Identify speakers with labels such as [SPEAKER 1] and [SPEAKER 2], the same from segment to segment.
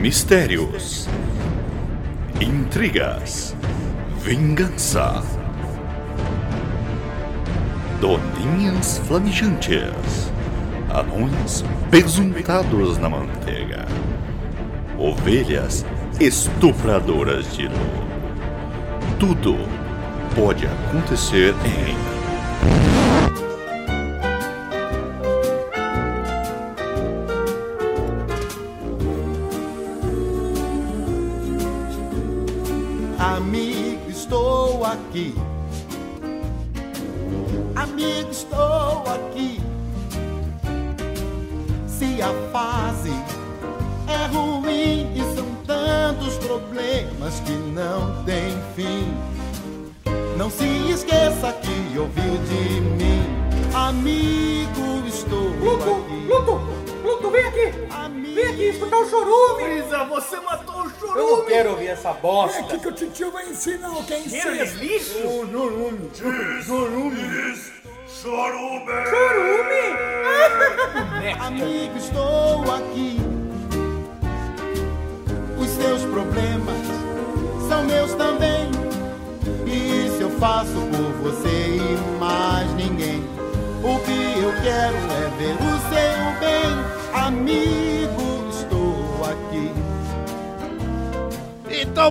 [SPEAKER 1] Mistérios, intrigas, vingança, doninhas flamejantes, anões pesuntados na manteiga, ovelhas estupradoras de luz. Tudo pode acontecer em
[SPEAKER 2] Amigo, estou aqui. Amigo, estou aqui. Se a fase é ruim e são tantos problemas que não tem fim. Não se esqueça que ouviu de mim. Amigo, estou
[SPEAKER 3] Pluto,
[SPEAKER 2] aqui.
[SPEAKER 3] Pluto, Pluto, vem aqui! Vem aqui escutar o chorume!
[SPEAKER 4] Brisa, você matou o chorume!
[SPEAKER 5] Eu não quero ouvir essa
[SPEAKER 6] É aqui
[SPEAKER 5] bosta.
[SPEAKER 6] que o titio vai ensinar o que é
[SPEAKER 4] Seres
[SPEAKER 6] ensino.
[SPEAKER 4] lixo!
[SPEAKER 5] Chorume.
[SPEAKER 1] Chorume!
[SPEAKER 6] É
[SPEAKER 3] Chorume!
[SPEAKER 2] Amigo, estou aqui. Os seus problemas são meus também. E isso eu faço por você e mais ninguém. O que eu quero é ver o seu bem. Amigo, estou aqui.
[SPEAKER 7] Então,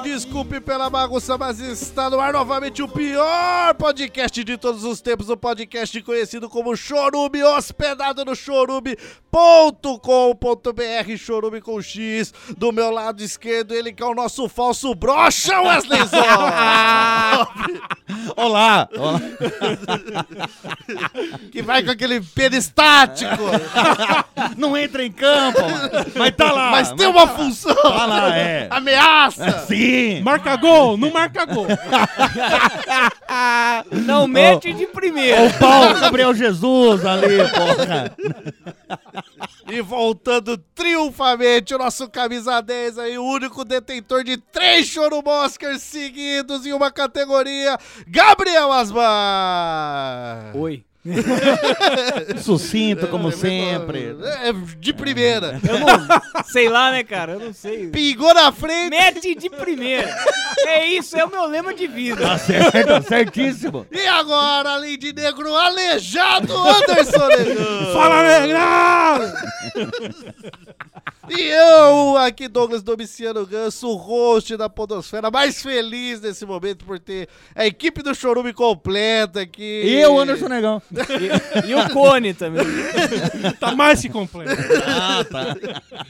[SPEAKER 7] Desculpe pela bagunça, mas está no ar novamente o pior podcast de todos os tempos. O podcast conhecido como Chorume, hospedado no chorume.com.br, chorume com X. Do meu lado esquerdo, ele que é o nosso falso brocha, Wesley Zop,
[SPEAKER 8] Olá! Olá.
[SPEAKER 7] que vai com aquele pena estático,
[SPEAKER 8] Não entra em campo, mano. mas tá lá.
[SPEAKER 7] mas tem uma função.
[SPEAKER 8] Tá lá, é.
[SPEAKER 7] Ameaça!
[SPEAKER 8] Sim!
[SPEAKER 9] Marca gol, não marca gol.
[SPEAKER 3] Não mete de primeira!
[SPEAKER 8] O Paulo Gabriel Jesus ali, porra.
[SPEAKER 7] E voltando triunfamente, o nosso camisa 10 aí, o único detentor de três Chorume Oscars seguidos em uma categoria, Gabriel Asmar!
[SPEAKER 3] Oi.
[SPEAKER 8] Sucinto, como sempre.
[SPEAKER 7] É, de primeira.
[SPEAKER 3] Eu não. Sei lá, né, cara? Eu não sei.
[SPEAKER 7] Pingou na frente
[SPEAKER 3] Mete de primeira! É isso, é o meu lema de vida.
[SPEAKER 8] Certo, certíssimo.
[SPEAKER 7] e agora, além de negro, aleijado Anderson Negão.
[SPEAKER 9] Fala, né? negra!
[SPEAKER 7] E eu, aqui Douglas Domiciano Ganso, o host da Podosfera, mais feliz nesse momento por ter a equipe do Chorume completa aqui.
[SPEAKER 8] E eu, Anderson Negão.
[SPEAKER 3] E, e o Cone também.
[SPEAKER 9] Tá mais que completo.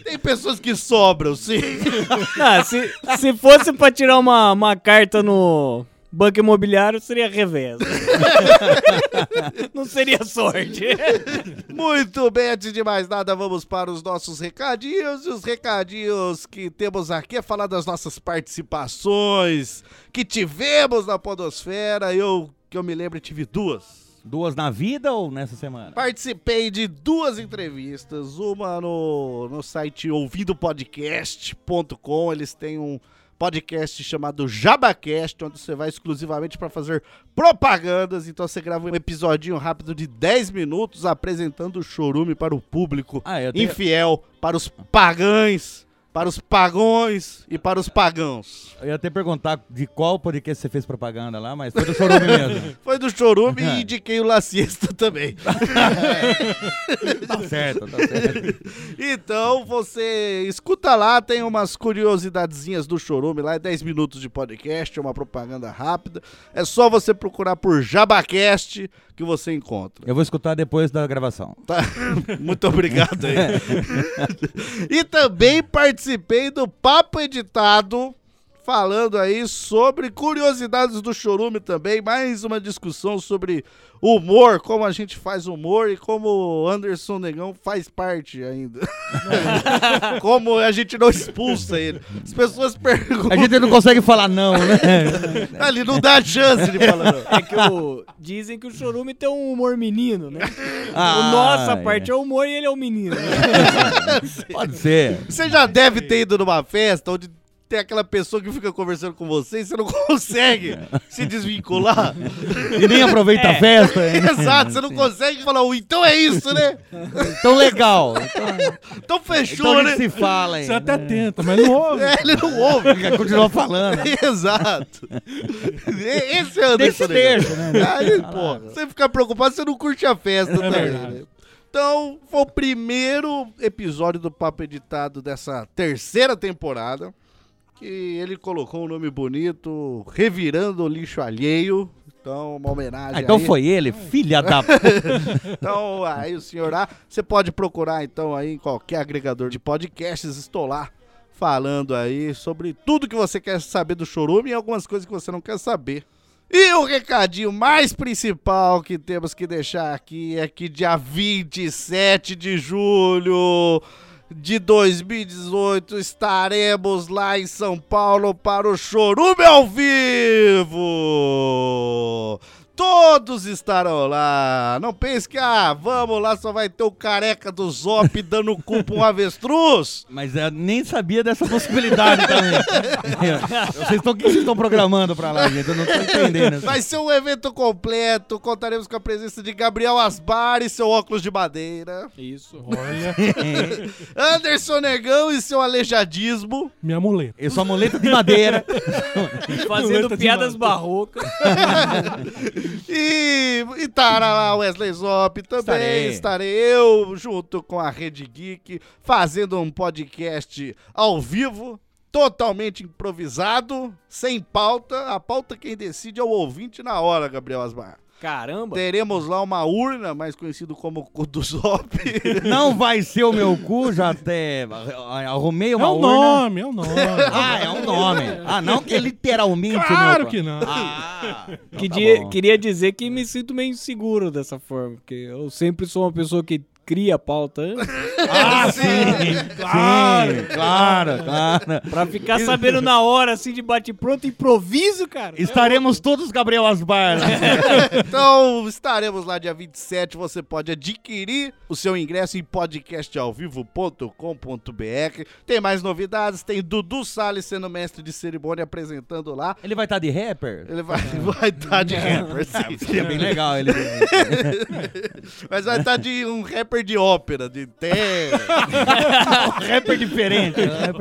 [SPEAKER 7] Tem pessoas que sobram, sim.
[SPEAKER 3] Ah, se, se fosse pra tirar uma, uma carta no banco imobiliário, seria revés. Não seria sorte.
[SPEAKER 7] Muito bem, antes de mais nada, vamos para os nossos recadinhos. E os recadinhos que temos aqui é falar das nossas participações que tivemos na Podosfera. Eu, que eu me lembro, tive duas.
[SPEAKER 8] Duas na vida ou nessa semana?
[SPEAKER 7] Participei de duas entrevistas, uma no, no site ouvidopodcast.com, eles têm um podcast chamado Jabacast, onde você vai exclusivamente para fazer propagandas, então você grava um episodinho rápido de 10 minutos apresentando o chorume para o público
[SPEAKER 8] Ah, eu tenho,
[SPEAKER 7] infiel, para os pagães, para os pagões e para os pagãos.
[SPEAKER 8] eu ia até perguntar de qual podcast você fez propaganda lá, mas foi do Chorume mesmo.
[SPEAKER 7] Foi do chorume e indiquei o La Siesta também.
[SPEAKER 8] Tá certo, tá certo.
[SPEAKER 7] Então você escuta lá, tem umas curiosidadezinhas do Chorume lá, é 10 minutos de podcast, é uma propaganda rápida. É só você procurar por Jabacast que você encontra.
[SPEAKER 8] Eu vou escutar depois da gravação.
[SPEAKER 7] Tá? Muito obrigado aí. e também participei do Papo Editado. Falando aí sobre curiosidades do chorume também, mais uma discussão sobre humor, como a gente faz humor e como o Anderson Negão faz parte ainda. como a gente não expulsa ele. As pessoas
[SPEAKER 8] A
[SPEAKER 7] perguntam,
[SPEAKER 8] gente não consegue falar não, né?
[SPEAKER 7] ele não dá chance de falar não.
[SPEAKER 3] É que o- dizem que o chorume tem um humor menino, né?
[SPEAKER 8] Ah,
[SPEAKER 3] o nossa
[SPEAKER 8] é.
[SPEAKER 3] parte é o humor e ele é o menino.
[SPEAKER 8] Pode ser.
[SPEAKER 7] Você já deve ter ido numa festa onde tem aquela pessoa que fica conversando com você e você não consegue se desvincular.
[SPEAKER 8] E nem aproveita a festa. hein?
[SPEAKER 7] Exato, você não consegue falar, "Oh, então é isso, né?
[SPEAKER 8] Então legal. Então,
[SPEAKER 7] Então fechou,
[SPEAKER 8] então a
[SPEAKER 7] né?
[SPEAKER 8] gente se fala, hein?
[SPEAKER 9] Você até tenta, mas não ouve.
[SPEAKER 7] É, ele não ouve.
[SPEAKER 8] Continua falando.
[SPEAKER 7] Exato. E- Esse é o Anderson
[SPEAKER 8] Deixa,
[SPEAKER 7] Negão.
[SPEAKER 8] deixa, né?
[SPEAKER 7] Aí, pô, você fica preocupado, você não curte a festa também.
[SPEAKER 9] É verdade.
[SPEAKER 7] né? Então, foi o primeiro episódio do Papo Editado dessa terceira temporada. Que ele colocou um nome bonito, Revirando o Lixo Alheio. Então, uma homenagem.
[SPEAKER 8] Ah, então
[SPEAKER 7] aí.
[SPEAKER 8] foi ele, filha da.
[SPEAKER 7] Então, aí o senhor A, você pode procurar então aí em qualquer agregador de podcasts, estou lá falando aí sobre tudo que você quer saber do Chorume e algumas coisas que você não quer saber. E o recadinho mais principal que temos que deixar aqui é que dia 27 de julho de 2018 estaremos lá em São Paulo para o Chorume ao vivo. Todos estarão lá. Não pense que, ah, vamos lá, só vai ter o careca do Zop dando cu pra um avestruz.
[SPEAKER 8] Mas eu nem sabia dessa possibilidade também. Vocês estão, o que vocês estão programando pra lá, gente? Eu não tô entendendo.
[SPEAKER 7] Vai ser um evento completo. Contaremos com a presença de Gabriel Asbar e seu óculos de madeira.
[SPEAKER 9] Isso. Olha,
[SPEAKER 7] Anderson Negão e seu aleijadismo.
[SPEAKER 9] minha muleta.
[SPEAKER 8] Eu sou amuleta de madeira.
[SPEAKER 3] Fazendo piadas barrocas.
[SPEAKER 7] E e estará lá o Wesley Zop também.
[SPEAKER 8] Estarei.
[SPEAKER 7] Estarei eu junto com a Rede Geek fazendo um podcast ao vivo. Totalmente improvisado, sem pauta. A pauta quem decide é o ouvinte na hora, Gabriel Asmar.
[SPEAKER 3] Caramba.
[SPEAKER 7] Teremos lá uma urna, mais conhecido como cu do Zop.
[SPEAKER 8] Não vai ser o meu cu, já até ah, arrumei
[SPEAKER 9] É
[SPEAKER 8] uma
[SPEAKER 9] o
[SPEAKER 8] urna.
[SPEAKER 9] nome, é o nome.
[SPEAKER 8] Ah, é um nome. Ah, não que é literalmente
[SPEAKER 9] Claro
[SPEAKER 8] o meu cu.
[SPEAKER 9] que não.
[SPEAKER 8] Ah, então
[SPEAKER 3] Que
[SPEAKER 8] tá
[SPEAKER 3] di-
[SPEAKER 8] bom.
[SPEAKER 3] queria dizer que me sinto meio inseguro dessa forma, porque eu sempre sou uma pessoa que cria pauta antes,
[SPEAKER 8] Ah, sim. Claro, claro, claro.
[SPEAKER 3] pra ficar sabendo na hora, assim, de bate-pronto, improviso, cara.
[SPEAKER 8] Estaremos todos Gabriel Asbar.
[SPEAKER 7] Então estaremos lá dia 27. Você pode adquirir o seu ingresso em podcastaovivo.com.br. Tem mais novidades. Tem Dudu Salles sendo mestre de cerimônia apresentando lá.
[SPEAKER 8] Ele vai estar de rapper?
[SPEAKER 7] Ele vai vai estar de rapper,
[SPEAKER 9] É
[SPEAKER 7] sim.
[SPEAKER 8] Seria bem legal ele.
[SPEAKER 7] Mas vai estar de um rapper de ópera, de terra.
[SPEAKER 8] rapper diferente. É,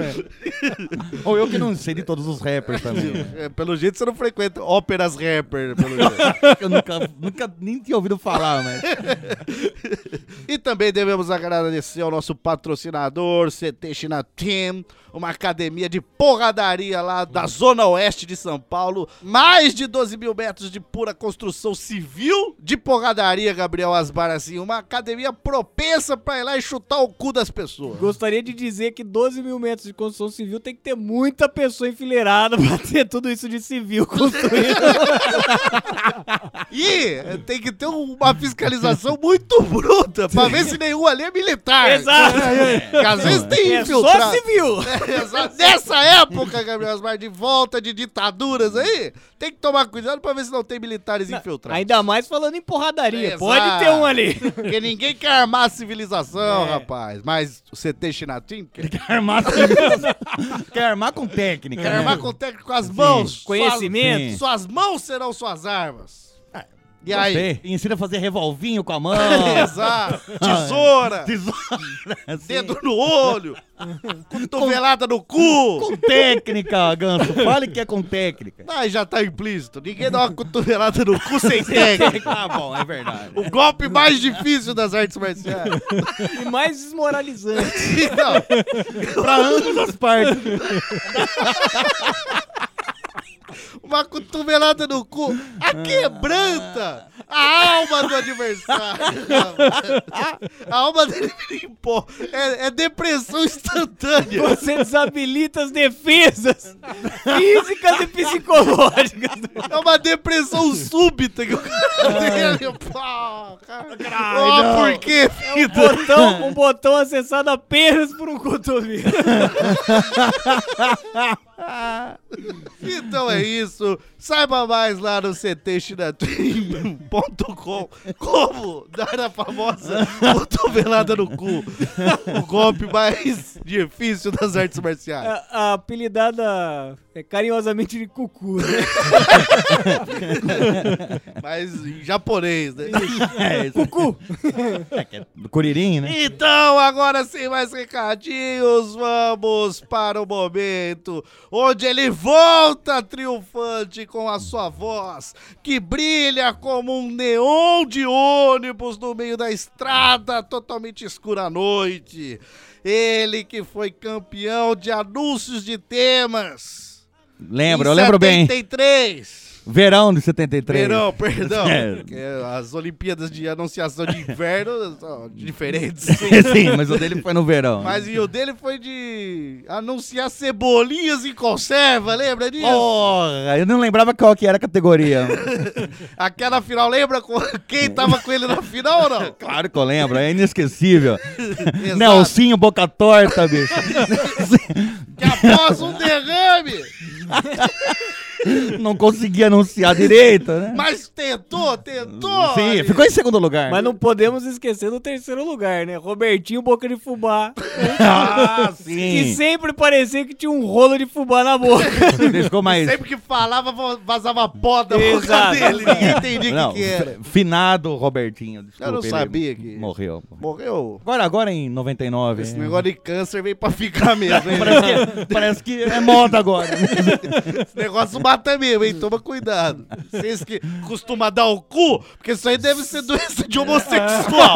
[SPEAKER 8] Ou eu que não sei de todos os rappers também.
[SPEAKER 7] É, Pelo jeito você não frequenta óperas rapper, pelo jeito.
[SPEAKER 8] Eu nunca, nunca nem tinha ouvido falar, mas.
[SPEAKER 7] E também devemos agradecer ao nosso patrocinador, CT China Team, uma academia de porradaria lá da Zona Oeste de São Paulo. Mais de 12 mil metros de pura construção civil de porradaria, Gabriel Asbar, assim. Uma academia propensa pra ir lá e chutar o cu das pessoas.
[SPEAKER 3] Gostaria de dizer que 12 mil metros de construção civil tem que ter muita pessoa enfileirada pra ter tudo isso de civil construído.
[SPEAKER 7] E tem que ter uma fiscalização muito bruta pra ver se nenhum ali é militar.
[SPEAKER 3] Exato.
[SPEAKER 7] Porque às vezes tem
[SPEAKER 3] É só
[SPEAKER 7] infiltrado.
[SPEAKER 3] civil.
[SPEAKER 7] É, Exato. Nessa época, Gabriel Asmar, de volta de ditaduras aí, tem que tomar cuidado pra ver se não tem militares infiltrados.
[SPEAKER 3] Ainda mais falando em porradaria.
[SPEAKER 7] Exato.
[SPEAKER 3] Pode ter um ali.
[SPEAKER 7] Porque ninguém quer armar a civilização, rapaz. Mas o CT Chinatim quer,
[SPEAKER 8] Quer armar, quer armar com técnica.
[SPEAKER 7] quer
[SPEAKER 8] né?
[SPEAKER 7] armar com técnico com as mãos. Suas-
[SPEAKER 3] Conhecimento.
[SPEAKER 8] Sim.
[SPEAKER 7] Suas mãos serão suas armas. E aí?
[SPEAKER 8] Gostei. Ensina a fazer revolvinho com a mão.
[SPEAKER 7] Exato. Tesoura,
[SPEAKER 8] Tesoura. sim.
[SPEAKER 7] dedo no olho, cotovelada no cu.
[SPEAKER 8] Com técnica, Ganso. Fale que é com técnica.
[SPEAKER 7] Ah, já tá implícito. Ninguém dá uma cotovelada no cu sem técnica.
[SPEAKER 8] Tá bom, é verdade.
[SPEAKER 7] O golpe mais difícil das artes marciais.
[SPEAKER 3] E mais desmoralizante.
[SPEAKER 7] Então,
[SPEAKER 8] Pra ambas as partes.
[SPEAKER 7] uma cotovelada no cu, a quebranta a alma do adversário. A alma dele vira em pó. É, é depressão instantânea.
[SPEAKER 3] Você desabilita as defesas físicas e psicológicas.
[SPEAKER 7] É uma depressão súbita que o cara tem. Pô, cara. Ó, por quê?
[SPEAKER 3] Um botão, um botão acessado apenas por um cotovelo.
[SPEAKER 7] Então é isso. Saiba mais lá no ctchinatrim.com como dar a famosa cotovelada no cu. O golpe mais Difícil das artes marciais.
[SPEAKER 3] É, A, a apelidada é, carinhosamente de Cucu, né?
[SPEAKER 7] Mas em japonês, né?
[SPEAKER 8] É, isso.
[SPEAKER 3] Cucu!
[SPEAKER 8] Do Curirim, né?
[SPEAKER 7] Então, agora sem mais recadinhos, vamos para o momento onde ele volta triunfante com a sua voz, que brilha como um neon de ônibus no meio da estrada, totalmente escura à noite. Ele que foi campeão de anúncios de temas.
[SPEAKER 8] Lembro,
[SPEAKER 7] em
[SPEAKER 8] eu lembro bem.
[SPEAKER 7] 73.
[SPEAKER 8] Verão de 73.
[SPEAKER 7] Verão, perdão.
[SPEAKER 8] É.
[SPEAKER 7] Porque As Olimpíadas de Anunciação de Inverno são diferentes.
[SPEAKER 8] Sim, mas o dele foi no verão.
[SPEAKER 7] Mas e o dele foi de anunciar cebolinhas em conserva, lembra disso?
[SPEAKER 8] Oh. Porra, eu não lembrava qual que era a categoria.
[SPEAKER 7] Aquela final, lembra com- quem tava com ele na final ou não?
[SPEAKER 8] Claro que eu lembro, é inesquecível.
[SPEAKER 7] Exato.
[SPEAKER 8] Nelsinho, boca torta, bicho.
[SPEAKER 7] Que após um derrame,
[SPEAKER 8] Não conseguia anunciar direito, né?
[SPEAKER 7] mas tentou, tentou.
[SPEAKER 8] Sim,
[SPEAKER 7] ali.
[SPEAKER 8] ficou em segundo lugar.
[SPEAKER 3] Mas não podemos esquecer do terceiro lugar, né? Robertinho Boca de Fubá.
[SPEAKER 8] Ah,
[SPEAKER 3] Que
[SPEAKER 8] sim.
[SPEAKER 3] sempre parecia que tinha um rolo de fubá na boca.
[SPEAKER 8] Ficou mais...
[SPEAKER 7] Sempre que falava, vo- vazava pó da boca
[SPEAKER 3] Exato.
[SPEAKER 7] dele. Ninguém entendia o
[SPEAKER 8] Não,
[SPEAKER 7] que, que era.
[SPEAKER 8] finado Robertinho. desculpa,
[SPEAKER 7] não
[SPEAKER 8] ele
[SPEAKER 7] sabia que-
[SPEAKER 8] Morreu.
[SPEAKER 7] Morreu.
[SPEAKER 8] Agora, agora em 99.
[SPEAKER 7] Esse
[SPEAKER 8] é.
[SPEAKER 7] negócio de câncer veio pra ficar mesmo. hein?
[SPEAKER 8] Parece que, parece que é moda agora.
[SPEAKER 7] Esse negócio mata mesmo, hein? Toma cuidado. Vocês que costumam dar o cu, porque isso aí deve ser doença de homossexual.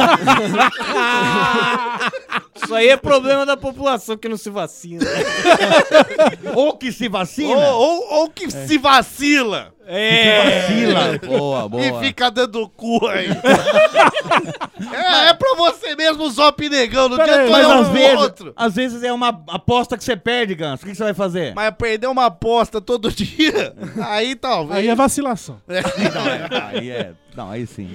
[SPEAKER 3] Isso aí é problema da população que não se vacina.
[SPEAKER 8] Ou que se vacina. É.
[SPEAKER 7] ou, ou, ou que se vacila
[SPEAKER 3] É.
[SPEAKER 8] Vacila. Boa, boa.
[SPEAKER 7] e fica dando cu aí. é, é pra você mesmo só pinegão, não adianta
[SPEAKER 8] Mas
[SPEAKER 7] olhar
[SPEAKER 8] às
[SPEAKER 7] um pro
[SPEAKER 8] vezes,
[SPEAKER 7] outro.
[SPEAKER 8] às vezes é uma aposta que você perde, Ganso. O que que você vai fazer?
[SPEAKER 7] Mas perder uma aposta todo dia, aí talvez.
[SPEAKER 9] Aí é vacilação.
[SPEAKER 8] Não, é- aí é. Não, aí sim.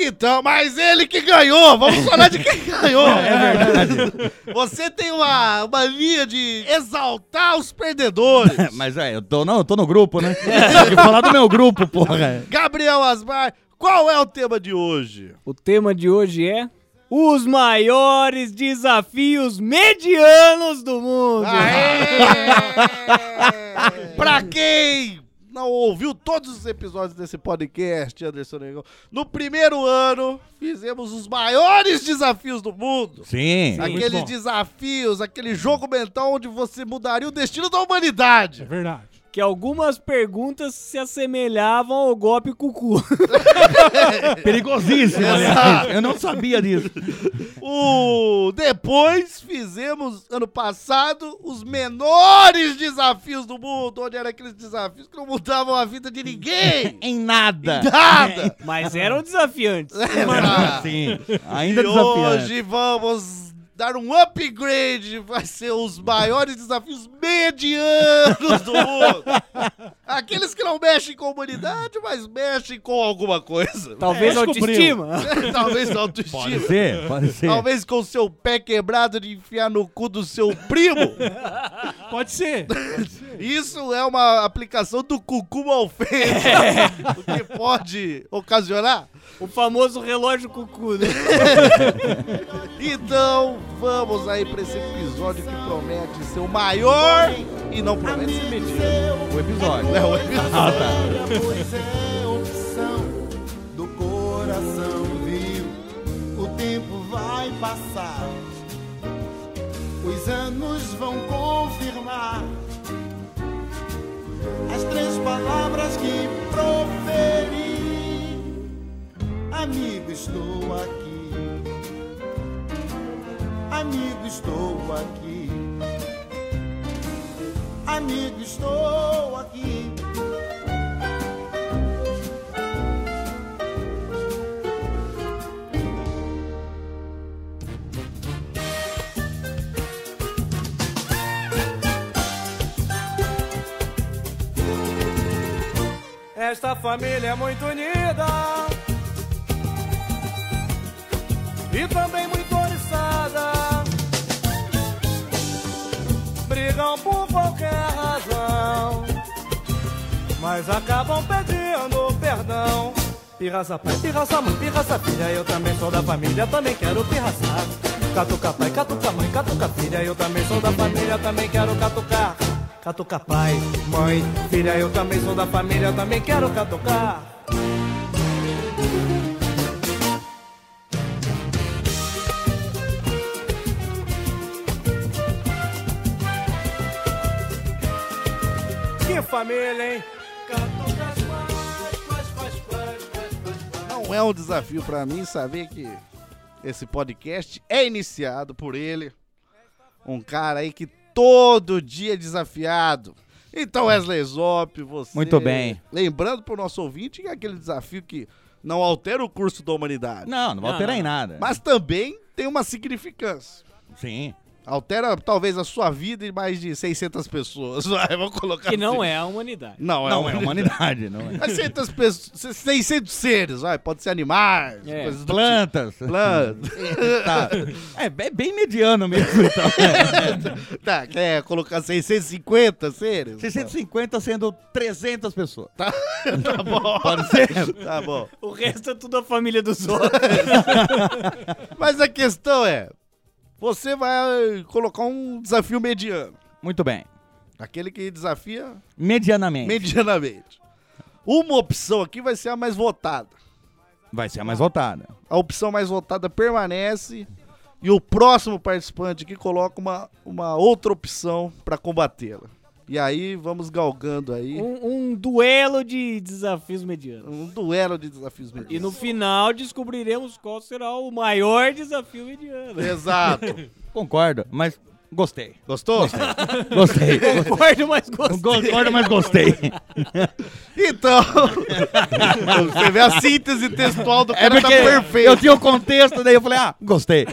[SPEAKER 7] Então, mas ele que ganhou! Vamos falar de quem ganhou! É verdade. Você tem uma, uma linha de exaltar os perdedores.
[SPEAKER 8] Mas é, eu tô, não, eu tô no grupo, né? Tem que falar do meu grupo, porra.
[SPEAKER 7] Gabriel Asmar, qual é o tema de hoje?
[SPEAKER 3] O tema de hoje é os maiores desafios medianos do mundo.
[SPEAKER 7] Aê! pra quem não ouviu todos os episódios desse podcast, Anderson Negão, no primeiro ano fizemos os maiores desafios do mundo.
[SPEAKER 8] Sim.
[SPEAKER 7] Aqueles desafios, aquele jogo mental onde você mudaria o destino da humanidade.
[SPEAKER 9] É verdade.
[SPEAKER 3] Que algumas perguntas se assemelhavam ao golpe cucu.
[SPEAKER 8] Perigosíssimo, aliás. Eu não sabia disso.
[SPEAKER 7] O... Depois fizemos, ano passado, os menores desafios do mundo, onde eram aqueles desafios que não mudavam a vida de ninguém.
[SPEAKER 8] Em nada.
[SPEAKER 7] Nada!
[SPEAKER 3] Mas eram desafiantes.
[SPEAKER 7] Ah,
[SPEAKER 8] Sim. é
[SPEAKER 7] E
[SPEAKER 8] Ainda desafiante.
[SPEAKER 7] hoje vamos dar um upgrade, vai ser os maiores desafios medianos do mundo. Aqueles que não mexem com a humanidade, mas mexem com alguma coisa.
[SPEAKER 3] Talvez
[SPEAKER 9] É, descobriu.
[SPEAKER 3] autoestima.
[SPEAKER 7] Talvez na
[SPEAKER 8] Pode
[SPEAKER 7] autoestima.
[SPEAKER 8] ser, pode ser.
[SPEAKER 7] Talvez com o seu pé quebrado de enfiar no cu do seu primo.
[SPEAKER 9] Pode ser.
[SPEAKER 7] Isso é uma aplicação do cucu mal feito. O que pode ocasionar.
[SPEAKER 3] É. O famoso relógio cucu, né?
[SPEAKER 7] Então, vamos aí pra esse episódio que promete ser o maior e não promete ser mediano.
[SPEAKER 8] O episódio.
[SPEAKER 7] É o episódio.
[SPEAKER 8] Ah, tá.
[SPEAKER 2] Pois é opção do coração, viu? O tempo vai passar, os anos vão confirmar as três palavras que proferi. Amigo, estou aqui. Amigo, estou aqui. Amigo, estou aqui.
[SPEAKER 4] Esta família é muito unida e também muito oriçada. Brigam por qualquer razão, mas acabam pedindo perdão. Pirraça pai, pirraça mãe, pirraça filha, eu também sou da família, também quero pirraçar. Catuca pai, catuca mãe, catuca filha, eu também sou da família, também quero catucar. Catuca pai, mãe, filha, eu também sou da família, também quero catucar. Que família, hein? Catucas quais, quais, quais, quais, quais, quais, quais.
[SPEAKER 7] Não é um desafio pra mim saber que esse podcast é iniciado por ele. Um cara aí que todo dia é desafiado. Então, Wesley Zop, você.
[SPEAKER 8] Muito bem.
[SPEAKER 7] Lembrando pro nosso ouvinte que é aquele desafio que não altera o curso da humanidade,
[SPEAKER 8] Não, não vai alterar
[SPEAKER 3] não.
[SPEAKER 8] em nada.
[SPEAKER 7] mas também tem uma significância.
[SPEAKER 8] Sim.
[SPEAKER 7] Altera talvez a sua vida e mais de 600 pessoas. Vai, vou colocar
[SPEAKER 3] Que não
[SPEAKER 7] assim.
[SPEAKER 3] é a humanidade.
[SPEAKER 7] Não, é
[SPEAKER 8] Não,
[SPEAKER 7] uma
[SPEAKER 8] é humanidade, não é.
[SPEAKER 7] Mas 600 pessoas, 600 seres, vai, pode ser animais,
[SPEAKER 3] É.
[SPEAKER 7] coisas do
[SPEAKER 8] Plantas.
[SPEAKER 7] tipo. plantas.
[SPEAKER 8] Tá. É bem, bem mediano mesmo, então.
[SPEAKER 7] Tá, quer colocar 650 seres?
[SPEAKER 8] 650 sendo 300 pessoas.
[SPEAKER 7] Tá bom.
[SPEAKER 8] Pode ser?
[SPEAKER 7] Tá bom.
[SPEAKER 3] O resto é tudo a família dos outros.
[SPEAKER 7] Mas a questão é, você vai colocar um desafio mediano.
[SPEAKER 8] Muito bem.
[SPEAKER 7] Aquele que desafia
[SPEAKER 8] Medianamente.
[SPEAKER 7] medianamente. Uma opção aqui vai ser a mais votada.
[SPEAKER 8] Vai ser a mais votada.
[SPEAKER 7] A opção mais votada permanece e o próximo participante aqui coloca uma, uma outra opção pra combatê-la. E aí vamos galgando aí
[SPEAKER 3] Um, um duelo de desafios medianos.
[SPEAKER 7] um duelo de desafios medianos.
[SPEAKER 3] E no final descobriremos qual será o maior desafio mediano.
[SPEAKER 7] Exato.
[SPEAKER 8] Concordo, mas gostei.
[SPEAKER 7] Gostou?
[SPEAKER 8] Gostei.
[SPEAKER 3] Concordo, mas gostei.
[SPEAKER 8] Concordo, mas gostei.
[SPEAKER 7] Então, você vê a síntese textual do cara tá perfeito.
[SPEAKER 8] É eu tinha o contexto, daí eu falei, ah, gostei.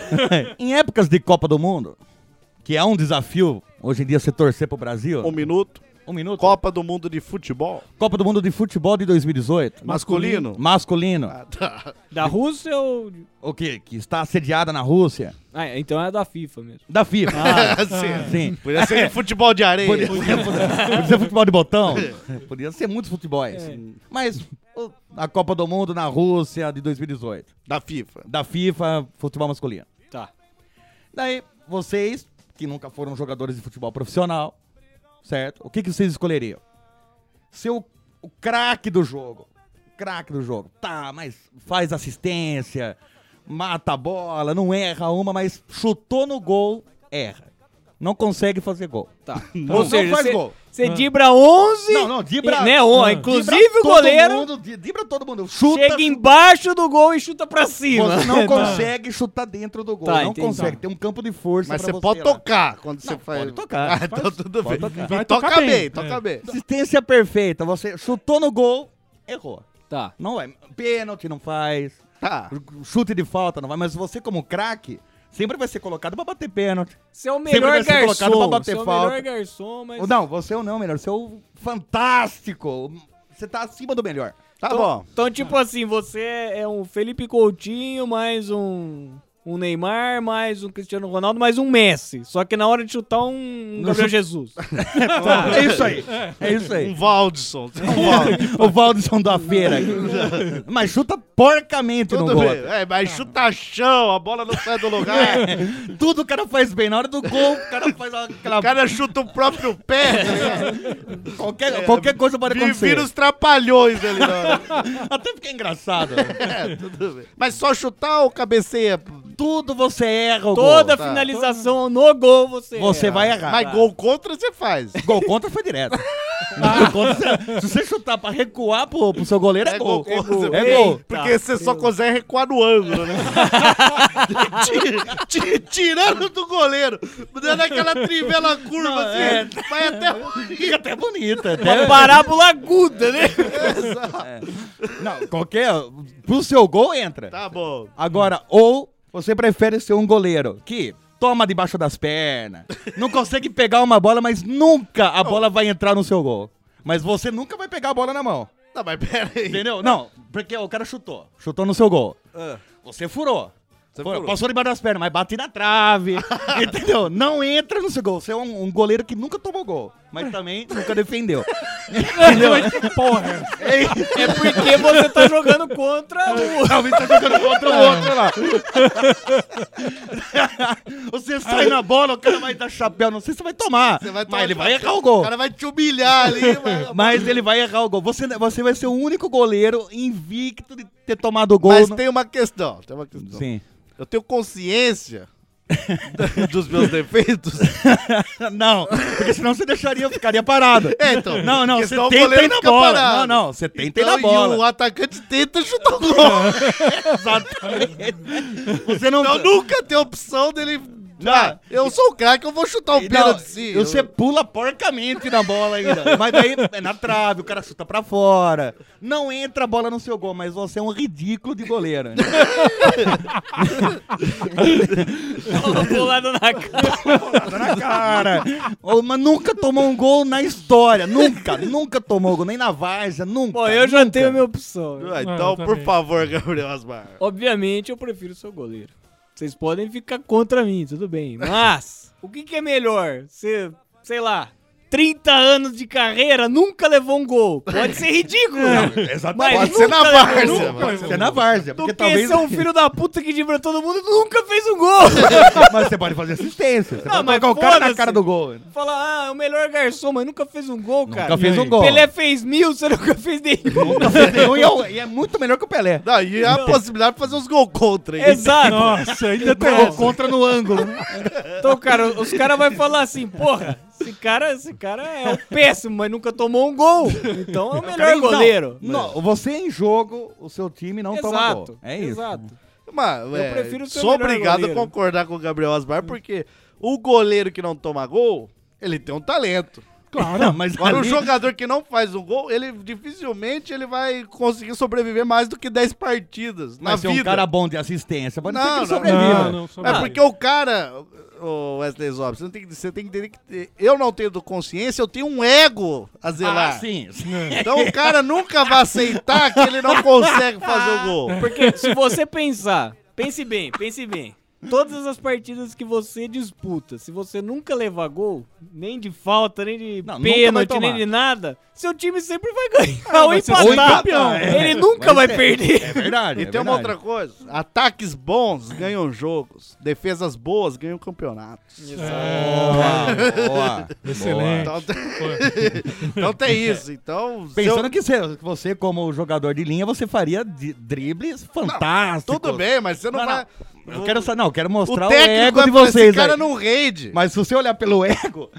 [SPEAKER 8] em épocas de Copa do Mundo, que é um desafio, hoje em dia, você torcer pro Brasil.
[SPEAKER 7] Um minuto.
[SPEAKER 8] Um minuto.
[SPEAKER 7] Copa do Mundo de Futebol.
[SPEAKER 8] Copa do Mundo de Futebol de 2018.
[SPEAKER 7] Masculino.
[SPEAKER 8] Masculino.
[SPEAKER 3] Da Rússia ou...
[SPEAKER 8] O que? Que está assediada na Rússia.
[SPEAKER 3] Ah, então é da FIFA mesmo.
[SPEAKER 8] Da FIFA.
[SPEAKER 7] Sim.
[SPEAKER 8] Sim.
[SPEAKER 7] Podia ser de futebol de areia.
[SPEAKER 8] É. Podia, podia, podia ser futebol de botão. Podia ser muitos futebóis.
[SPEAKER 3] É.
[SPEAKER 8] Mas o- a Copa do Mundo na Rússia de 2018.
[SPEAKER 7] Da FIFA.
[SPEAKER 8] Da FIFA, futebol masculino.
[SPEAKER 3] Tá.
[SPEAKER 8] Daí, vocês, que nunca foram jogadores de futebol profissional, certo? O que, que vocês escolheriam? Ser o, o craque do jogo. Craque do jogo. Tá, mas faz assistência, mata a bola, não erra uma, mas chutou no gol, erra. Não consegue fazer gol.
[SPEAKER 3] Tá.
[SPEAKER 7] Ou seja, faz gol.
[SPEAKER 3] Você dibra 11...
[SPEAKER 8] Não, não, dibra-
[SPEAKER 3] Né, ó,
[SPEAKER 8] Ah.
[SPEAKER 3] inclusive
[SPEAKER 8] Dibra
[SPEAKER 3] o
[SPEAKER 8] todo
[SPEAKER 3] goleiro
[SPEAKER 8] Mundo, di- dibra todo mundo. Chuta.
[SPEAKER 3] chega embaixo do gol e chuta pra cima.
[SPEAKER 8] Você não consegue chutar dentro do gol.
[SPEAKER 3] Tá,
[SPEAKER 8] não
[SPEAKER 3] entendi.
[SPEAKER 8] consegue. Tem um campo de força.
[SPEAKER 7] Mas
[SPEAKER 8] pra
[SPEAKER 7] você pode
[SPEAKER 8] lá.
[SPEAKER 7] tocar quando você
[SPEAKER 8] Não,
[SPEAKER 7] faz.
[SPEAKER 8] pode tocar.
[SPEAKER 7] Ah, então tudo
[SPEAKER 8] Pode
[SPEAKER 7] bem.
[SPEAKER 8] tocar.
[SPEAKER 7] Vai toca
[SPEAKER 9] tocar
[SPEAKER 7] bem,
[SPEAKER 9] bem.
[SPEAKER 7] toca
[SPEAKER 9] É.
[SPEAKER 7] bem.
[SPEAKER 8] Assistência perfeita. Você chutou no gol, errou.
[SPEAKER 3] Tá.
[SPEAKER 8] Não é. Pênalti não faz.
[SPEAKER 7] Tá.
[SPEAKER 8] Chute de falta não vai. Mas você, como craque, sempre vai ser colocado pra bater pênalti.
[SPEAKER 3] Você é o
[SPEAKER 8] Sempre
[SPEAKER 3] melhor
[SPEAKER 8] vai ser colocado
[SPEAKER 3] garçom.
[SPEAKER 8] pra
[SPEAKER 3] Você
[SPEAKER 8] bater
[SPEAKER 3] é o
[SPEAKER 8] falta.
[SPEAKER 3] melhor garçom, mas...
[SPEAKER 8] Ou Não, você ou não, melhor. Você é o fantástico. Você tá acima do melhor.
[SPEAKER 7] Tá
[SPEAKER 3] Então-
[SPEAKER 7] bom.
[SPEAKER 3] Então, tipo assim, você é um Felipe Coutinho, mais um, um Neymar, mais um Cristiano Ronaldo, mais um Messi. Só que na hora de chutar um
[SPEAKER 8] Não
[SPEAKER 3] Gabriel
[SPEAKER 8] chu-
[SPEAKER 3] Jesus.
[SPEAKER 8] É isso aí. É isso aí.
[SPEAKER 7] Um Valdson. Um Valdson.
[SPEAKER 8] o Valdson da feira. Mas chuta porcamente no
[SPEAKER 7] Tudo
[SPEAKER 8] gol.
[SPEAKER 7] bem. É, mas
[SPEAKER 8] Ah.
[SPEAKER 7] chuta chão, a bola não sai do lugar.
[SPEAKER 8] Tudo o cara faz bem. Na hora do gol, o cara faz aquela.
[SPEAKER 7] O cara chuta o próprio pé.
[SPEAKER 8] qualquer, qualquer coisa pode
[SPEAKER 7] E
[SPEAKER 8] acontecer.
[SPEAKER 7] vira os trapalhões ali. ó.
[SPEAKER 8] Até fica engraçado. né?
[SPEAKER 7] É, tudo bem. Mas só chutar ou cabeceia?
[SPEAKER 8] Tudo você erra o
[SPEAKER 3] Toda
[SPEAKER 8] gol.
[SPEAKER 3] finalização no gol você.
[SPEAKER 8] Você
[SPEAKER 3] erra.
[SPEAKER 8] vai errar.
[SPEAKER 7] Mas gol contra você faz.
[SPEAKER 8] Gol contra foi direto. Gol contra, você- se você chutar pra recuar pro, pro seu goleiro, é, gol.
[SPEAKER 7] contra você
[SPEAKER 8] É
[SPEAKER 7] faz.
[SPEAKER 8] gol.
[SPEAKER 7] Porque você só consegue recuar no ângulo, né? Ti- ti- Tirando do goleiro, dando aquela trivela curva assim,
[SPEAKER 8] é.
[SPEAKER 7] vai até
[SPEAKER 8] Fica até bonita.
[SPEAKER 3] Uma
[SPEAKER 8] Até...
[SPEAKER 3] É parábola aguda, né?
[SPEAKER 7] É.
[SPEAKER 8] Não, qualquer. Pro seu gol entra.
[SPEAKER 7] Tá bom.
[SPEAKER 8] Agora, ou você prefere ser um goleiro que toma debaixo das pernas, não consegue pegar uma bola, mas nunca a bola vai entrar no seu gol. Mas você nunca vai pegar a bola na mão.
[SPEAKER 7] Tá, mas pera aí.
[SPEAKER 8] Entendeu? Não, porque o cara chutou. Chutou no seu gol. Você furou. Furou,
[SPEAKER 7] É. furou.
[SPEAKER 8] Passou debaixo das pernas, mas bate na trave. entendeu? Não entra no seu gol. Você é um, um goleiro que nunca tomou gol, mas também nunca defendeu.
[SPEAKER 9] Porra.
[SPEAKER 3] É porque você tá jogando contra o.
[SPEAKER 8] Não, ele tá jogando contra o outro, olha lá. Você sai na bola, o cara vai dar chapéu, não sei se você vai tomar.
[SPEAKER 7] Você vai tomar
[SPEAKER 8] mas ele vai
[SPEAKER 7] chapéu.
[SPEAKER 8] errar o gol.
[SPEAKER 7] O cara vai te humilhar ali. mas-
[SPEAKER 8] Mas ele vai errar o gol. Você, você vai ser o único goleiro invicto de ter tomado o gol.
[SPEAKER 7] Mas
[SPEAKER 8] no-
[SPEAKER 7] tem uma questão, tem uma questão.
[SPEAKER 8] Sim.
[SPEAKER 7] Eu tenho consciência dos meus defeitos.
[SPEAKER 8] não, porque senão você deixaria, ficaria parado.
[SPEAKER 7] É, então.
[SPEAKER 8] Não, não,
[SPEAKER 7] porque
[SPEAKER 8] você
[SPEAKER 7] senão o
[SPEAKER 8] tenta
[SPEAKER 7] goleiro
[SPEAKER 8] ir na
[SPEAKER 7] fica
[SPEAKER 8] bola.
[SPEAKER 7] parado.
[SPEAKER 8] Não, não, você tenta ir na
[SPEAKER 7] Então,
[SPEAKER 8] bola.
[SPEAKER 7] E o atacante tenta chutar o gol.
[SPEAKER 8] Você não...
[SPEAKER 7] Então nunca tem opção dele. Ah, eu sou o craque, eu vou chutar o
[SPEAKER 8] Não,
[SPEAKER 7] pênalti sim. Eu-
[SPEAKER 8] Você pula porcamente na bola ainda. mas daí é na trave, o cara chuta pra fora. Não entra a bola no seu gol, mas você é um ridículo de goleiro. um
[SPEAKER 3] Pulado na cara.
[SPEAKER 8] Tá na cara. Ô, Mas nunca tomou um gol na história. Nunca, nunca tomou gol. Nem na várzea, nunca.
[SPEAKER 3] Bom, eu já tenho a minha opção.
[SPEAKER 7] Ah,
[SPEAKER 9] Não,
[SPEAKER 7] então,
[SPEAKER 9] eu
[SPEAKER 7] por
[SPEAKER 9] também.
[SPEAKER 7] favor, Gabriel Asmar.
[SPEAKER 3] Obviamente eu prefiro ser o goleiro. Vocês podem ficar contra mim, tudo bem. Mas, o que, que é melhor? Ser, sei lá, 30 anos de carreira, nunca levou um gol. Pode ser ridículo.
[SPEAKER 8] É, Exatamente.
[SPEAKER 3] mas
[SPEAKER 7] Pode ser na
[SPEAKER 3] nunca
[SPEAKER 7] várzea,
[SPEAKER 3] levou um gol.
[SPEAKER 7] mano.
[SPEAKER 8] Você é na várzea.
[SPEAKER 3] Do
[SPEAKER 8] Porque
[SPEAKER 3] que
[SPEAKER 8] talvez.
[SPEAKER 3] ser um filho da puta que divra todo mundo e nunca fez um gol.
[SPEAKER 8] mas você pode fazer assistência. Você
[SPEAKER 3] Não,
[SPEAKER 8] pode
[SPEAKER 3] mas
[SPEAKER 8] colocar o cara na
[SPEAKER 3] foda-se.
[SPEAKER 8] cara do gol.
[SPEAKER 3] Falar, ah, o melhor garçom, mas nunca fez um gol, cara.
[SPEAKER 8] Nunca fez um gol.
[SPEAKER 3] Pelé fez mil, você nunca fez nenhum.
[SPEAKER 8] Nunca fez nenhum e é o- e é muito melhor que o Pelé.
[SPEAKER 7] Não, e a possibilidade de fazer uns gols contra. hein?
[SPEAKER 3] Exato.
[SPEAKER 9] Nossa, ainda tem
[SPEAKER 8] Gol
[SPEAKER 9] essa.
[SPEAKER 8] é contra no ângulo.
[SPEAKER 3] Então, cara, os caras vão falar assim, porra, esse cara, esse cara é um péssimo, mas nunca tomou um gol. Então é o melhor
[SPEAKER 8] Não,
[SPEAKER 3] goleiro.
[SPEAKER 8] Não, você em jogo, o seu time não toma gol.
[SPEAKER 3] Exato.
[SPEAKER 8] É isso.
[SPEAKER 3] Exato.
[SPEAKER 7] Mas,
[SPEAKER 3] Eu
[SPEAKER 7] é,
[SPEAKER 3] prefiro ser o
[SPEAKER 7] sou
[SPEAKER 3] melhor
[SPEAKER 7] obrigado
[SPEAKER 3] goleiro.
[SPEAKER 7] a concordar com o Gabriel Asmar, porque o goleiro que não toma gol, ele tem um talento.
[SPEAKER 8] Claro, mas
[SPEAKER 7] Agora, o
[SPEAKER 8] ali-
[SPEAKER 7] jogador que não faz um gol, ele dificilmente ele vai conseguir sobreviver mais do que 10 partidas na
[SPEAKER 8] Mas ser
[SPEAKER 7] vida.
[SPEAKER 8] um cara bom de assistência. Pode ser que
[SPEAKER 7] Não,
[SPEAKER 8] ele
[SPEAKER 7] não.
[SPEAKER 8] sobreviva.
[SPEAKER 9] Não, não,
[SPEAKER 7] É
[SPEAKER 9] sobre-
[SPEAKER 7] porque o cara, o Wesley Zop, você, não tem que, você tem que entender que ter- eu não tenho consciência, eu tenho um ego a
[SPEAKER 8] Ah,
[SPEAKER 7] zelar.
[SPEAKER 8] sim. sim.
[SPEAKER 7] Então o cara nunca vai aceitar que ele não consegue fazer o gol.
[SPEAKER 8] Ah,
[SPEAKER 3] Porque se você pensar, pense bem, pense bem. Todas as partidas que você disputa, se você nunca levar gol, nem de falta, nem de
[SPEAKER 8] Não, nunca vai
[SPEAKER 3] pênalti,
[SPEAKER 8] tomar.
[SPEAKER 3] nem de nada, seu time sempre vai ganhar ou
[SPEAKER 9] vai ser
[SPEAKER 3] empatar.
[SPEAKER 9] sempre
[SPEAKER 8] campeão.
[SPEAKER 3] Ele nunca vai perder.
[SPEAKER 8] É verdade.
[SPEAKER 7] E
[SPEAKER 8] é
[SPEAKER 7] tem uma
[SPEAKER 8] verdade.
[SPEAKER 7] outra coisa: ataques bons ganham jogos, defesas boas ganham campeonatos.
[SPEAKER 8] Boa, boa.
[SPEAKER 9] Excelente.
[SPEAKER 7] Então, tem- então
[SPEAKER 8] É.
[SPEAKER 7] tem isso. Então, se eu-
[SPEAKER 8] Pensando que você, você, como jogador de linha, você faria de- dribles fantásticos.
[SPEAKER 7] tudo bem, mas você não,
[SPEAKER 8] Não,
[SPEAKER 7] vai.
[SPEAKER 8] Eu quero, sa- não, eu quero mostrar o, é
[SPEAKER 7] técnico
[SPEAKER 8] ego de
[SPEAKER 7] vai falar, assim,
[SPEAKER 8] vocês
[SPEAKER 7] Esse cara
[SPEAKER 8] aí.
[SPEAKER 7] não rende.
[SPEAKER 8] Mas se você olhar pelo ego,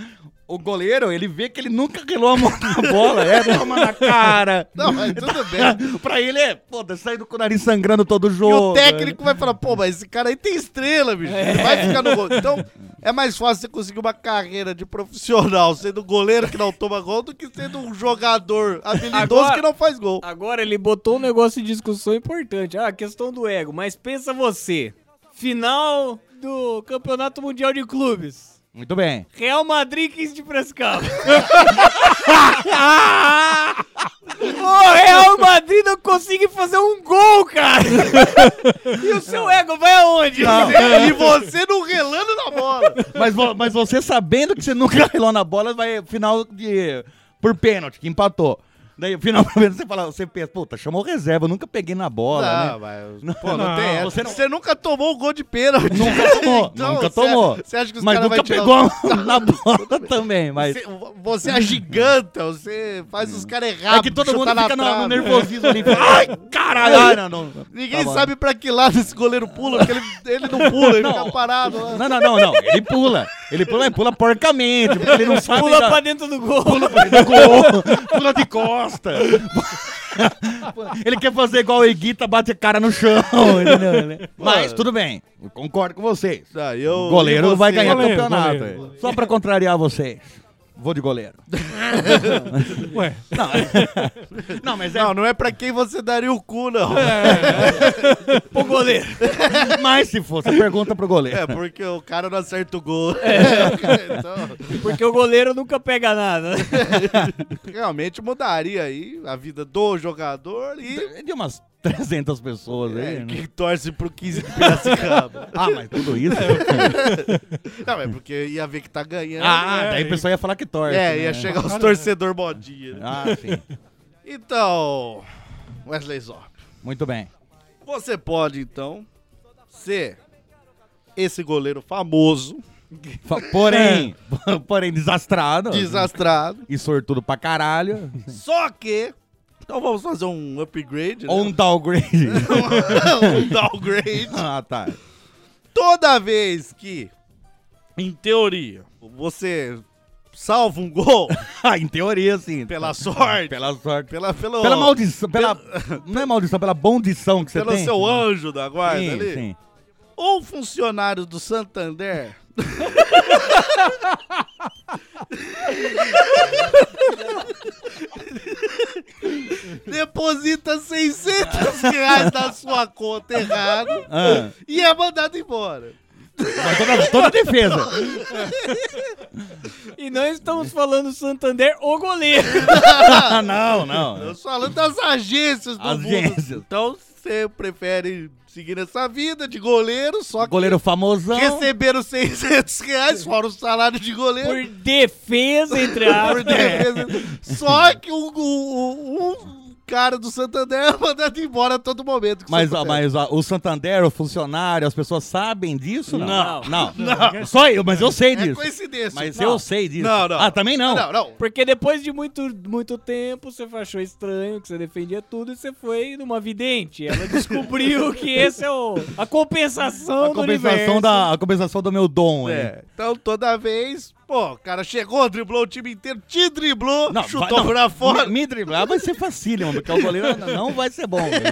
[SPEAKER 8] o goleiro, ele vê que ele nunca relou a mão na bola. É, toma na cara.
[SPEAKER 7] Não, mas tudo bem.
[SPEAKER 8] pra ele é, foda, saindo com o nariz sangrando todo
[SPEAKER 7] E
[SPEAKER 8] jogo.
[SPEAKER 7] o técnico vai falar, pô, mas esse cara aí tem estrela, bicho. Ele vai ficar no gol. Então, é mais fácil você conseguir uma carreira de profissional sendo goleiro que não toma gol do que sendo um jogador habilidoso
[SPEAKER 3] Agora-
[SPEAKER 7] que não faz gol.
[SPEAKER 3] Agora ele botou um negócio de discussão importante. Ah, a questão do ego. Mas pensa você. Final do Campeonato Mundial de Clubes.
[SPEAKER 8] Muito bem.
[SPEAKER 3] Real Madrid 15 de Prescal. o Real Madrid não consegue fazer um gol, cara. e o seu ego vai aonde?
[SPEAKER 8] Ah.
[SPEAKER 7] E você não relando na bola.
[SPEAKER 8] Mas, vo- mas você sabendo que você nunca relou na bola, vai final de. por pênalti, que empatou. Daí, final por pênalti, você fala, você pensa, puta, chamou reserva, eu nunca peguei na bola,
[SPEAKER 7] Não,
[SPEAKER 8] né?
[SPEAKER 7] mas, pô, não,
[SPEAKER 9] Não,
[SPEAKER 7] tem essa.
[SPEAKER 8] você
[SPEAKER 7] Você,
[SPEAKER 8] não-
[SPEAKER 7] nunca tomou um gol de pênalti.
[SPEAKER 8] Nunca tomou,
[SPEAKER 7] Então,
[SPEAKER 8] nunca
[SPEAKER 7] você-
[SPEAKER 8] tomou.
[SPEAKER 7] você acha que os
[SPEAKER 8] mas
[SPEAKER 7] cara vai
[SPEAKER 8] nunca
[SPEAKER 7] tirar-
[SPEAKER 8] pegou a mão na bola também, mas.
[SPEAKER 7] Você, você agiganta, você faz os caras errados.
[SPEAKER 8] é que todo mundo fica no,
[SPEAKER 7] nervoso.
[SPEAKER 8] no nervosismo ali. fala, Ai, caralho! Ai, não, não, não.
[SPEAKER 7] Ninguém
[SPEAKER 8] Tá bom.
[SPEAKER 7] sabe pra que lado esse goleiro pula, porque ele, ele não pula, ele fica parado lá.
[SPEAKER 8] Não, não, não, não. Ele pula. Ele pula, ele pula porcamente, porque ele não sabe.
[SPEAKER 3] Pula
[SPEAKER 8] da-
[SPEAKER 3] pra dentro do gol.
[SPEAKER 8] Gol, pula de costa. Ele quer fazer igual o Iguita, bate a cara no chão. entendeu? Mas tudo bem, eu concordo com vocês.
[SPEAKER 7] Tá, eu-
[SPEAKER 8] O goleiro
[SPEAKER 7] e você?
[SPEAKER 8] vai ganhar
[SPEAKER 9] Goleiro,
[SPEAKER 8] campeonato.
[SPEAKER 9] goleiro.
[SPEAKER 8] Só pra contrariar vocês. Vou de goleiro.
[SPEAKER 9] Ué,
[SPEAKER 8] Não, não mas é.
[SPEAKER 7] Não, não é pra quem você daria o cu, não. É,
[SPEAKER 8] É,
[SPEAKER 3] Pro goleiro.
[SPEAKER 8] Mas se fosse, pergunta pro goleiro.
[SPEAKER 7] É, porque o cara não acerta o gol.
[SPEAKER 8] É.
[SPEAKER 7] então,
[SPEAKER 3] Porque o goleiro nunca pega nada.
[SPEAKER 7] realmente mudaria aí a vida do jogador e
[SPEAKER 8] É
[SPEAKER 7] é,
[SPEAKER 8] De umas 300 pessoas aí, né?
[SPEAKER 7] Quem torce pro 15 de Piracicaba?
[SPEAKER 8] Ah, mas tudo isso?
[SPEAKER 7] Não, é porque ia ver que tá ganhando.
[SPEAKER 8] ah,
[SPEAKER 7] né?
[SPEAKER 8] daí o pessoal ia falar que torce,
[SPEAKER 7] É,
[SPEAKER 8] né?
[SPEAKER 7] ia chegar os torcedor modinha. né?
[SPEAKER 8] Ah, sim.
[SPEAKER 7] Então, Wesley Zop,
[SPEAKER 8] Muito bem.
[SPEAKER 7] você pode então ser esse goleiro famoso,
[SPEAKER 8] Fa- Porém,
[SPEAKER 7] É.
[SPEAKER 8] porém desastrado.
[SPEAKER 7] desastrado,
[SPEAKER 8] E sortudo pra caralho.
[SPEAKER 7] só que. Então vamos fazer um upgrade, né?
[SPEAKER 8] Ou um downgrade.
[SPEAKER 7] um downgrade.
[SPEAKER 8] ah, tá.
[SPEAKER 7] Toda vez que, em teoria, você salva um gol
[SPEAKER 8] Ah, em teoria, sim.
[SPEAKER 7] pela sorte, pela,
[SPEAKER 8] Pela sorte.
[SPEAKER 7] pela, pelo,
[SPEAKER 8] Pela maldição. Pela, Não é maldição, pela bondição que você
[SPEAKER 7] pelo
[SPEAKER 8] tem.
[SPEAKER 7] seu anjo da guarda
[SPEAKER 8] sim,
[SPEAKER 7] ali,
[SPEAKER 8] sim.
[SPEAKER 7] ou funcionário do Santander deposita 600 reais na sua conta errado
[SPEAKER 8] Ah,
[SPEAKER 7] e é mandado embora.
[SPEAKER 8] mas toda, toda defesa.
[SPEAKER 3] E não estamos falando Santander ou goleiro.
[SPEAKER 8] Ah, não, não.
[SPEAKER 7] Eu tô falando das agências do
[SPEAKER 8] Agências.
[SPEAKER 7] mundo. Então você prefere seguir essa vida de goleiro, só que
[SPEAKER 8] Goleiro famosão.
[SPEAKER 7] receber os 600 reais fora o salário de goleiro.
[SPEAKER 3] Por defesa, entre
[SPEAKER 7] Por
[SPEAKER 3] aspas.
[SPEAKER 7] defesa. Só que o, o- o- um cara do Santander é mandado embora a todo momento. que
[SPEAKER 8] Mas,
[SPEAKER 7] isso
[SPEAKER 8] ó,
[SPEAKER 7] acontece.
[SPEAKER 8] mas ó, o Santander, o funcionário, as pessoas sabem disso? Não. Não.
[SPEAKER 9] Não.
[SPEAKER 8] Só eu, mas eu sei
[SPEAKER 7] É
[SPEAKER 8] disso.
[SPEAKER 7] coincidência.
[SPEAKER 8] Mas
[SPEAKER 7] Não.
[SPEAKER 8] eu sei disso.
[SPEAKER 7] Não, não.
[SPEAKER 8] Ah, também não.
[SPEAKER 7] Não, não.
[SPEAKER 3] Porque depois de muito, muito tempo, você achou estranho que você defendia tudo e você foi numa vidente. Ela descobriu que esse é o, a compensação
[SPEAKER 8] A
[SPEAKER 3] do
[SPEAKER 8] compensação,
[SPEAKER 3] universo.
[SPEAKER 8] da, a compensação do meu dom,
[SPEAKER 7] É,
[SPEAKER 8] é.
[SPEAKER 7] Então toda vez, pô, o cara chegou, driblou o time inteiro, te driblou,
[SPEAKER 8] Não,
[SPEAKER 7] chutou
[SPEAKER 8] vai- não,
[SPEAKER 7] pra fora.
[SPEAKER 8] Me, me driblar vai ser facílimo, porque o goleiro não- não vai ser bom. velho.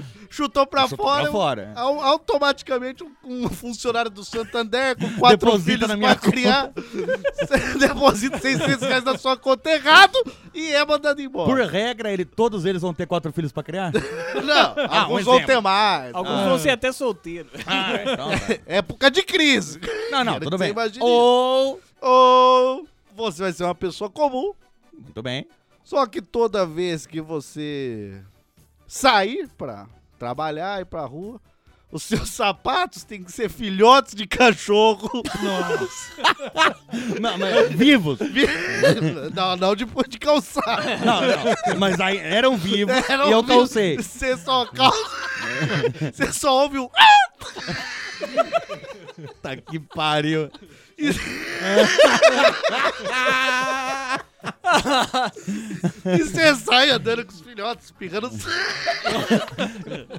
[SPEAKER 7] chutou pra
[SPEAKER 8] Chutou
[SPEAKER 7] fora. é um
[SPEAKER 8] pra fora.
[SPEAKER 7] au- automaticamente um, um funcionário do Santander com quatro
[SPEAKER 8] Deposita
[SPEAKER 7] filhos
[SPEAKER 8] na
[SPEAKER 7] pra
[SPEAKER 8] minha
[SPEAKER 7] criar. você deposita 600 reais na sua conta errado e é mandado embora.
[SPEAKER 8] Por regra, ele, todos eles vão ter quatro filhos pra criar?
[SPEAKER 7] Não,
[SPEAKER 8] Ah,
[SPEAKER 7] alguns
[SPEAKER 8] um
[SPEAKER 7] vão
[SPEAKER 8] exemplo.
[SPEAKER 7] ter mais. Ah,
[SPEAKER 3] Alguns vão ser até solteiros.
[SPEAKER 8] Ah, então.
[SPEAKER 7] Época de crise.
[SPEAKER 8] Não, não,
[SPEAKER 7] Quero
[SPEAKER 8] Ah, tudo
[SPEAKER 7] que
[SPEAKER 8] bem.
[SPEAKER 7] você imagine
[SPEAKER 8] Ou.
[SPEAKER 7] Ou você vai ser uma pessoa comum,
[SPEAKER 8] Muito bem.
[SPEAKER 7] só que toda vez que você sair pra trabalhar e pra rua, os seus sapatos têm que ser filhotes de cachorro.
[SPEAKER 8] Não, mas- vivos.
[SPEAKER 7] não, não de, de calçar.
[SPEAKER 8] Não, não. Mas aí eram vivos É. e eu calcei.
[SPEAKER 7] Você só calça. Você só ouve o.
[SPEAKER 8] Puta que pariu.
[SPEAKER 7] E você sai andando com os filhotes, espirrando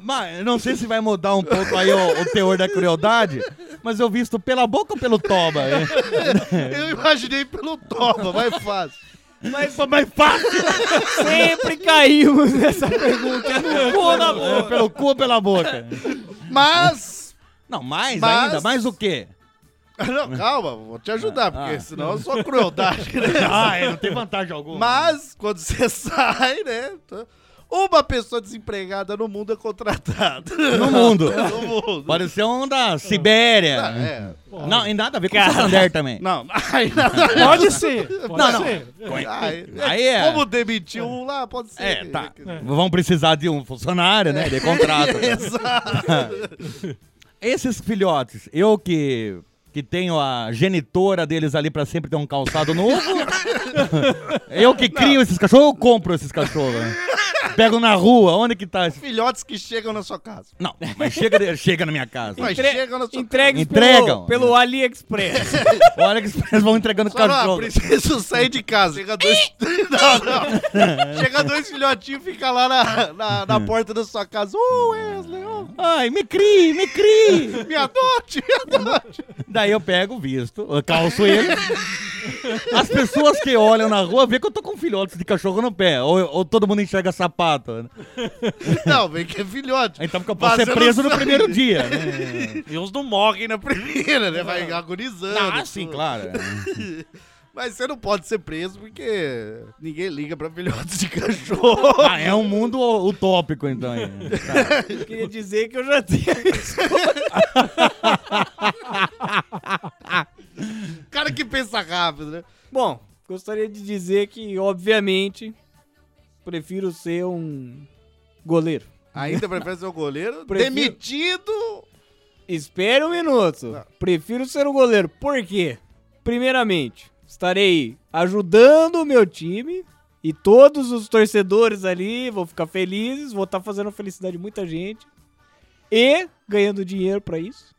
[SPEAKER 8] Mas eu não sei se vai mudar um pouco aí o, o teor da crueldade, mas eu visto pela boca ou pelo toba? É?
[SPEAKER 7] Eu imaginei pelo Toba, vai fácil.
[SPEAKER 8] Mas, mas fácil.
[SPEAKER 3] Sempre caímos nessa pergunta. No cu na
[SPEAKER 8] É,
[SPEAKER 3] boca.
[SPEAKER 8] pelo cu ou pela boca?
[SPEAKER 7] Mas.
[SPEAKER 8] Não, mais
[SPEAKER 7] Mas-
[SPEAKER 8] ainda. Mais o quê?
[SPEAKER 7] Não, calma, vou te ajudar, porque
[SPEAKER 8] Ah.
[SPEAKER 7] senão é só crueldade, né?
[SPEAKER 8] Ah, é, não tem vantagem alguma.
[SPEAKER 7] Mas, quando você sai, né? t- Uma pessoa desempregada no mundo é contratada.
[SPEAKER 8] No mundo.
[SPEAKER 7] No mundo.
[SPEAKER 8] Pode ser um da Sibéria.
[SPEAKER 7] Ah, é.
[SPEAKER 8] Não, e nada a ver com o Santander também.
[SPEAKER 7] Não, aí nada.
[SPEAKER 9] Pode ser. Pode
[SPEAKER 8] Não, não.
[SPEAKER 9] ser.
[SPEAKER 7] Aí,
[SPEAKER 8] Aí é.
[SPEAKER 7] Como demitiu um lá, pode ser.
[SPEAKER 8] É, tá.
[SPEAKER 7] que-
[SPEAKER 8] Vão precisar de um funcionário, né? De contrato. Esses filhotes, eu que, que tenho a genitora deles ali pra sempre ter um calçado novo. eu que crio esses cachorros, eu compro esses cachorros. né? Pego na rua, onde que tá esse.
[SPEAKER 7] Filhotes que chegam na sua casa.
[SPEAKER 8] Não, mas chega, de- chega na minha casa.
[SPEAKER 7] Mas
[SPEAKER 3] Entre-
[SPEAKER 7] chegam na sua
[SPEAKER 3] Entregues
[SPEAKER 8] Entregam.
[SPEAKER 3] pelo, pelo AliExpress.
[SPEAKER 8] Olha que eles vão entregando
[SPEAKER 7] Só não,
[SPEAKER 8] cachorro.
[SPEAKER 7] "Ah, preciso sair de casa. Chega dois. não, não. Chega dois filhotinhos e fica lá na, na, na porta da sua casa. Ô, Wesley, ô,
[SPEAKER 8] Ai, me crie, me crie.
[SPEAKER 7] me adote, me adote.
[SPEAKER 8] Daí eu pego, visto, eu calço ele. As pessoas que olham na rua vê que eu tô com filhotes de cachorro no pé. Ou, ou todo mundo enxerga sapato. né?
[SPEAKER 7] Não, vem que é filhote.
[SPEAKER 8] Então porque eu posso ser
[SPEAKER 7] Vazando
[SPEAKER 8] preso no
[SPEAKER 7] sangue.
[SPEAKER 8] primeiro dia. Né?
[SPEAKER 7] E uns não morrem na primeira, né? Vai agonizando.
[SPEAKER 8] Ah, sim,
[SPEAKER 7] tudo.
[SPEAKER 8] claro.
[SPEAKER 7] Mas você não pode ser preso porque ninguém liga pra filhotes de cachorro.
[SPEAKER 8] Ah, é um mundo u- utópico, então. aí. Tá.
[SPEAKER 3] Eu queria dizer que eu já tinha isso.
[SPEAKER 7] cara que pensa rápido, né?
[SPEAKER 3] Bom, gostaria de dizer que, obviamente, prefiro ser um Goleiro.
[SPEAKER 7] Ainda prefere ser o goleiro?
[SPEAKER 3] Prefiro-
[SPEAKER 7] Demitido!
[SPEAKER 3] Espera um minuto. Prefiro ser o goleiro. Por quê? Primeiramente, estarei ajudando o meu time e todos os torcedores ali vão ficar felizes, vou estar fazendo a felicidade de muita gente e ganhando dinheiro pra isso.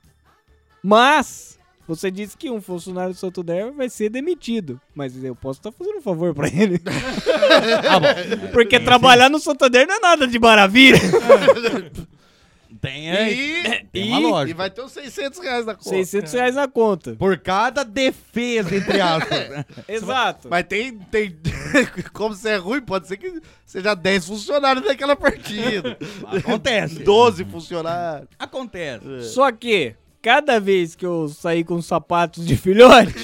[SPEAKER 3] Mas você disse que um funcionário do Santo Derby vai ser demitido, mas eu posso estar fazendo um favor pra ele. Porque trabalhar no Santander não é nada de maravilha.
[SPEAKER 8] Tem
[SPEAKER 7] E,
[SPEAKER 8] Tem uma
[SPEAKER 7] e
[SPEAKER 3] e-
[SPEAKER 8] lógica.
[SPEAKER 7] vai ter uns 600 reais na conta.
[SPEAKER 3] 600 reais na conta.
[SPEAKER 8] Por cada defesa, entre aspas.
[SPEAKER 3] Exato.
[SPEAKER 7] Mas tem, tem. Como você é ruim, pode ser que seja 10 funcionários naquela partida.
[SPEAKER 8] Acontece.
[SPEAKER 7] 12 funcionários.
[SPEAKER 8] Acontece.
[SPEAKER 3] Só que cada vez que eu sair com sapatos de filhote,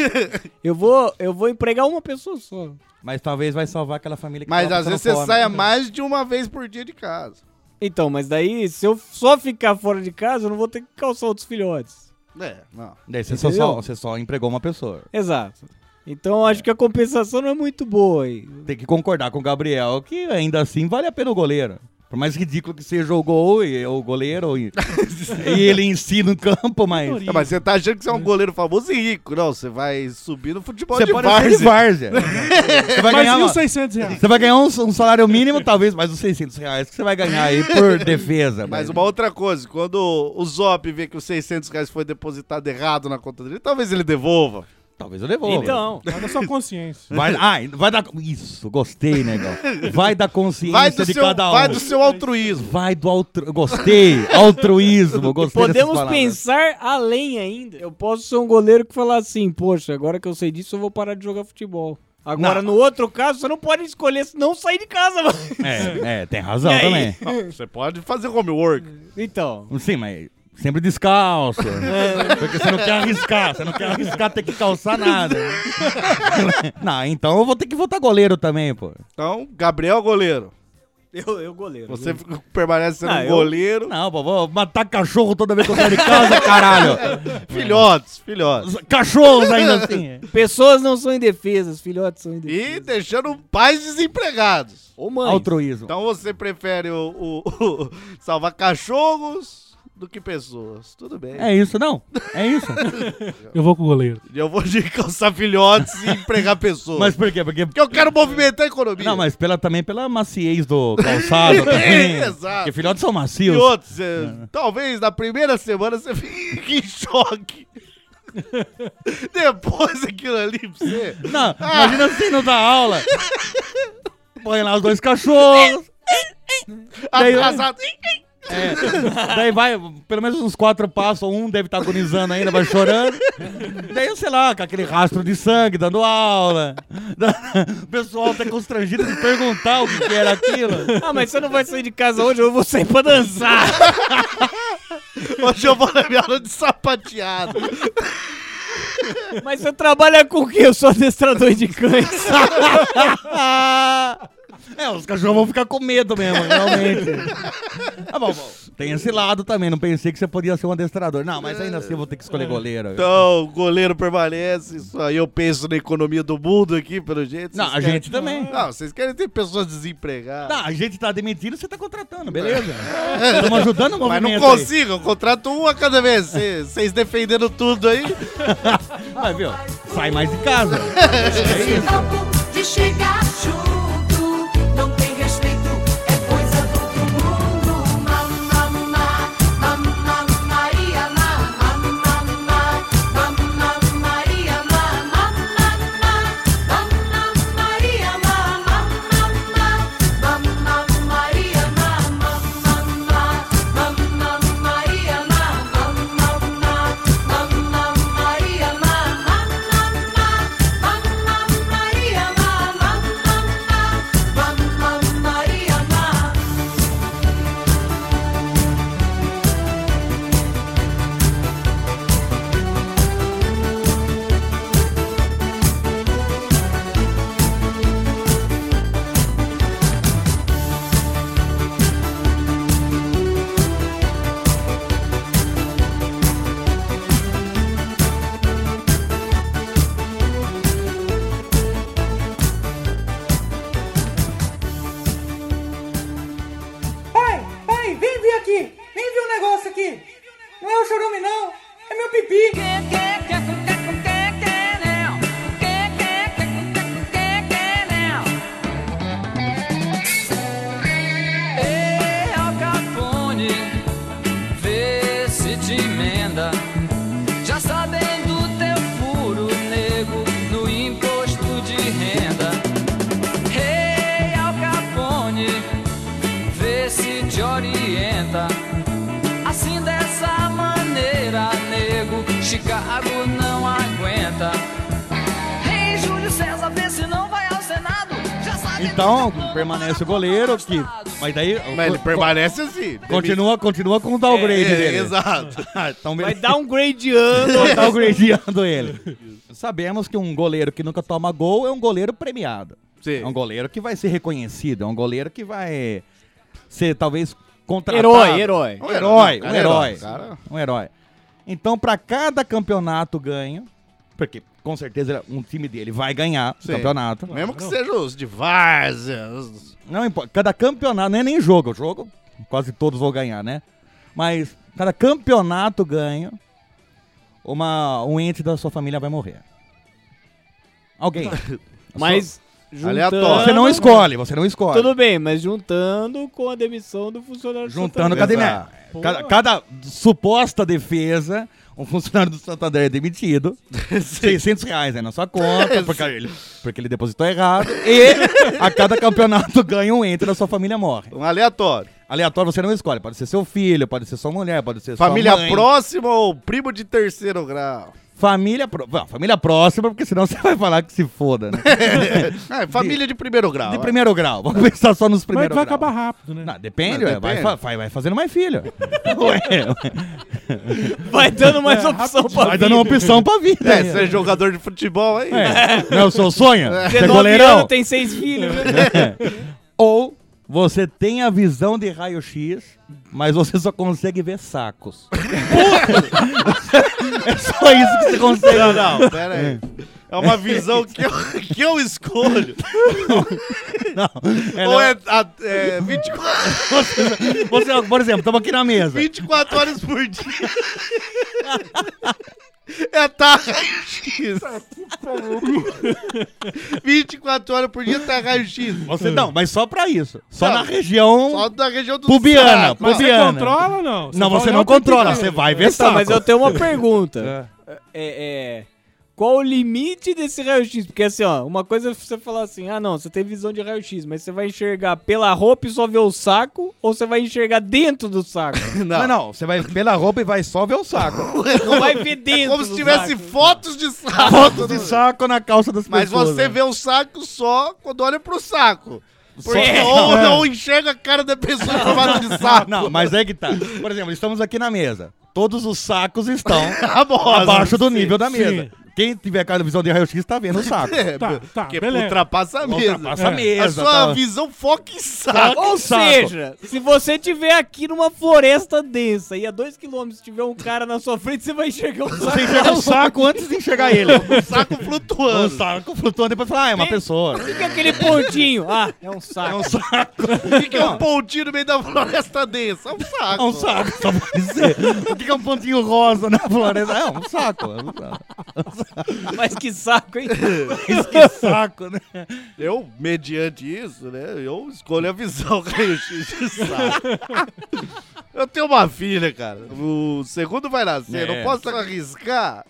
[SPEAKER 3] eu vou eu vou empregar uma pessoa só.
[SPEAKER 8] Mas talvez vai salvar aquela família que
[SPEAKER 7] Mas
[SPEAKER 8] tava
[SPEAKER 7] às vezes
[SPEAKER 8] passando
[SPEAKER 7] você
[SPEAKER 8] fome. né?
[SPEAKER 7] saia mais de uma vez por dia de casa.
[SPEAKER 3] Então, mas daí se eu só ficar fora de casa, eu não vou ter que calçar outros filhotes.
[SPEAKER 7] É, não.
[SPEAKER 8] Daí você só,
[SPEAKER 3] Entendeu?
[SPEAKER 8] só- você só empregou uma pessoa.
[SPEAKER 3] Exato. Então eu acho que a compensação não é muito boa aí.
[SPEAKER 8] Tem que concordar com o Gabriel que ainda assim vale a pena o goleiro. Por mais ridículo que seja o gol e o goleiro e, e ele em si no campo, mas.
[SPEAKER 7] É, mas você tá achando que você é
[SPEAKER 8] Hum.
[SPEAKER 7] um goleiro famoso e rico. Não, você vai subir no futebol de
[SPEAKER 8] ser de
[SPEAKER 7] várzea.
[SPEAKER 8] várzea. Você vai
[SPEAKER 9] Mas
[SPEAKER 8] ganhar,
[SPEAKER 9] e os
[SPEAKER 8] uma-
[SPEAKER 9] 600 reais?
[SPEAKER 8] você vai ganhar um, um salário mínimo, talvez, mais uns 600 reais que você vai ganhar aí por defesa.
[SPEAKER 7] Mas uma outra coisa, quando o Zop vê que os 600 reais foi depositado errado na conta dele, talvez ele devolva.
[SPEAKER 8] Talvez eu devolva.
[SPEAKER 3] Então,
[SPEAKER 9] Paga sua consciência.
[SPEAKER 8] Vai, ai, vai dar. Isso, gostei, negão. Vai da consciência
[SPEAKER 7] Vai do,
[SPEAKER 8] de
[SPEAKER 7] seu,
[SPEAKER 8] cada um.
[SPEAKER 7] vai do seu altruísmo.
[SPEAKER 8] Vai do altru... Gostei. Altruísmo. Gostei dessas
[SPEAKER 3] podemos
[SPEAKER 8] palavras.
[SPEAKER 3] pensar além ainda. Eu posso ser um goleiro que falar assim, poxa, agora que eu sei disso, eu vou parar de jogar futebol. Agora,
[SPEAKER 8] Não.
[SPEAKER 3] no outro caso, você não pode escolher se não sair de casa, mano.
[SPEAKER 8] É, é, tem razão
[SPEAKER 3] E aí?
[SPEAKER 8] também.
[SPEAKER 7] Você pode fazer homework.
[SPEAKER 3] Então,
[SPEAKER 8] Sim, mas sempre descalço. Porque você não quer arriscar. Você não quer arriscar ter que calçar nada. não, então eu vou ter que votar goleiro também, pô.
[SPEAKER 7] Então, Gabriel goleiro.
[SPEAKER 3] eu, eu goleiro.
[SPEAKER 7] Você fica- permanece sendo
[SPEAKER 3] Ah,
[SPEAKER 7] um
[SPEAKER 3] eu-
[SPEAKER 7] goleiro.
[SPEAKER 8] Uhum. Não, pô, vou matar cachorro toda vez que eu saio de casa, caralho.
[SPEAKER 7] Filhotes, filhotes.
[SPEAKER 8] Cachorros ainda assim.
[SPEAKER 3] Pessoas não são indefesas, filhotes são
[SPEAKER 7] E
[SPEAKER 8] Uhum.
[SPEAKER 3] indefesas.
[SPEAKER 7] deixando pais desempregados.
[SPEAKER 3] Ou mães.
[SPEAKER 8] Altruísmo.
[SPEAKER 7] Então você prefere o, o- o- salvar cachorros do que pessoas. Tudo bem.
[SPEAKER 8] É isso, não. É isso.
[SPEAKER 9] Eu vou com o goleiro.
[SPEAKER 7] Eu vou de calçar filhotes e empregar pessoas.
[SPEAKER 8] Mas por quê? Porque.
[SPEAKER 7] Porque eu quero movimentar a economia.
[SPEAKER 8] Não, mas pela, também pela maciez do calçado também.
[SPEAKER 7] Exato.
[SPEAKER 8] Porque filhotes são
[SPEAKER 7] E
[SPEAKER 8] macios.
[SPEAKER 7] outros, é, talvez na primeira semana você fique em choque. Depois aquilo ali pra você.
[SPEAKER 8] Não, imagina assim, não dá aula. Põe lá os dois cachorros.
[SPEAKER 7] Atrasado.
[SPEAKER 8] Daí vai, pelo menos uns quatro passos, ou um deve estar agonizando ainda, vai chorando. Daí, sei lá, com aquele rastro de sangue, dando aula. Da- O pessoal tá constrangido de perguntar o que, que era aquilo.
[SPEAKER 3] Ah, mas você não vai sair de casa hoje, eu vou sair pra dançar.
[SPEAKER 7] Hoje eu vou na minha aula de sapateado.
[SPEAKER 3] mas você trabalha com o quê? Eu sou adestrador de cães.
[SPEAKER 8] É, os cachorros vão ficar com medo mesmo, realmente. Tá bom, bom. Tem esse lado também, não pensei que você podia ser um adestrador. Não, mas ainda assim eu vou ter que escolher goleiro.
[SPEAKER 7] Então, o goleiro permanece. Isso aí eu penso na economia do mundo aqui, pelo jeito.
[SPEAKER 8] Não,
[SPEAKER 7] Vocês
[SPEAKER 8] a
[SPEAKER 7] querem-
[SPEAKER 8] gente também.
[SPEAKER 7] Não, vocês querem ter pessoas desempregadas.
[SPEAKER 8] Tá, a gente tá demitindo, você tá contratando, beleza? Estamos ajudando o
[SPEAKER 7] Mas
[SPEAKER 8] um movimento.
[SPEAKER 7] não
[SPEAKER 8] aí.
[SPEAKER 7] consigo, eu contrato um a cada vez. Cê- Vocês defendendo tudo aí.
[SPEAKER 8] Mas, viu? Sai mais de casa.
[SPEAKER 5] Esse papo de chegar junto não tem respeito, é coisa do outro mundo. Mamma, mamma Maria, mamma, mamma Maria, mamma, mamma Maria, mamma, mamma Maria, mamma, mamma Maria, mamma, mamma Maria, mamma. Mamma Maria, mamma,
[SPEAKER 3] um é
[SPEAKER 5] Assim,
[SPEAKER 8] Então,
[SPEAKER 5] tá
[SPEAKER 8] permanece o goleiro, que. Mas daí.
[SPEAKER 7] Mas ele
[SPEAKER 8] co-
[SPEAKER 7] permanece assim.
[SPEAKER 8] Continua, continua com o downgrade
[SPEAKER 7] É,
[SPEAKER 8] dele.
[SPEAKER 7] Exato.
[SPEAKER 8] Ah, então
[SPEAKER 3] Vai
[SPEAKER 8] beleza.
[SPEAKER 3] dar um gradeando.
[SPEAKER 8] Tá downgradeando ele. Sabemos que um goleiro que nunca toma gol é um goleiro premiado.
[SPEAKER 7] Sim.
[SPEAKER 8] É um goleiro que vai ser reconhecido, é um goleiro que vai ser talvez contratado.
[SPEAKER 3] Herói, herói.
[SPEAKER 8] Um herói,
[SPEAKER 7] Cara,
[SPEAKER 8] um herói.
[SPEAKER 7] Cara,
[SPEAKER 8] Um herói. Então, pra cada campeonato ganho, porque com certeza um time dele vai ganhar
[SPEAKER 7] Sim.
[SPEAKER 8] o campeonato.
[SPEAKER 7] mesmo que seja os de várzea. os-
[SPEAKER 8] Não importa, cada campeonato, não é nem jogo, jogo quase todos vão ganhar, né? Mas cada campeonato ganho, uma, um ente da sua família vai morrer. Alguém.
[SPEAKER 3] Mas juntando...
[SPEAKER 7] Aleatório.
[SPEAKER 8] Você não escolhe, você não escolhe.
[SPEAKER 3] Tudo bem, mas juntando com a demissão do funcionário do
[SPEAKER 8] Juntando
[SPEAKER 3] Santander.
[SPEAKER 8] cada, né, cada, cada suposta defesa, um funcionário do Santander é demitido. 600 reais né, na sua conta, porque ele, porque ele depositou errado. E a cada campeonato ganha um ente da sua família morre.
[SPEAKER 7] Um aleatório.
[SPEAKER 8] Aleatório você não escolhe. Pode ser seu filho, pode ser sua mulher, pode ser
[SPEAKER 7] Família
[SPEAKER 8] sua mãe.
[SPEAKER 7] próxima ou primo de terceiro grau?
[SPEAKER 8] Família pro... Bom, família próxima, porque senão você vai falar que se foda, né?
[SPEAKER 7] É, família de, primeiro grau.
[SPEAKER 8] De
[SPEAKER 7] é.
[SPEAKER 8] primeiro grau. Vamos pensar só nos
[SPEAKER 9] Mas
[SPEAKER 8] primeiros
[SPEAKER 9] vai
[SPEAKER 8] graus.
[SPEAKER 9] acabar rápido, né?
[SPEAKER 8] Não, depende,
[SPEAKER 7] Não,
[SPEAKER 8] ué, Vai,
[SPEAKER 7] depende.
[SPEAKER 8] fa- vai, vai fazendo mais filho. ué,
[SPEAKER 3] Vai dando mais opção pra
[SPEAKER 8] vai dando uma opção pra vida.
[SPEAKER 7] É, você é jogador de futebol aí.
[SPEAKER 8] É. Não é o seu sonho? Ser
[SPEAKER 3] 19 anos,
[SPEAKER 8] goleirão?
[SPEAKER 3] tem seis filhos.
[SPEAKER 8] Ou você tem a visão de raio-x, mas você só consegue ver sacos. é só isso que você consegue.
[SPEAKER 7] Não, não, pera aí. É uma visão que eu, que eu escolho.
[SPEAKER 8] Não,
[SPEAKER 7] Ou é, a- é 24,
[SPEAKER 8] Você, por exemplo, estamos aqui na mesa.
[SPEAKER 7] 24 horas por dia. É tá raio-x. 24 horas por dia tá raio-x.
[SPEAKER 8] Você não, mas só pra isso. Só
[SPEAKER 7] Não.
[SPEAKER 8] na região.
[SPEAKER 7] Só da região do
[SPEAKER 8] Pubiana,
[SPEAKER 7] saco. Mas-
[SPEAKER 9] Você
[SPEAKER 3] né?
[SPEAKER 8] Fabiana.
[SPEAKER 9] controla ou não?
[SPEAKER 8] Não,
[SPEAKER 9] vai
[SPEAKER 8] você
[SPEAKER 9] olhar
[SPEAKER 8] não
[SPEAKER 9] o tempo
[SPEAKER 8] controla,
[SPEAKER 9] inteiro.
[SPEAKER 8] você vai ver
[SPEAKER 3] Tá,
[SPEAKER 8] saco.
[SPEAKER 3] mas eu tenho uma pergunta. É, é, qual o limite desse raio-x? Porque assim, ó, uma coisa é você falar assim, ah não, você tem visão de raio-x, mas você vai enxergar pela roupa e só ver o saco, ou você vai enxergar dentro do saco?
[SPEAKER 8] Não, não, você vai pela roupa e vai só ver o saco.
[SPEAKER 3] Não
[SPEAKER 8] É
[SPEAKER 3] vai ver dentro
[SPEAKER 7] Como se
[SPEAKER 3] do
[SPEAKER 7] tivesse
[SPEAKER 3] saco.
[SPEAKER 7] fotos de saco.
[SPEAKER 8] Foto de saco na calça das
[SPEAKER 7] Mas
[SPEAKER 8] pessoas.
[SPEAKER 7] você
[SPEAKER 8] né?
[SPEAKER 7] vê o saco só quando olha pro saco. Porque
[SPEAKER 8] É,
[SPEAKER 7] ou
[SPEAKER 8] não.
[SPEAKER 7] não enxerga a cara da pessoa em formato de saco.
[SPEAKER 8] Não, mas é que tá. Por exemplo, estamos aqui na mesa. Todos os sacos estão
[SPEAKER 7] Rabosa.
[SPEAKER 8] abaixo do nível da
[SPEAKER 9] sim.
[SPEAKER 8] mesa. Quem tiver cada visão de raio-x tá vendo o saco.
[SPEAKER 7] É,
[SPEAKER 9] Tá, tá,
[SPEAKER 7] porque
[SPEAKER 9] beleza.
[SPEAKER 7] ultrapassa a mesa. É.
[SPEAKER 8] Ultrapassa a mesa,
[SPEAKER 7] A sua
[SPEAKER 8] tá.
[SPEAKER 7] visão foca em
[SPEAKER 8] Tá.
[SPEAKER 7] saco.
[SPEAKER 3] Ou
[SPEAKER 8] saco.
[SPEAKER 3] seja, se você tiver aqui numa floresta densa e a 2km tiver um cara na sua frente, você vai enxergar um saco.
[SPEAKER 8] Você enxerga o saco antes de enxergar ele.
[SPEAKER 7] O saco
[SPEAKER 8] O
[SPEAKER 7] flutuando.
[SPEAKER 8] saco flutuando depois fala, ah, é uma
[SPEAKER 3] Tem-
[SPEAKER 8] pessoa.
[SPEAKER 3] O que que é aquele pontinho? Ah, é um saco.
[SPEAKER 7] O que que é um pontinho no meio da floresta densa? É um saco.
[SPEAKER 8] É um saco, só pode ser. O que que é um pontinho rosa na floresta? É um saco. É um saco.
[SPEAKER 3] Mas que saco, hein?
[SPEAKER 8] Mas que saco, né?
[SPEAKER 7] Eu, mediante isso, né? Eu escolho a visão raio-x de saco. Eu tenho uma filha, cara. O segundo vai nascer.
[SPEAKER 8] É.
[SPEAKER 7] Não posso arriscar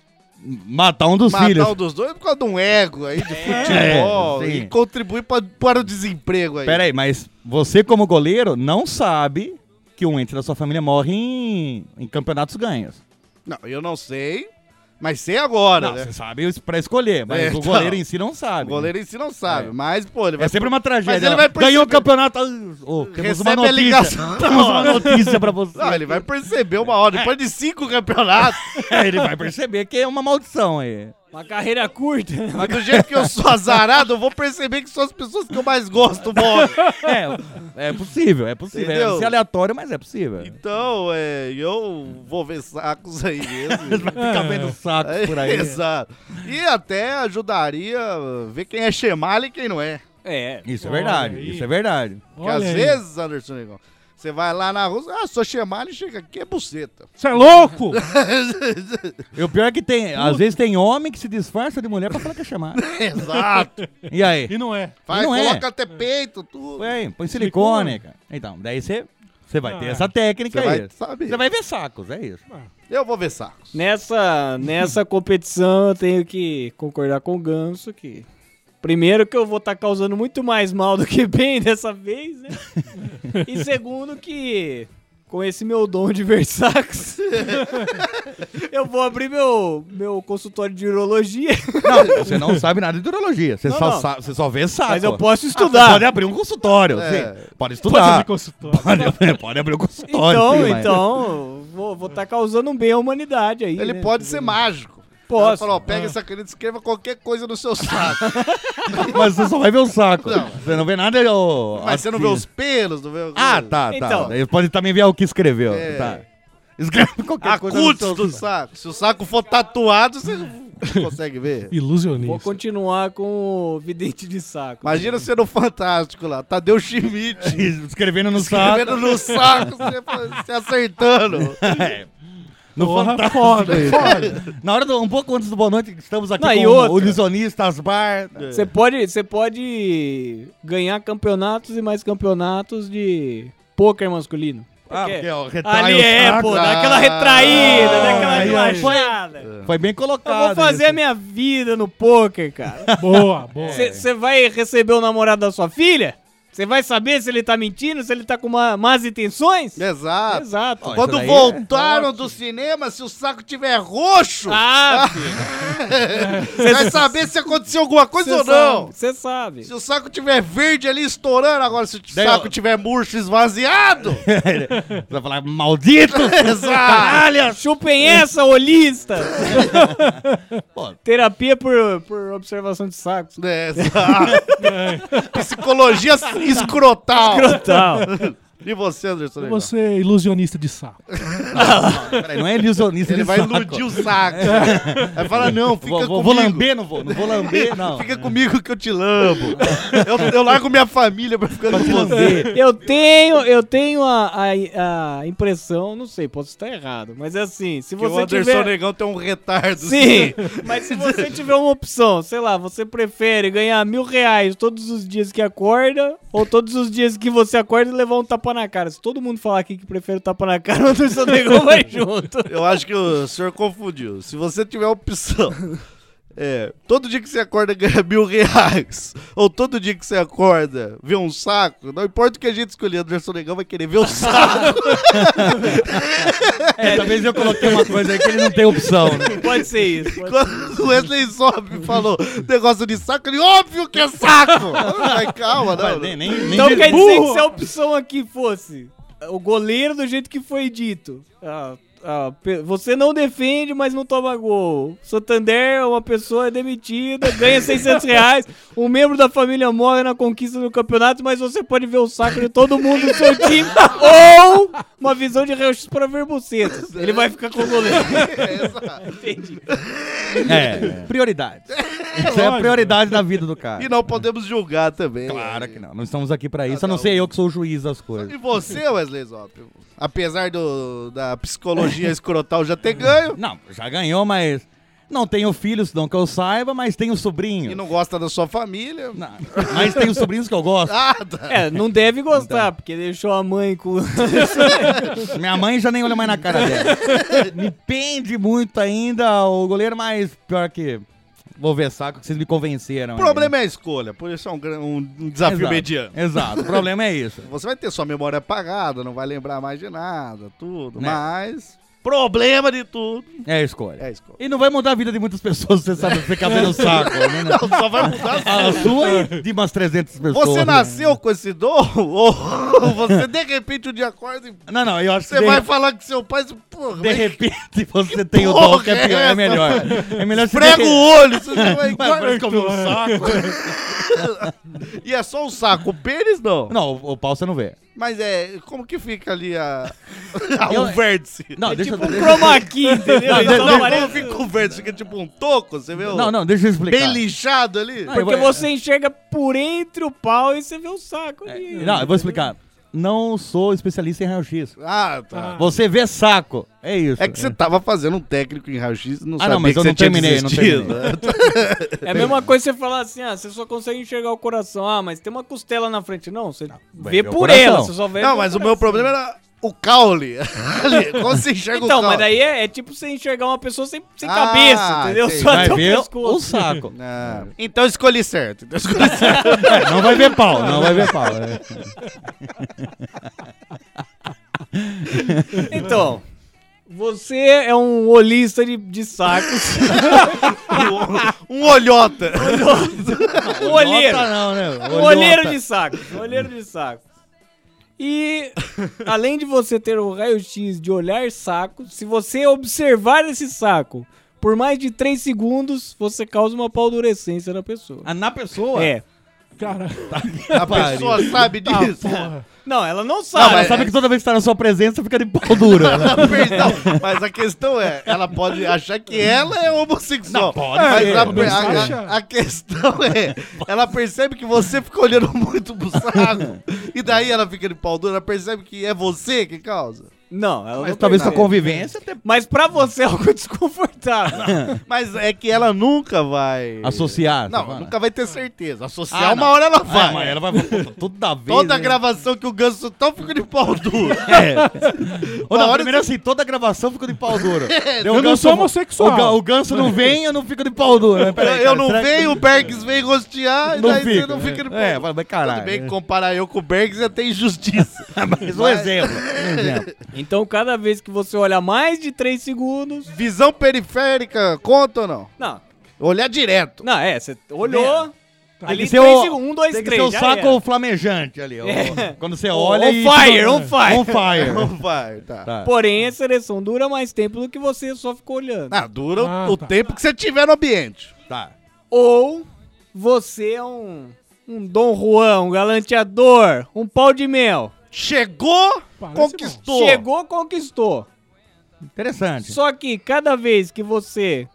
[SPEAKER 8] Matar um dos
[SPEAKER 7] matar
[SPEAKER 8] filhos.
[SPEAKER 7] um dos dois por causa de um ego aí de futebol
[SPEAKER 8] sim.
[SPEAKER 7] e contribuir pra- para o desemprego aí.
[SPEAKER 8] Pera aí, mas você como goleiro não sabe que um ente da sua família morre em, em campeonatos ganhos.
[SPEAKER 7] Não, eu não sei, mas sei agora,
[SPEAKER 8] Não,
[SPEAKER 7] né?
[SPEAKER 8] você sabe isso pra escolher, mas
[SPEAKER 7] É,
[SPEAKER 8] o
[SPEAKER 7] então.
[SPEAKER 8] goleiro em si não
[SPEAKER 7] O
[SPEAKER 8] sabe.
[SPEAKER 7] goleiro em si não sabe,
[SPEAKER 8] É.
[SPEAKER 7] mas, pô, ele vai...
[SPEAKER 8] É sempre uma tragédia.
[SPEAKER 7] Mas ele vai
[SPEAKER 8] Ganhou o
[SPEAKER 7] perceber.
[SPEAKER 8] campeonato. ah, ô, temos
[SPEAKER 7] Recebe
[SPEAKER 8] uma
[SPEAKER 7] a
[SPEAKER 8] notícia.
[SPEAKER 7] ligação.
[SPEAKER 8] Temos uma notícia pra você.
[SPEAKER 7] Não, ele vai perceber uma hora, depois de cinco campeonatos,
[SPEAKER 8] É, ele vai perceber que é uma maldição aí.
[SPEAKER 3] Uma carreira curta. né?
[SPEAKER 7] mas do jeito que eu sou azarado, eu vou perceber que são as pessoas que eu mais gosto, morrem.
[SPEAKER 8] É, é possível, é possível. É
[SPEAKER 7] Entendeu?
[SPEAKER 8] ser aleatório, mas é possível.
[SPEAKER 7] Então, é, eu vou ver sacos aí mesmo.
[SPEAKER 8] Vai ficar vendo saco
[SPEAKER 7] É,
[SPEAKER 8] por aí.
[SPEAKER 7] Exato. E até ajudaria a ver quem é Xemal e quem não é.
[SPEAKER 3] É.
[SPEAKER 8] Isso é
[SPEAKER 9] Olha
[SPEAKER 8] verdade,
[SPEAKER 9] aí.
[SPEAKER 8] isso é verdade.
[SPEAKER 7] Porque
[SPEAKER 9] Olha
[SPEAKER 7] às
[SPEAKER 9] aí.
[SPEAKER 7] vezes, Anderson Negão, você vai lá na rua, ah, sou Xemal e chega aqui, é buceta.
[SPEAKER 9] Você é louco?
[SPEAKER 8] E o pior é que tem, às vezes tem homem que se disfarça de mulher pra falar que é chamar.
[SPEAKER 7] Exato.
[SPEAKER 8] E aí?
[SPEAKER 9] E não é.
[SPEAKER 7] Vai,
[SPEAKER 8] não é.
[SPEAKER 7] coloca até peito, tudo.
[SPEAKER 8] Ué, põe silicone, cara. Então, daí você você vai ter
[SPEAKER 9] Ah.
[SPEAKER 8] essa técnica
[SPEAKER 7] Você vai
[SPEAKER 8] aí.
[SPEAKER 7] saber.
[SPEAKER 8] Você vai ver sacos, é isso.
[SPEAKER 7] Eu vou ver sacos.
[SPEAKER 3] Nessa, nessa competição eu tenho que concordar com o Ganso que. Primeiro que eu vou estar causando muito mais mal do que bem dessa vez, né? E segundo que com esse meu dom de versax, eu vou abrir meu, meu consultório de urologia,
[SPEAKER 8] Não, você não sabe nada de urologia. Você,
[SPEAKER 3] Não,
[SPEAKER 8] só,
[SPEAKER 3] não.
[SPEAKER 8] Sabe, você só vê saco.
[SPEAKER 3] mas eu posso
[SPEAKER 8] Ah,
[SPEAKER 3] estudar.
[SPEAKER 8] Pode abrir um consultório.
[SPEAKER 7] É.
[SPEAKER 8] sim. Pode
[SPEAKER 9] Pode
[SPEAKER 8] estudar.
[SPEAKER 9] abrir consultório.
[SPEAKER 8] Pode, pode abrir um consultório.
[SPEAKER 3] então,
[SPEAKER 8] sim, mas-
[SPEAKER 3] então, vou estar causando um bem à humanidade aí.
[SPEAKER 7] Ele
[SPEAKER 3] né?
[SPEAKER 7] pode ser mágico. Ela
[SPEAKER 3] Posso.
[SPEAKER 7] falou, ó,
[SPEAKER 8] Ah.
[SPEAKER 7] pega essa caneta e escreva qualquer coisa no seu saco.
[SPEAKER 8] Mas você só vai ver o saco.
[SPEAKER 7] Não.
[SPEAKER 8] Você não vê nada. ô,
[SPEAKER 7] Mas
[SPEAKER 8] as
[SPEAKER 7] você não vê os
[SPEAKER 8] filhas.
[SPEAKER 7] pelos, não vê o-
[SPEAKER 8] Assim. Ah, tá, tá.
[SPEAKER 3] Então.
[SPEAKER 8] Ele pode também ver o que escreveu.
[SPEAKER 7] É.
[SPEAKER 8] Tá. Escreve qualquer
[SPEAKER 7] A
[SPEAKER 8] coisa. no
[SPEAKER 7] cutis
[SPEAKER 8] seu
[SPEAKER 7] do saco. Se o saco for tatuado, você não consegue ver.
[SPEAKER 3] Vou
[SPEAKER 9] Ilusionista.
[SPEAKER 3] continuar com o vidente de saco.
[SPEAKER 7] Imagina sendo fantástico lá. Tadeu Schmidt.
[SPEAKER 8] Escrevendo no saco.
[SPEAKER 7] Escrevendo no saco, você, você acertando.
[SPEAKER 8] No
[SPEAKER 9] Porra,
[SPEAKER 8] Fantástico.
[SPEAKER 9] foda.
[SPEAKER 8] Na hora do, um pouco antes do Boa Noite, estamos aqui
[SPEAKER 3] Não, e
[SPEAKER 8] com
[SPEAKER 3] outra.
[SPEAKER 8] o Ilusionistas Bar.
[SPEAKER 3] Você pode, você pode ganhar campeonatos e mais campeonatos de pôquer masculino.
[SPEAKER 8] Ah,
[SPEAKER 3] Porque-
[SPEAKER 8] porque ó, retrai
[SPEAKER 3] Ali
[SPEAKER 8] o
[SPEAKER 3] é,
[SPEAKER 8] saco.
[SPEAKER 3] pô, dá aquela retraída, dá aquela
[SPEAKER 8] aí, aí.
[SPEAKER 3] relaxada.
[SPEAKER 8] Foi bem
[SPEAKER 3] Eu
[SPEAKER 8] colocado.
[SPEAKER 3] vou fazer
[SPEAKER 8] isso.
[SPEAKER 3] a minha vida no poker, cara.
[SPEAKER 9] Boa, boa.
[SPEAKER 3] Você vai receber o namorado da sua filha? Você vai saber se ele tá mentindo, se ele tá com ma- más intenções?
[SPEAKER 7] Exato. então-
[SPEAKER 3] Exato.
[SPEAKER 8] Ó,
[SPEAKER 7] Quando
[SPEAKER 8] daí é
[SPEAKER 7] voltaram do cinema, se o saco tiver roxo,
[SPEAKER 3] Ah,
[SPEAKER 7] vai saber se aconteceu alguma coisa ou não.
[SPEAKER 3] Você sabe.
[SPEAKER 7] Se o saco tiver verde ali estourando, agora se o
[SPEAKER 8] Daí,
[SPEAKER 7] saco
[SPEAKER 8] ó.
[SPEAKER 7] tiver murcho esvaziado,
[SPEAKER 8] Você vai falar, maldito!
[SPEAKER 7] exato.
[SPEAKER 3] Chupem essa, holista!
[SPEAKER 8] Pô.
[SPEAKER 3] Terapia por, por observação de sacos.
[SPEAKER 7] É, exato. Psicologia escrotal.
[SPEAKER 3] Crotal.
[SPEAKER 7] E você, Anderson? Negão?
[SPEAKER 9] Você é ilusionista de saco.
[SPEAKER 8] Peraí, não é ilusionista.
[SPEAKER 7] Ele
[SPEAKER 8] de
[SPEAKER 7] vai
[SPEAKER 8] saco.
[SPEAKER 7] iludir o saco. Vai falar, não, fica
[SPEAKER 8] Vou, vou,
[SPEAKER 7] comigo.
[SPEAKER 8] vou lamber, não vou. Não vou lamber, não.
[SPEAKER 7] Fica comigo que eu te lambo. Eu, eu largo minha família pra ficar com você.
[SPEAKER 3] Eu tenho, eu tenho a, a- a impressão, não sei, posso estar errado, mas é assim, se
[SPEAKER 7] Que o
[SPEAKER 3] você
[SPEAKER 7] Anderson
[SPEAKER 3] tiver...
[SPEAKER 7] Negão tem um retardo.
[SPEAKER 3] Sim, mas se você tiver uma opção, sei lá, você prefere ganhar mil reais todos os dias que acorda ou todos os dias que você acorda e levar um tapa na cara? Se todo mundo falar aqui que prefere o tapa na cara, o Anderson Negão vai junto.
[SPEAKER 7] Eu acho que o senhor confundiu. Se você tiver a opção. É, todo dia que você acorda ganha mil reais. Ou todo dia que você acorda vê um saco. Não importa o que a gente escolher, Anderson Negão vai querer ver o saco.
[SPEAKER 8] É, talvez eu coloquei uma coisa aí que ele não tem opção. Né?
[SPEAKER 3] Pode ser isso. pode-
[SPEAKER 7] Quando o Wesley sobe e falou negócio de saco, ele óbvio que é saco! Mas calma, não.
[SPEAKER 8] Nem, né? nem, nem
[SPEAKER 3] Então
[SPEAKER 8] de
[SPEAKER 3] quer dizer que
[SPEAKER 8] burro.
[SPEAKER 3] se a opção aqui fosse o goleiro do jeito que foi dito. ah, ah, pe- você não defende, mas não toma gol. Santander, uma pessoa é demitida, ganha 600 reais. Um membro da família morre na conquista do campeonato, mas você pode ver o saco de todo mundo do seu time. Ou uma visão de raio-x para ver bucetas. Ele vai ficar com o goleiro.
[SPEAKER 7] É, exato.
[SPEAKER 8] É, prioridade. Isso é a prioridade da vida do cara.
[SPEAKER 7] E não podemos julgar também.
[SPEAKER 8] Claro que não. Não estamos aqui pra isso, a não ser eu que sou o juiz das coisas.
[SPEAKER 7] E você, Wesley Zop? Apesar do, da psicologia escrotal já ter ganho
[SPEAKER 8] Não, já ganhou, mas. Não tenho filhos, não que eu saiba, mas tenho sobrinho.
[SPEAKER 7] e não gosta da sua família.
[SPEAKER 8] Não, mas tenho sobrinhos que eu gosto.
[SPEAKER 7] Ah, tá.
[SPEAKER 3] É, não deve gostar, porque deixou a mãe com.
[SPEAKER 8] Minha mãe já nem olha mais na cara dela. me pende muito ainda o goleiro, mas pior que. Vou ver saco que vocês me convenceram.
[SPEAKER 7] O
[SPEAKER 3] né?
[SPEAKER 8] aí.
[SPEAKER 7] problema é a escolha, por isso é um, gran- um- um desafio
[SPEAKER 8] Exato,
[SPEAKER 7] mediano.
[SPEAKER 8] Exato, o problema é isso.
[SPEAKER 7] Você vai ter sua memória apagada, não vai lembrar mais de nada, tudo,
[SPEAKER 8] Né?
[SPEAKER 7] mas. Problema de tudo
[SPEAKER 8] É a escolha.
[SPEAKER 7] é a escolha.
[SPEAKER 8] E não vai mudar a vida de muitas pessoas, você sabe, ficar vendo o saco. né?
[SPEAKER 7] Não, só vai mudar.
[SPEAKER 8] A sua e de umas 300 pessoas.
[SPEAKER 7] Você
[SPEAKER 8] né?
[SPEAKER 7] nasceu com esse dom? Ou você de repente um dia acorda e
[SPEAKER 8] Não, não, eu acho que
[SPEAKER 7] você
[SPEAKER 8] de,
[SPEAKER 7] vai falar que seu pai. Porra,
[SPEAKER 8] de
[SPEAKER 7] mas
[SPEAKER 8] repente você tem o
[SPEAKER 7] porra
[SPEAKER 8] dom que é,
[SPEAKER 7] é
[SPEAKER 8] pior, é
[SPEAKER 7] essa?
[SPEAKER 8] melhor. É melhor você
[SPEAKER 7] esfrega
[SPEAKER 8] ter-
[SPEAKER 7] o olho, você já vai.
[SPEAKER 8] Mas parece que eu vi um saco.
[SPEAKER 7] E é só um saco, o pênis não.
[SPEAKER 8] Não, o, o pau você não vê.
[SPEAKER 7] Mas é. Como que fica ali a. a
[SPEAKER 8] Eu-
[SPEAKER 7] o vértice?
[SPEAKER 8] Não, deixa
[SPEAKER 3] tipo um
[SPEAKER 8] deixa-
[SPEAKER 3] chroma key, entendeu?
[SPEAKER 8] Não,
[SPEAKER 3] Ele só
[SPEAKER 7] Não, como
[SPEAKER 3] aparece-
[SPEAKER 7] fica o vértice? Fica tipo um toco, você viu?
[SPEAKER 8] Não, não, deixa eu explicar.
[SPEAKER 7] Bem lixado ali?
[SPEAKER 8] Não, eu
[SPEAKER 3] Porque
[SPEAKER 8] vou-
[SPEAKER 3] você enxerga por entre o pau e você vê o saco ali.
[SPEAKER 8] Não, eu vou explicar. Não sou especialista em raio-x.
[SPEAKER 7] Ah, tá.
[SPEAKER 8] Você vê saco. É isso.
[SPEAKER 7] É que você tava fazendo um técnico em raio-x e não
[SPEAKER 8] Ah,
[SPEAKER 7] sabia
[SPEAKER 8] não, mas
[SPEAKER 7] que
[SPEAKER 8] eu
[SPEAKER 7] você
[SPEAKER 8] não
[SPEAKER 7] tinha
[SPEAKER 8] terminei, não
[SPEAKER 7] desistido.
[SPEAKER 3] É a mesma coisa você falar assim, ah, você só consegue enxergar o coração. Ah, mas tem uma costela na frente. Não, você vê
[SPEAKER 8] ver o
[SPEAKER 3] por
[SPEAKER 8] coração.
[SPEAKER 3] ela, você só vê
[SPEAKER 7] Não,
[SPEAKER 3] pelo
[SPEAKER 7] mas o
[SPEAKER 3] coração.
[SPEAKER 7] meu problema era o caule. Ali, Como você enxerga o
[SPEAKER 3] Então,
[SPEAKER 7] caule?
[SPEAKER 3] mas daí é, é tipo você enxergar uma pessoa sem, sem
[SPEAKER 7] Ah,
[SPEAKER 3] cabeça, entendeu?
[SPEAKER 7] entendi.
[SPEAKER 3] Só um
[SPEAKER 8] vai
[SPEAKER 3] tá até o
[SPEAKER 8] ver
[SPEAKER 3] pescoço.
[SPEAKER 8] o saco.
[SPEAKER 7] Ah, então eu escolhi certo. Então eu escolhi certo.
[SPEAKER 8] É, não vai ver pau, não vai ver pau.
[SPEAKER 3] Então, você é um olista de, de sacos.
[SPEAKER 7] Um olhota.
[SPEAKER 3] um olheiro.
[SPEAKER 8] Nota não, né?
[SPEAKER 3] Um olheiro de sacos. Um olheiro de sacos. E além de você ter o raio-x de olhar saco, se você observar esse saco por mais de 3 segundos, você causa uma paldurecência na pessoa.
[SPEAKER 8] Ah, na pessoa?
[SPEAKER 3] É.
[SPEAKER 9] Cara,
[SPEAKER 7] A pessoa sabe disso.
[SPEAKER 3] Não, ela não
[SPEAKER 8] Tá, Não,
[SPEAKER 3] sabe.
[SPEAKER 8] mas sabe que toda vez que tá na sua presença fica de pau dura. né?
[SPEAKER 7] Perdão, mas a questão é, ela pode achar que ela é homossexual.
[SPEAKER 8] Não, pode
[SPEAKER 7] mas
[SPEAKER 9] ser,
[SPEAKER 7] a,
[SPEAKER 9] pode
[SPEAKER 7] a-
[SPEAKER 9] ser.
[SPEAKER 7] a- a questão é, ela percebe que você fica olhando muito pro saco, e daí ela fica de pau dura, ela percebe que é você que causa.
[SPEAKER 3] Não, ela
[SPEAKER 8] Mas
[SPEAKER 3] não
[SPEAKER 8] talvez com a
[SPEAKER 3] percebe.
[SPEAKER 8] convivência até
[SPEAKER 3] Mas pra você é algo desconfortável.
[SPEAKER 7] Mas é que ela nunca vai...
[SPEAKER 8] associar.
[SPEAKER 7] Não,
[SPEAKER 8] tá falando?
[SPEAKER 7] nunca vai ter certeza. Associar
[SPEAKER 8] Ah,
[SPEAKER 7] uma
[SPEAKER 8] não.
[SPEAKER 7] hora ela vai.
[SPEAKER 8] Ah, mas ela vai puta, toda vez.
[SPEAKER 7] Toda
[SPEAKER 8] né?
[SPEAKER 7] gravação que o Ganso tá fica de pau duro.
[SPEAKER 8] Ou
[SPEAKER 7] Uma
[SPEAKER 8] não,
[SPEAKER 7] hora
[SPEAKER 8] primeiro assim, toda gravação fica de pau dura.
[SPEAKER 9] eu não sou homossexual.
[SPEAKER 8] O, ga- o ganso não vem, eu não fico de pau dura. né?
[SPEAKER 7] Eu,
[SPEAKER 8] Peraí,
[SPEAKER 7] eu
[SPEAKER 8] cara,
[SPEAKER 7] não
[SPEAKER 8] será que-
[SPEAKER 7] venho, o Bergs vem rostear, e
[SPEAKER 8] Não
[SPEAKER 7] daí você
[SPEAKER 8] fica,
[SPEAKER 7] não fica de pau
[SPEAKER 8] É,
[SPEAKER 7] duro.
[SPEAKER 8] mas caralho.
[SPEAKER 7] Tudo bem que comparar eu com o Bergs é até injustiça.
[SPEAKER 8] Mas um exemplo. um exemplo.
[SPEAKER 3] então, cada vez que você olha mais de 3 segundos.
[SPEAKER 7] Visão periférica, conta ou não?
[SPEAKER 3] Não,
[SPEAKER 7] Olhar direto.
[SPEAKER 3] não, é, você olhou.
[SPEAKER 8] Tem
[SPEAKER 3] Ali
[SPEAKER 8] que ser
[SPEAKER 3] 3
[SPEAKER 8] o-
[SPEAKER 3] segundos, 1, 2, 3.
[SPEAKER 8] Tem que ser o saco flamejante ali. ó.
[SPEAKER 3] É.
[SPEAKER 8] Quando você
[SPEAKER 3] On-
[SPEAKER 8] olha
[SPEAKER 3] on
[SPEAKER 8] e...
[SPEAKER 3] fire, on fire.
[SPEAKER 8] On fire.
[SPEAKER 7] Não vai, tá.
[SPEAKER 8] É. Tá.
[SPEAKER 3] Porém, a seleção dura mais tempo do que você só ficou olhando.
[SPEAKER 7] Ah, dura o-
[SPEAKER 9] Ah,
[SPEAKER 7] o
[SPEAKER 9] tá.
[SPEAKER 7] tempo que você tiver no ambiente.
[SPEAKER 8] Tá.
[SPEAKER 3] Ou você é um, um Dom Juan, um galanteador, um pau de mel.
[SPEAKER 7] Chegou,
[SPEAKER 9] Parece
[SPEAKER 7] conquistou.
[SPEAKER 3] Chegou, conquistou.
[SPEAKER 8] Interessante.
[SPEAKER 3] Só que cada vez que você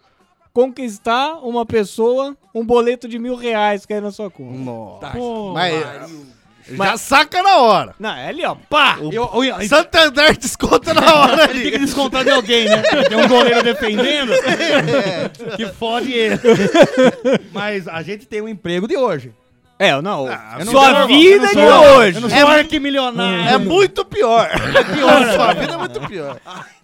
[SPEAKER 3] conquistar uma pessoa, um boleto de mil reais cai na sua conta.
[SPEAKER 7] Nossa.
[SPEAKER 9] pô,
[SPEAKER 7] Mas, já saca na hora.
[SPEAKER 3] Não, é ali, ó, pá!
[SPEAKER 8] Eu, eu, eu,
[SPEAKER 7] Santander desconta na hora
[SPEAKER 8] tem que
[SPEAKER 7] ali.
[SPEAKER 8] descontar de alguém, né? Tem um goleiro defendendo que fode ele. Mas a gente tem o emprego de hoje. Ah,
[SPEAKER 3] É, não,
[SPEAKER 8] eu não
[SPEAKER 3] sua
[SPEAKER 8] sou normal, eu
[SPEAKER 3] vida
[SPEAKER 8] não
[SPEAKER 3] de
[SPEAKER 8] sou normal, Eu não
[SPEAKER 3] hoje.
[SPEAKER 8] sou
[SPEAKER 7] É mu-
[SPEAKER 8] arquimilionário.
[SPEAKER 7] É muito pior. É pior. Sua vida é muito pior.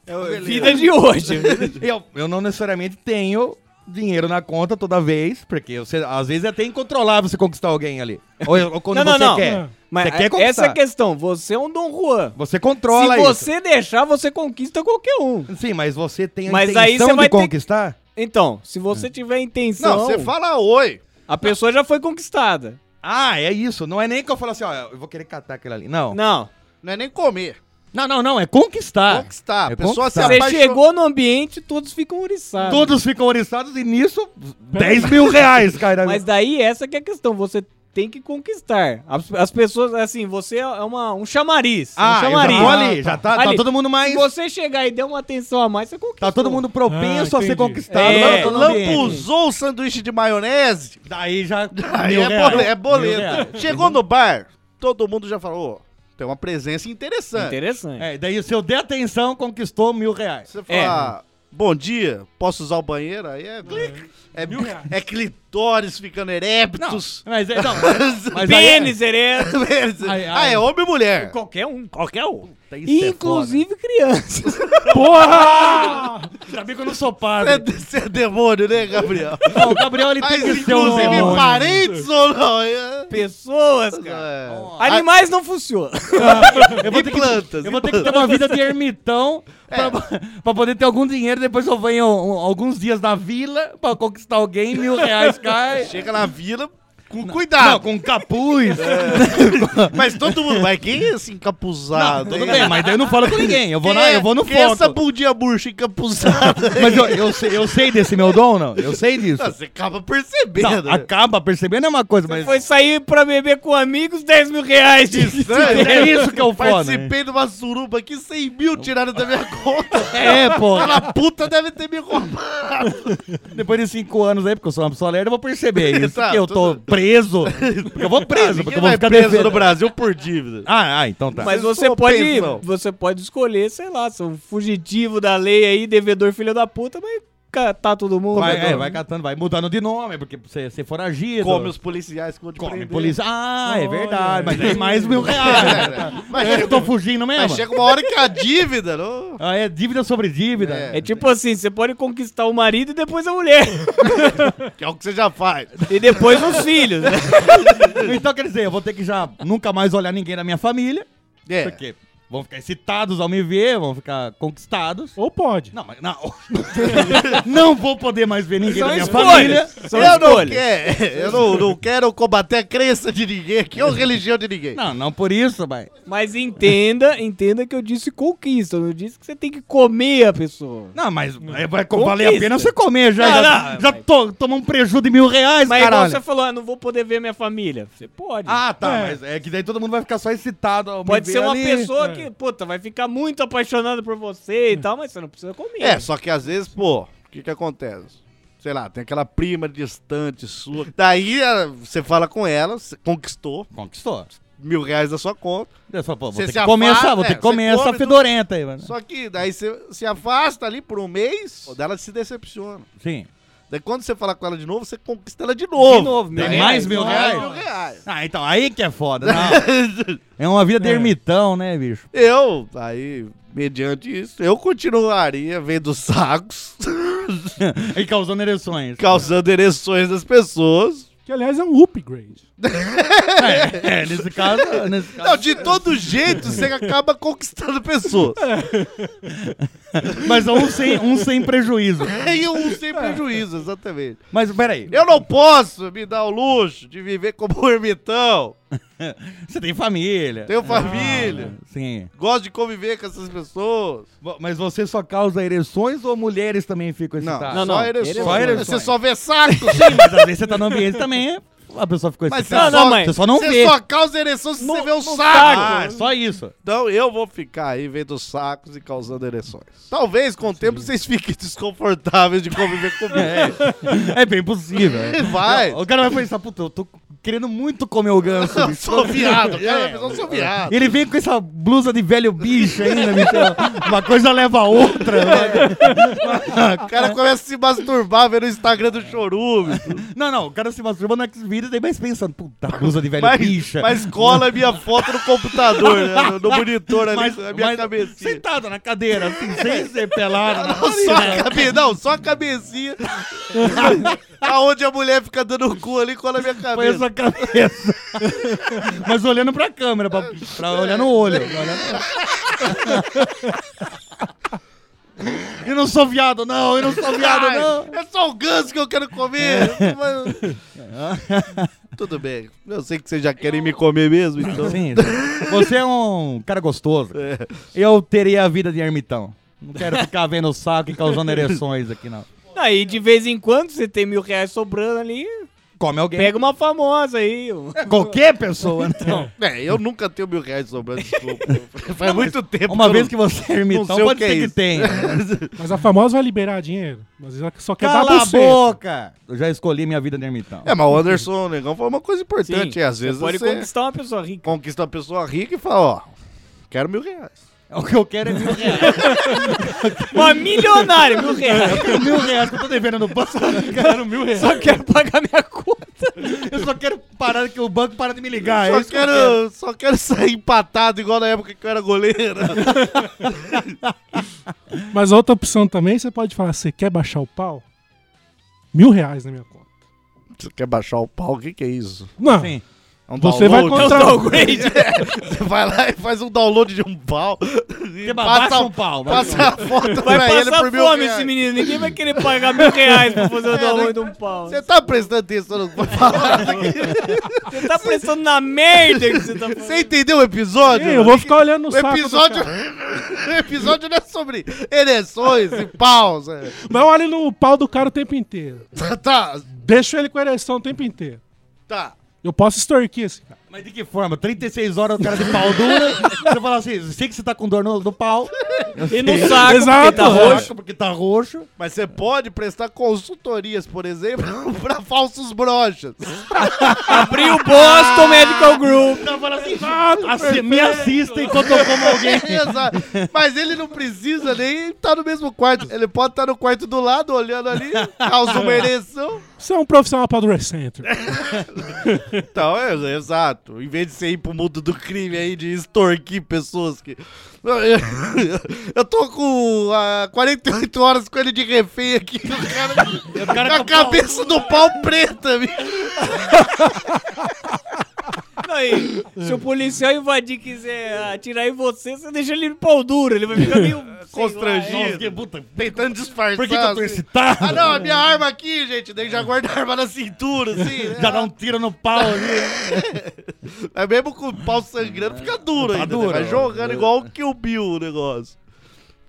[SPEAKER 7] é
[SPEAKER 3] Vida é de hoje.
[SPEAKER 8] Eu, eu não necessariamente tenho dinheiro na conta toda vez, porque você- às vezes é até incontrolável você conquistar alguém ali. Ou, ou quando
[SPEAKER 3] Não, não,
[SPEAKER 8] você
[SPEAKER 3] não.
[SPEAKER 8] quer.
[SPEAKER 9] É.
[SPEAKER 3] Mas
[SPEAKER 8] você
[SPEAKER 3] a-
[SPEAKER 8] quer
[SPEAKER 3] essa
[SPEAKER 8] conquistar.
[SPEAKER 3] é a questão. Você é um Dom Juan.
[SPEAKER 8] Você controla
[SPEAKER 3] Se
[SPEAKER 8] isso.
[SPEAKER 3] você deixar, você conquista qualquer um.
[SPEAKER 8] Sim, mas você tem a
[SPEAKER 3] Mas aí
[SPEAKER 8] intenção
[SPEAKER 3] você vai
[SPEAKER 8] de
[SPEAKER 3] ter que-
[SPEAKER 8] conquistar?
[SPEAKER 3] Então, se você tiver a intenção,
[SPEAKER 7] Não, você fala oi.
[SPEAKER 3] a pessoa já foi conquistada.
[SPEAKER 8] Ah, é isso. Não é nem que eu falo assim, ó, eu vou querer catar aquele ali. Não.
[SPEAKER 3] Não.
[SPEAKER 7] Não é nem comer.
[SPEAKER 8] Não, não, não. É conquistar.
[SPEAKER 7] Conquistar.
[SPEAKER 8] é
[SPEAKER 7] A pessoa se
[SPEAKER 8] conquistar.
[SPEAKER 3] Você
[SPEAKER 7] apaixona.
[SPEAKER 3] chegou no ambiente, todos ficam oriçados.
[SPEAKER 8] Todos ficam oriçados e nisso, 10 mil reais, cara.
[SPEAKER 3] Mas daí essa que é a questão, você tem que conquistar. As, as pessoas, assim, você é uma, um chamariz. um
[SPEAKER 8] ah, eu já
[SPEAKER 3] chamariz.
[SPEAKER 8] tô ali. Já tá, tá
[SPEAKER 3] Ali.
[SPEAKER 8] todo mundo mais...
[SPEAKER 3] Se você chegar e der uma atenção a mais, você conquista.
[SPEAKER 8] Tá todo mundo propenso
[SPEAKER 9] Ah,
[SPEAKER 8] a ser
[SPEAKER 9] entendi.
[SPEAKER 8] conquistado.
[SPEAKER 3] É,
[SPEAKER 8] Tá todo ambiente.
[SPEAKER 7] Lampuzou o sanduíche de maionese.
[SPEAKER 8] Daí já.
[SPEAKER 7] Aí
[SPEAKER 8] mil
[SPEAKER 7] é,
[SPEAKER 8] reais.
[SPEAKER 7] bole- é boleto.
[SPEAKER 8] Mil reais.
[SPEAKER 7] Chegou no bar, todo mundo já falou, "Ô, tem uma presença interessante.
[SPEAKER 3] Interessante.
[SPEAKER 8] É, daí se eu der atenção, conquistou mil reais.
[SPEAKER 7] Você fala, "Ah, bom dia, posso usar o banheiro? Aí é, é, é clitóris ficando erectos.
[SPEAKER 8] Mas, é- não, mas aí é-
[SPEAKER 3] Pênis, ereto.
[SPEAKER 8] Ai,
[SPEAKER 7] ah,
[SPEAKER 8] ai.
[SPEAKER 7] é homem e mulher.
[SPEAKER 3] Qualquer um. Qualquer um.
[SPEAKER 8] isso é
[SPEAKER 3] Inclusive crianças.
[SPEAKER 9] Porra!
[SPEAKER 8] Ainda bem que eu não sou padre.
[SPEAKER 7] Você é, você é demônio, né, Gabriel?
[SPEAKER 8] Não, o Gabriel ele tem
[SPEAKER 7] Mas
[SPEAKER 8] que ser é um.
[SPEAKER 7] inclusive
[SPEAKER 8] um-
[SPEAKER 7] parentes ou não? É,
[SPEAKER 3] Pessoas, cara.
[SPEAKER 7] é.
[SPEAKER 3] Animais não funcionam.
[SPEAKER 8] Eu vou,
[SPEAKER 7] E
[SPEAKER 8] ter
[SPEAKER 7] plantas, É.
[SPEAKER 8] que, eu vou
[SPEAKER 7] e
[SPEAKER 8] ter que ter uma vida de ermitão pra, pra poder ter algum dinheiro. Depois eu venho um, alguns dias na vila pra conquistar alguém, mil reais cai.
[SPEAKER 7] Chega na vila com
[SPEAKER 8] Não,
[SPEAKER 7] cuidado.
[SPEAKER 8] Ah, com capuz.
[SPEAKER 7] Mas todo mundo, mas quem é esse encapuzado?
[SPEAKER 8] Tudo
[SPEAKER 7] hein?
[SPEAKER 8] bem, mas daí eu não falo com ninguém. Eu vou, na,
[SPEAKER 7] Quem é-
[SPEAKER 8] eu vou no
[SPEAKER 7] quem é
[SPEAKER 8] foco.
[SPEAKER 7] essa bundinha murcha encapuzada?
[SPEAKER 8] Mas eu, eu, sei, eu sei desse meu dom, não? Eu sei disso.
[SPEAKER 7] Você acaba percebendo. né?
[SPEAKER 8] Não, acaba percebendo é uma coisa, mas.
[SPEAKER 3] Foi sair pra beber com amigos, 10 mil reais. De...
[SPEAKER 8] É isso que é o foda. né?
[SPEAKER 7] Participei de uma suruba aqui, 100 mil tiraram da minha conta.
[SPEAKER 8] É, pô.
[SPEAKER 7] Aquela puta deve ter me roubado.
[SPEAKER 8] Depois de cinco anos aí, porque eu sou uma pessoa lerda, eu vou perceber isso.
[SPEAKER 7] Tá,
[SPEAKER 8] que eu tô
[SPEAKER 7] tudo-
[SPEAKER 8] preso. Porque eu vou preso, porque
[SPEAKER 7] Ninguém
[SPEAKER 8] eu vou
[SPEAKER 7] vai
[SPEAKER 8] ficar
[SPEAKER 7] preso
[SPEAKER 8] devendo.
[SPEAKER 7] no Brasil por dívida.
[SPEAKER 8] Ah, ah, então tá.
[SPEAKER 3] Mas
[SPEAKER 7] Vocês
[SPEAKER 3] você
[SPEAKER 7] são
[SPEAKER 3] pode,
[SPEAKER 7] pensão.
[SPEAKER 3] você pode escolher, sei lá, se é um fugitivo da lei aí, devedor filho da puta, mas catar todo mundo.
[SPEAKER 8] vai,
[SPEAKER 3] né?
[SPEAKER 8] é, vai catando, vai mudando de nome, porque você, você foragido.
[SPEAKER 7] Come os policiais que vão te
[SPEAKER 8] Come
[SPEAKER 7] prender. Ah,
[SPEAKER 8] polícia. Ah, é
[SPEAKER 9] Olha.
[SPEAKER 8] verdade. Mas tem mais mil reais.
[SPEAKER 7] Mas,
[SPEAKER 8] É,
[SPEAKER 7] chega,
[SPEAKER 8] eu tô fugindo mesmo.
[SPEAKER 7] mas chega uma hora que a dívida, não...
[SPEAKER 8] Ah, é dívida sobre dívida.
[SPEAKER 7] É.
[SPEAKER 3] É tipo assim, você pode conquistar o marido e depois a mulher.
[SPEAKER 7] que é o que você já faz.
[SPEAKER 3] e depois os filhos. né?
[SPEAKER 8] Então quer dizer, eu vou ter que já nunca mais olhar ninguém na minha família.
[SPEAKER 7] É.
[SPEAKER 8] Porque Vão ficar excitados ao me ver, vão ficar conquistados.
[SPEAKER 9] Ou pode.
[SPEAKER 8] Não, mas não. não vou poder mais ver ninguém da minha família.
[SPEAKER 3] Escolhas. São
[SPEAKER 7] eu não
[SPEAKER 3] escolhas.
[SPEAKER 7] quero, eu não, não quero combater a crença de ninguém aqui ou religião de ninguém.
[SPEAKER 8] Não, não por isso, mas.
[SPEAKER 3] Mas entenda, entenda que eu disse conquista. Eu não disse que você tem que comer a pessoa.
[SPEAKER 8] Não, mas é, vai valer a pena você comer já.
[SPEAKER 3] Não,
[SPEAKER 8] já
[SPEAKER 3] não,
[SPEAKER 8] já
[SPEAKER 3] mas-
[SPEAKER 8] to- tomou um prejuízo de mil reais,
[SPEAKER 3] Mas igual
[SPEAKER 8] caralho.
[SPEAKER 3] você falou, ah, não vou poder ver minha família. Você pode.
[SPEAKER 8] Ah, tá, mas é que daí todo mundo vai ficar só excitado. ao me
[SPEAKER 3] Pode
[SPEAKER 8] ver
[SPEAKER 3] ser uma
[SPEAKER 8] ali.
[SPEAKER 3] pessoa que, puta, vai ficar muito apaixonada por você e tal, mas você não precisa comer.
[SPEAKER 7] É, só que às vezes, pô, o que que acontece? Sei lá, tem aquela prima distante sua. Daí a- você fala com ela, você conquistou
[SPEAKER 8] Conquistou.
[SPEAKER 7] mil reais da sua conta.
[SPEAKER 8] Eu só, pô,
[SPEAKER 7] Você
[SPEAKER 8] vou ter
[SPEAKER 7] se
[SPEAKER 8] que comer
[SPEAKER 7] afasta,
[SPEAKER 8] essa, vou
[SPEAKER 7] é,
[SPEAKER 8] ter que
[SPEAKER 7] você
[SPEAKER 8] comer
[SPEAKER 7] come
[SPEAKER 8] essa
[SPEAKER 7] tudo.
[SPEAKER 8] fedorenta aí, mano.
[SPEAKER 7] Só que daí você se afasta ali por um mês, pô, daí ela se decepciona.
[SPEAKER 8] Sim.
[SPEAKER 7] Daí quando você fala com ela de novo, você conquista ela de novo.
[SPEAKER 3] De novo, meu
[SPEAKER 8] Tem
[SPEAKER 3] Deus.
[SPEAKER 8] mais mil
[SPEAKER 7] Mais
[SPEAKER 8] reais?
[SPEAKER 7] mil reais.
[SPEAKER 8] Ah, então, aí que é foda. não. é uma vida de ermitão, né, bicho?
[SPEAKER 7] Eu, aí, mediante isso, eu continuaria vendo sacos,
[SPEAKER 8] e causando ereções.
[SPEAKER 7] causando ereções das pessoas.
[SPEAKER 9] Que aliás é um upgrade.
[SPEAKER 8] É, nesse caso, nesse caso.
[SPEAKER 7] Não, de todo jeito você acaba conquistando pessoas.
[SPEAKER 8] Mas um sem, um sem prejuízo.
[SPEAKER 7] E um sem prejuízo, exatamente.
[SPEAKER 8] Mas peraí,
[SPEAKER 7] Eu não posso me dar o luxo de viver como um ermitão.
[SPEAKER 8] você tem família. Ah,
[SPEAKER 7] Tenho família.
[SPEAKER 8] Sim.
[SPEAKER 7] Gosto de conviver com essas pessoas.
[SPEAKER 8] Vo- Mas você só causa ereções ou mulheres também ficam
[SPEAKER 7] Não,
[SPEAKER 8] excitadas?
[SPEAKER 7] só
[SPEAKER 3] não,
[SPEAKER 7] ereções.
[SPEAKER 8] só Tá. ereções.
[SPEAKER 7] Você só vê sacos.
[SPEAKER 8] Sim, mas às vezes você tá no ambiente também, a pessoa ficou
[SPEAKER 7] Mas
[SPEAKER 8] excitada.
[SPEAKER 7] você
[SPEAKER 3] Não,
[SPEAKER 7] só,
[SPEAKER 3] não, mãe.
[SPEAKER 8] Você só não
[SPEAKER 7] você
[SPEAKER 8] vê.
[SPEAKER 7] só causa ereção se você vê o saco.
[SPEAKER 8] Ah, é só isso.
[SPEAKER 7] Então eu vou ficar aí vendo sacos e causando ereções. Talvez com o tempo vocês fiquem desconfortáveis de conviver comigo.
[SPEAKER 8] É bem possível. é.
[SPEAKER 7] Vai.
[SPEAKER 8] Não, o cara vai pensar, puta, eu tô querendo muito comer o ganso.
[SPEAKER 7] Eu
[SPEAKER 8] bicho.
[SPEAKER 7] sou viado, cara. Eu sou viado.
[SPEAKER 8] Ele vem com essa blusa de velho bicho ainda, bicho. Uma coisa leva a outra. né?
[SPEAKER 7] O cara começa a se masturbar vendo o Instagram do Chorume.
[SPEAKER 8] Não, não, o cara se masturba no X-Videos e mais pensando, puta, blusa de velho
[SPEAKER 7] Mas,
[SPEAKER 8] bicha.
[SPEAKER 7] mas cola a minha foto no computador, né? no monitor ali,
[SPEAKER 8] Mas-
[SPEAKER 7] a minha
[SPEAKER 8] mas
[SPEAKER 7] cabecinha.
[SPEAKER 8] Sentado na cadeira, assim, sem ser pelado. né? na
[SPEAKER 7] Só
[SPEAKER 8] cadeira.
[SPEAKER 7] a cabeça, não, só a cabecinha. Aonde a mulher fica dando o cu ali, cola a minha
[SPEAKER 8] Põe
[SPEAKER 7] cabeça.
[SPEAKER 8] essa cabeça. Mas olhando pra câmera, pra, pra olhar no olho. pra olhar no- Eu não sou viado, não, eu não sou viado,
[SPEAKER 7] Ai,
[SPEAKER 8] não. É.
[SPEAKER 7] é só o ganso que eu quero comer. Mas- Tudo bem. Eu sei que vocês já querem me comer mesmo, então.
[SPEAKER 8] Sim, sim. você é um cara gostoso.
[SPEAKER 9] É.
[SPEAKER 8] Eu teria a vida de ermitão. Não quero ficar vendo o saco e causando ereções aqui, não.
[SPEAKER 3] Aí de vez em quando você tem mil reais sobrando ali,
[SPEAKER 8] Come alguém.
[SPEAKER 3] pega uma famosa aí. um-
[SPEAKER 8] É, qualquer pessoa, então.
[SPEAKER 7] É, eu nunca tenho mil reais sobrando, desculpa. Faz muito tempo.
[SPEAKER 8] Uma vez
[SPEAKER 7] eu
[SPEAKER 8] que você é
[SPEAKER 7] Não
[SPEAKER 8] ermitão,
[SPEAKER 7] sei o
[SPEAKER 8] pode
[SPEAKER 7] que é
[SPEAKER 8] ser que
[SPEAKER 7] isso.
[SPEAKER 8] tenha.
[SPEAKER 9] Mas a famosa vai liberar dinheiro. Mas ela só quer dar
[SPEAKER 8] Cala a
[SPEAKER 9] buceta.
[SPEAKER 8] boca! Eu já escolhi minha vida de ermitão.
[SPEAKER 7] não- É, mas o Anderson, o negão, falou uma coisa importante.
[SPEAKER 3] Sim,
[SPEAKER 7] é, às vezes
[SPEAKER 3] pode
[SPEAKER 7] você
[SPEAKER 3] conquistar uma pessoa rica.
[SPEAKER 7] conquista uma pessoa rica e fala, ó, quero mil reais.
[SPEAKER 8] O que eu quero é mil reais.
[SPEAKER 3] Uma milionária, mil reais.
[SPEAKER 8] mil reais que eu tô devendo no banco. Quero mil reais.
[SPEAKER 3] Só quero pagar minha conta.
[SPEAKER 8] Eu só quero parar que o banco para de me ligar. é
[SPEAKER 7] só,
[SPEAKER 8] isso que eu
[SPEAKER 7] quero, só quero sair empatado igual na época que eu era goleiro.
[SPEAKER 9] Mas outra opção também, você pode falar, você quer baixar o pau? Mil reais na minha conta.
[SPEAKER 7] Você quer baixar o pau? O que, que é isso?
[SPEAKER 9] Não,
[SPEAKER 8] Sim.
[SPEAKER 7] É um
[SPEAKER 9] você vai
[SPEAKER 7] download?
[SPEAKER 9] contratar...
[SPEAKER 7] Você vai lá e faz um download de um pau.
[SPEAKER 8] Você
[SPEAKER 7] e
[SPEAKER 8] baixa um pau. vai.
[SPEAKER 7] Passa a foto
[SPEAKER 3] Vai
[SPEAKER 7] pra ele
[SPEAKER 3] passar
[SPEAKER 7] por mil
[SPEAKER 3] fome
[SPEAKER 7] reais.
[SPEAKER 3] esse menino. Ninguém vai querer pagar mil reais pra fazer o download de um pau.
[SPEAKER 7] Você tá prestando atenção no que foi falado aqui?
[SPEAKER 3] Você tá pensando na merda que você tá falando.
[SPEAKER 7] Você entendeu o episódio?
[SPEAKER 9] Ei, eu vou ficar olhando no
[SPEAKER 7] O
[SPEAKER 9] saco do
[SPEAKER 7] episódio...
[SPEAKER 9] cara.
[SPEAKER 7] o episódio não é sobre ereções e paus. é.
[SPEAKER 9] Mas olha no pau do cara o tempo inteiro.
[SPEAKER 7] Tá, tá,
[SPEAKER 9] Deixa ele com ereção o tempo inteiro.
[SPEAKER 7] tá.
[SPEAKER 9] Eu posso extorquir esse cara.
[SPEAKER 8] Mas de que forma? 36 horas o cara de pau dura. Você fala assim, sei que você tá com dor no, no pau.
[SPEAKER 3] E no saco,
[SPEAKER 9] Exato.
[SPEAKER 3] porque tá roxo.
[SPEAKER 8] porque tá roxo.
[SPEAKER 7] Mas você pode prestar consultorias, por exemplo, pra falsos brochas.
[SPEAKER 3] Abriu o Boston Medical Group.
[SPEAKER 8] Assi- Assim, me assista enquanto eu como alguém.
[SPEAKER 7] Exato. Mas ele não precisa nem estar no mesmo quarto. Ele pode estar no quarto do lado, olhando ali, causa uma ereção.
[SPEAKER 9] Você é um profissional para o Center.
[SPEAKER 7] Então, é, é exato. Em vez de você ir pro mundo do crime aí, de extorquir pessoas que... Eu tô com ah, 48 horas com ele de refém aqui. O cara, com a cabeça do pau preta, bicho.
[SPEAKER 3] Ah, Aí, Se o policial invadir e quiser atirar em você, você deixa ele no pau duro. Ele vai ficar meio. sei lá,
[SPEAKER 7] Constrangido. Tentando disfarçar.
[SPEAKER 8] Por que, que eu tô
[SPEAKER 7] assim.
[SPEAKER 8] excitado?
[SPEAKER 7] Ah, não, a minha arma aqui, gente. Daí já guarda a arma na cintura, assim.
[SPEAKER 8] Já dá um tiro no pau ali.
[SPEAKER 7] É mesmo com o pau sangrando, fica duro
[SPEAKER 8] Tá
[SPEAKER 7] ainda. né?
[SPEAKER 8] duro.
[SPEAKER 7] Vai jogando igual o Kill Bill o negócio.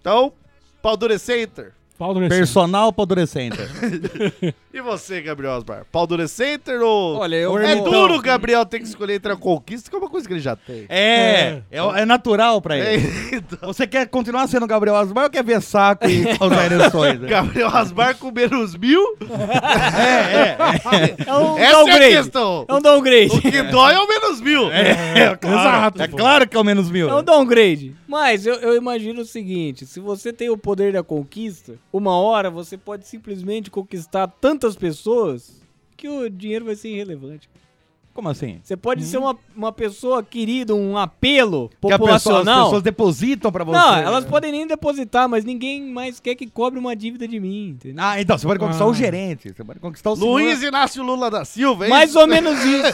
[SPEAKER 7] Então, pau durecenter.
[SPEAKER 9] Pau do Mercedes.
[SPEAKER 8] Personal pra adolescente.
[SPEAKER 7] E você, Gabriel Osmar? Pau durecenter ou...
[SPEAKER 3] Olha, eu
[SPEAKER 7] É
[SPEAKER 3] vou-
[SPEAKER 7] duro o Gabriel ter que escolher entre a conquista, que é uma coisa que ele já tem.
[SPEAKER 8] É, é, é natural pra
[SPEAKER 7] É,
[SPEAKER 8] ele.
[SPEAKER 7] então,
[SPEAKER 8] Você quer continuar sendo Gabriel Asmar ou quer ver saco e causar ereções? né?
[SPEAKER 7] Gabriel Asmar com menos mil?
[SPEAKER 3] É um
[SPEAKER 7] Essa é
[SPEAKER 3] downgrade.
[SPEAKER 7] a questão.
[SPEAKER 3] É um downgrade.
[SPEAKER 7] O que dói é o menos mil.
[SPEAKER 8] É,
[SPEAKER 9] Exato,
[SPEAKER 8] É
[SPEAKER 9] pô.
[SPEAKER 8] claro que é o menos mil.
[SPEAKER 3] É um downgrade. Mas eu, eu imagino o seguinte: se você tem o poder da conquista, uma hora você pode simplesmente conquistar tantas pessoas que o dinheiro vai ser irrelevante.
[SPEAKER 8] Como assim?
[SPEAKER 3] Você pode ser uma, uma pessoa querida, um apelo
[SPEAKER 8] Que a pessoa, as
[SPEAKER 3] populacional.
[SPEAKER 8] pessoas né? depositam pra você.
[SPEAKER 3] Não, elas podem nem depositar, mas ninguém mais quer que cobre uma dívida de mim, entendeu?
[SPEAKER 8] Ah, então, você pode conquistar o
[SPEAKER 9] Ah.
[SPEAKER 8] gerente. Você pode conquistar o senhor.
[SPEAKER 7] Luiz Inácio Lula da Silva, é
[SPEAKER 3] Mais
[SPEAKER 7] isso?
[SPEAKER 3] ou menos isso.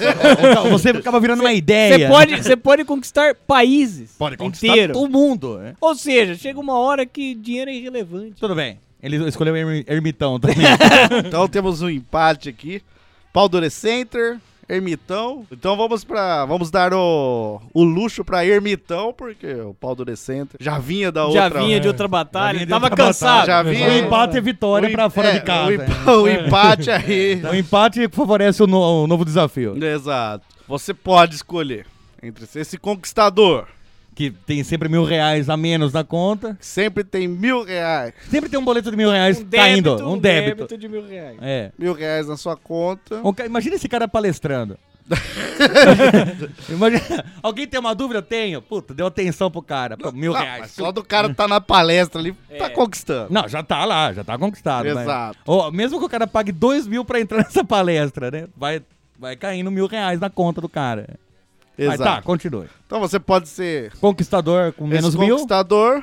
[SPEAKER 8] Então, você acaba virando uma ideia.
[SPEAKER 3] Você pode, você pode conquistar países
[SPEAKER 8] pode conquistar
[SPEAKER 3] inteiros.
[SPEAKER 8] todo mundo. né?
[SPEAKER 3] Ou seja, chega uma hora que dinheiro é irrelevante.
[SPEAKER 8] Tudo bem. Ele escolheu o ermi- ermitão também.
[SPEAKER 7] Então temos um empate aqui. Pau Durecenter, Ermitão. Então vamos para vamos dar o, o luxo pra Ermitão, porque o Pau Durecenter já vinha da
[SPEAKER 3] Já
[SPEAKER 7] outra.
[SPEAKER 8] É.
[SPEAKER 3] vinha de outra batalha,
[SPEAKER 8] vinha de
[SPEAKER 3] tava
[SPEAKER 8] outra
[SPEAKER 3] cansado.
[SPEAKER 7] Já vinha-
[SPEAKER 8] tá o empate é vitória
[SPEAKER 7] O
[SPEAKER 8] pra
[SPEAKER 7] em-
[SPEAKER 8] fora
[SPEAKER 7] é,
[SPEAKER 8] de casa. tá.
[SPEAKER 7] O,
[SPEAKER 8] né?
[SPEAKER 7] empa- o empate aí.
[SPEAKER 8] O empate favorece o, no- o novo desafio.
[SPEAKER 7] Exato. Você pode escolher entre ser esse conquistador,
[SPEAKER 8] Que tem sempre mil reais a menos na conta.
[SPEAKER 7] que sempre tem mil reais,
[SPEAKER 8] Sempre tem um boleto de mil reais caindo. um débito.
[SPEAKER 3] de mil reais.
[SPEAKER 8] É.
[SPEAKER 7] mil reais na sua conta.
[SPEAKER 8] Um ca- Imagina esse cara palestrando. Imagina- Alguém tem uma dúvida? Tenho. Puta, deu atenção pro cara. Pô, mil
[SPEAKER 7] Ah, mas
[SPEAKER 8] reais.
[SPEAKER 7] só do cara tá na palestra ali, tá conquistando.
[SPEAKER 8] Não, já tá lá, já tá conquistado. mas-
[SPEAKER 7] Exato.
[SPEAKER 8] Ó, mesmo que o cara pague dois mil pra entrar nessa palestra, né? Vai, vai caindo mil reais na conta do cara. Mas
[SPEAKER 7] Exato.
[SPEAKER 8] tá, continue.
[SPEAKER 7] Então você pode ser
[SPEAKER 8] Conquistador com menos
[SPEAKER 7] esse
[SPEAKER 8] mil.
[SPEAKER 7] conquistador,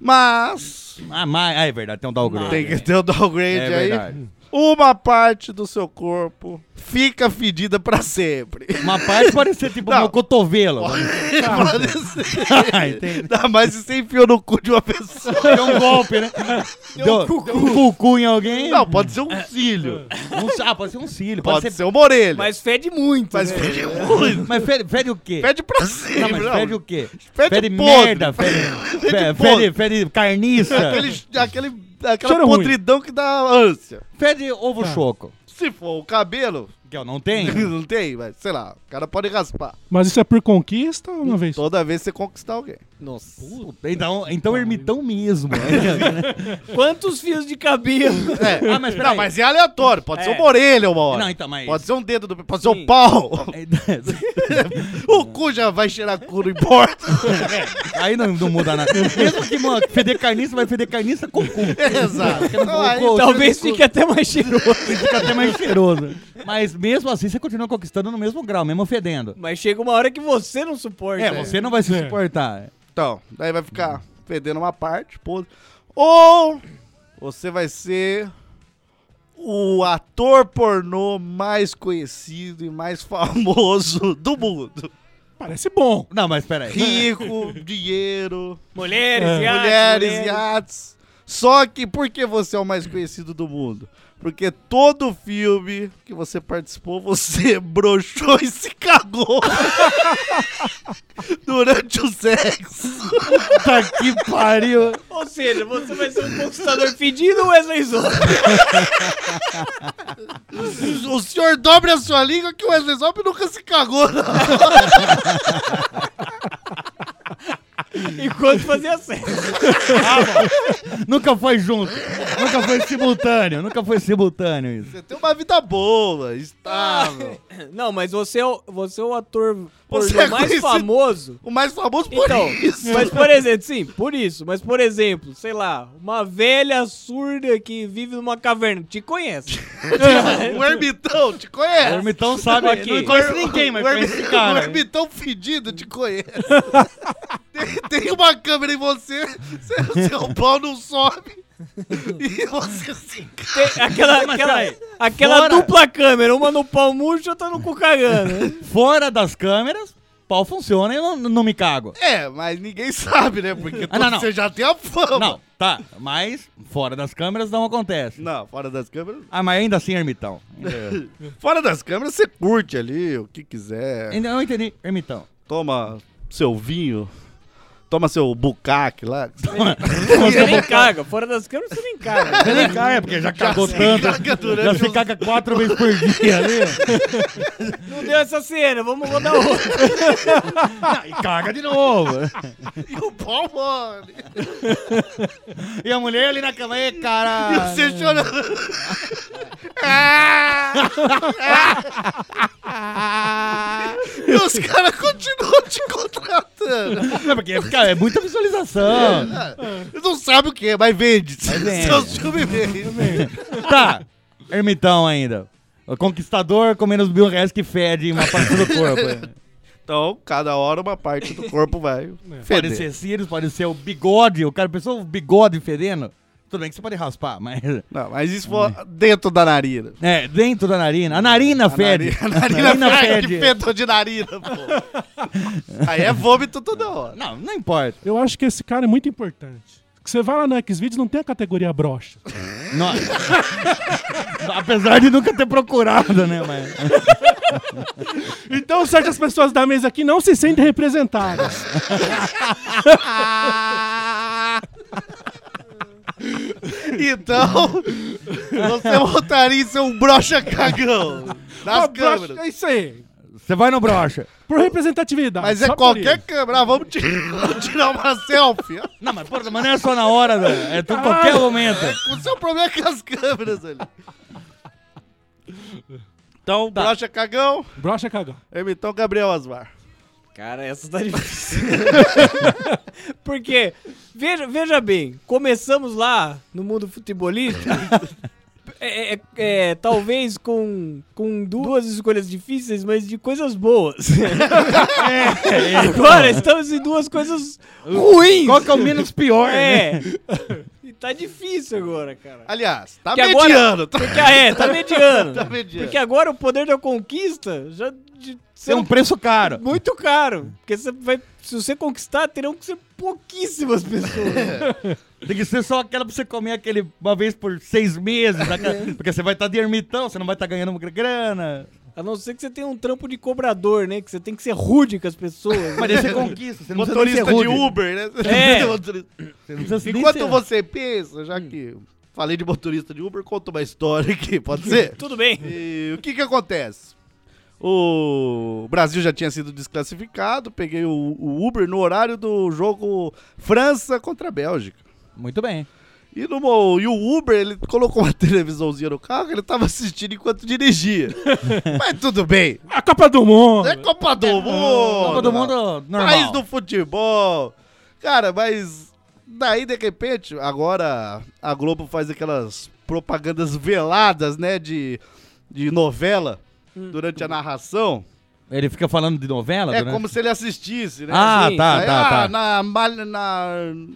[SPEAKER 7] mas
[SPEAKER 8] Ah, mas, ah, é verdade, tem um downgrade.
[SPEAKER 7] Tem que ter o downgrade
[SPEAKER 8] É
[SPEAKER 7] aí.
[SPEAKER 8] verdade.
[SPEAKER 7] Uma parte do seu corpo fica fedida pra sempre.
[SPEAKER 8] Uma parte pode ser tipo
[SPEAKER 7] Não.
[SPEAKER 8] meu cotovelo.
[SPEAKER 7] Pode ser.
[SPEAKER 8] Ah, entendi.
[SPEAKER 7] Ainda mais se você enfiou no cu de uma pessoa.
[SPEAKER 8] Deu um golpe, né? Deu, deu um cucu, em alguém.
[SPEAKER 7] Não, pode ser um cílio.
[SPEAKER 8] Um, ah, pode ser um cílio.
[SPEAKER 7] Pode,
[SPEAKER 8] É. Pode,
[SPEAKER 7] ser uma orelha. Mas,
[SPEAKER 3] Mas fede muito. né?
[SPEAKER 7] fede muito.
[SPEAKER 8] Mas fede, fede o quê?
[SPEAKER 7] Fede pra
[SPEAKER 8] não,
[SPEAKER 7] sempre.
[SPEAKER 8] mas
[SPEAKER 7] não.
[SPEAKER 8] fede o quê?
[SPEAKER 7] Fede podre.
[SPEAKER 8] merda, fede, fe- fede,
[SPEAKER 7] podre.
[SPEAKER 8] fede, carniça.
[SPEAKER 7] Aquele, aquele, aquela
[SPEAKER 9] Cheiro ruim.
[SPEAKER 7] podridão que dá ânsia.
[SPEAKER 8] Fede ovo choco.
[SPEAKER 7] Se for o cabelo,
[SPEAKER 8] Que eu não tenho.
[SPEAKER 7] não tem, mas sei lá, o cara pode raspar.
[SPEAKER 9] Mas isso é por conquista ou é uma vez? só?
[SPEAKER 7] Toda vez que você conquistar alguém.
[SPEAKER 3] Nossa.
[SPEAKER 8] Então, então ermitão mesmo.
[SPEAKER 3] Quantos fios de cabelo?
[SPEAKER 7] É.
[SPEAKER 8] Ah, mas peraí.
[SPEAKER 7] Não, mas é aleatório. Pode ser
[SPEAKER 3] É.
[SPEAKER 7] uma orelha uma hora.
[SPEAKER 8] Não, então, mas-
[SPEAKER 7] Pode ser um dedo do pé, pode ser um
[SPEAKER 3] Sim.
[SPEAKER 7] pau. O cu já vai cheirar cu, não importa.
[SPEAKER 8] Aí não, não muda nada. Mesmo que, mano, feder carniça, vai feder carniça com cu.
[SPEAKER 7] Exato. Então, aí,
[SPEAKER 8] Pô,
[SPEAKER 3] Talvez fique até mais cheiroso.
[SPEAKER 8] Fica até mais cheiroso. Mas mesmo assim, você continua conquistando no mesmo grau, mesmo fedendo.
[SPEAKER 3] Mas chega uma hora que você não suporta.
[SPEAKER 8] É, você não vai se
[SPEAKER 9] É.
[SPEAKER 8] suportar.
[SPEAKER 7] então, daí vai ficar perdendo uma parte, pô. Ou você vai ser o ator pornô mais conhecido e mais famoso do mundo.
[SPEAKER 9] Parece bom.
[SPEAKER 8] Não, mas peraí.
[SPEAKER 7] Rico, dinheiro,
[SPEAKER 3] Mulheres,
[SPEAKER 8] É.
[SPEAKER 3] e iates,
[SPEAKER 7] mulheres, iates. Só que por que você é o mais conhecido do mundo? Porque todo filme que você participou, você broxou e se cagou durante o sexo.
[SPEAKER 8] Puta que pariu.
[SPEAKER 3] Ou seja, você vai ser um conquistador fedido um ou Wesley Zop?
[SPEAKER 7] O senhor dobre a sua língua que o Wesley Zop nunca se cagou. Não.
[SPEAKER 3] Enquanto fazia sexo.
[SPEAKER 8] Nunca foi junto. Nunca foi simultâneo. Nunca foi simultâneo isso.
[SPEAKER 7] Você tem uma vida boa, estável.
[SPEAKER 3] Não, mas você é o, você é o ator
[SPEAKER 7] Você
[SPEAKER 3] pornô
[SPEAKER 7] é
[SPEAKER 3] mais
[SPEAKER 7] conhecido-
[SPEAKER 3] famoso.
[SPEAKER 7] O mais famoso por
[SPEAKER 3] Então,
[SPEAKER 7] isso.
[SPEAKER 3] mas por exemplo, sim, por isso. Mas por exemplo, sei lá, uma velha surda que vive numa caverna te conhece.
[SPEAKER 7] O ermitão te conhece.
[SPEAKER 8] O ermitão sabe
[SPEAKER 3] Aqui.
[SPEAKER 8] Não conhece ninguém, mas
[SPEAKER 7] o ermi-
[SPEAKER 8] conhece esse cara.
[SPEAKER 7] O ermitão é fedido te conhece. tem, tem uma câmera em você, seu, seu pau não sobe. E você assim, se encaixa.
[SPEAKER 3] Tem aquela aquela,
[SPEAKER 8] peraí,
[SPEAKER 3] aquela
[SPEAKER 8] fora-
[SPEAKER 3] dupla câmera, uma no pau murcho e outra no cu cagando.
[SPEAKER 8] Fora das câmeras, pau funciona e eu não, não me cago.
[SPEAKER 7] É, mas ninguém sabe, né? Porque
[SPEAKER 8] Ah, não, não.
[SPEAKER 7] você já tem a fama.
[SPEAKER 8] Não, tá, mas fora das câmeras não acontece.
[SPEAKER 7] Não, fora das câmeras.
[SPEAKER 8] Ah, mas ainda assim, ermitão.
[SPEAKER 7] Fora das câmeras, você curte ali o que quiser.
[SPEAKER 8] Ainda não entendi, ermitão.
[SPEAKER 7] Toma seu vinho. Toma seu bucaque lá.
[SPEAKER 3] Você nem caga. Fora das câmeras, você nem caga.
[SPEAKER 8] Você nem cai, porque já cagou
[SPEAKER 7] se
[SPEAKER 8] tanto.
[SPEAKER 7] caga durante
[SPEAKER 8] já se
[SPEAKER 7] os-
[SPEAKER 8] caga quatro vezes por dia ali.
[SPEAKER 3] Não deu essa cena, vamos rodar outra.
[SPEAKER 8] E caga de novo.
[SPEAKER 7] E o pau mole.
[SPEAKER 8] E a mulher ali na cama, e
[SPEAKER 7] E
[SPEAKER 8] cara.
[SPEAKER 7] você chorando. e os caras continuam te contratando.
[SPEAKER 8] Não, porque cara, é muita visualização.
[SPEAKER 7] Eles não sabem o que é, mas vende.
[SPEAKER 8] vende.
[SPEAKER 7] Seus filmes vendem.
[SPEAKER 8] Tá, ermitão ainda. O conquistador com menos mil reais que fede uma parte do corpo.
[SPEAKER 7] Então, cada hora uma parte do corpo vai
[SPEAKER 8] Pode
[SPEAKER 7] feder.
[SPEAKER 8] ser Sirius, pode ser o bigode. O cara pensou o bigode fedendo. Tudo bem que você pode raspar, mas.
[SPEAKER 7] Não, mas isso for dentro da narina.
[SPEAKER 8] É, dentro da narina. A narina fede.
[SPEAKER 7] A narina, a narina fede. Que fedor de narina, pô. Aí é vômito toda hora.
[SPEAKER 8] Não, não importa.
[SPEAKER 9] Eu acho que esse cara é muito importante. Que você vai lá no Xvideos, não tem a categoria brocha.
[SPEAKER 8] Não. Apesar de nunca ter procurado, né, mas.
[SPEAKER 9] Então certas pessoas da mesa aqui não se sentem representadas.
[SPEAKER 7] Então, você montaria em seu brocha cagão.
[SPEAKER 9] Ó,
[SPEAKER 7] Das
[SPEAKER 9] brocha,
[SPEAKER 7] câmeras.
[SPEAKER 9] é isso aí.
[SPEAKER 8] Você vai no brocha.
[SPEAKER 9] Por representatividade.
[SPEAKER 7] Mas é
[SPEAKER 9] só por
[SPEAKER 7] qualquer
[SPEAKER 9] isso.
[SPEAKER 7] câmera. Ah, vamos ti- vamos tirar uma selfie.
[SPEAKER 8] Não, mas, porra, mas não é só na hora, né? é tu-
[SPEAKER 9] Caralho.
[SPEAKER 8] qualquer momento.
[SPEAKER 7] O seu problema é com as câmeras ali.
[SPEAKER 8] Tá.
[SPEAKER 7] Então,
[SPEAKER 3] Tá.
[SPEAKER 7] brocha cagão,
[SPEAKER 9] Brocha cagão.
[SPEAKER 7] ermitão Gabriel Asmar.
[SPEAKER 3] Cara, essa tá difícil. Porque, veja, veja bem, começamos lá no mundo futebolista. É, é- é, talvez com, com duas escolhas difíceis, mas de coisas boas. Agora estamos em duas coisas ruins.
[SPEAKER 8] É, Qual que é o menos pior? né?
[SPEAKER 3] É. E tá difícil agora, cara.
[SPEAKER 7] Aliás, tá
[SPEAKER 3] Porque agora-
[SPEAKER 7] mediano. tá-
[SPEAKER 3] Porque, ah, é, tá mediano.
[SPEAKER 7] Tá mediano.
[SPEAKER 3] Porque agora o poder da conquista já de ser
[SPEAKER 8] Tem um
[SPEAKER 3] um
[SPEAKER 8] preço caro.
[SPEAKER 3] muito caro. Porque você vai, se você conquistar, terão que ser pouquíssimas pessoas.
[SPEAKER 8] Tem que ser só aquela pra você comer aquele uma vez por seis meses. aquela- Porque você vai estar de ermitão, você não vai estar ganhando muita grana.
[SPEAKER 3] A não ser que você tenha um trampo de cobrador, né? Que você tem que ser rude com as pessoas. né?
[SPEAKER 8] Mas daí você conquista, você não
[SPEAKER 7] Motorista
[SPEAKER 8] precisa nem ser
[SPEAKER 7] de
[SPEAKER 8] rude.
[SPEAKER 7] Uber, né?
[SPEAKER 3] É.
[SPEAKER 7] Motorista-
[SPEAKER 8] Você não precisa nem
[SPEAKER 7] Enquanto
[SPEAKER 8] ser- Hum.
[SPEAKER 7] você pensa, já que falei de motorista de Uber, conta uma história aqui, pode ser?
[SPEAKER 3] Tudo bem.
[SPEAKER 7] E o que que acontece? O Brasil já tinha sido desclassificado, peguei o, o Uber no horário do jogo França contra a Bélgica.
[SPEAKER 8] Muito bem.
[SPEAKER 7] E, no, mo- e o Uber, ele colocou uma televisãozinha no carro que ele tava assistindo enquanto dirigia. Mas tudo bem.
[SPEAKER 9] A Copa do Mundo.
[SPEAKER 7] É Copa do Mundo.
[SPEAKER 8] Todo mundo é normal.
[SPEAKER 7] País do futebol. Cara, mas daí de repente, agora a Globo faz aquelas propagandas veladas, né, de, de novela
[SPEAKER 8] Hum.
[SPEAKER 7] durante a narração.
[SPEAKER 8] Ele fica falando de novela?
[SPEAKER 7] É
[SPEAKER 8] Ah, durante-
[SPEAKER 7] como se ele assistisse, né?
[SPEAKER 8] Ah,
[SPEAKER 3] Sim.
[SPEAKER 8] tá,
[SPEAKER 7] Aí,
[SPEAKER 8] tá,
[SPEAKER 7] ah,
[SPEAKER 8] tá.
[SPEAKER 7] Na, malha- na,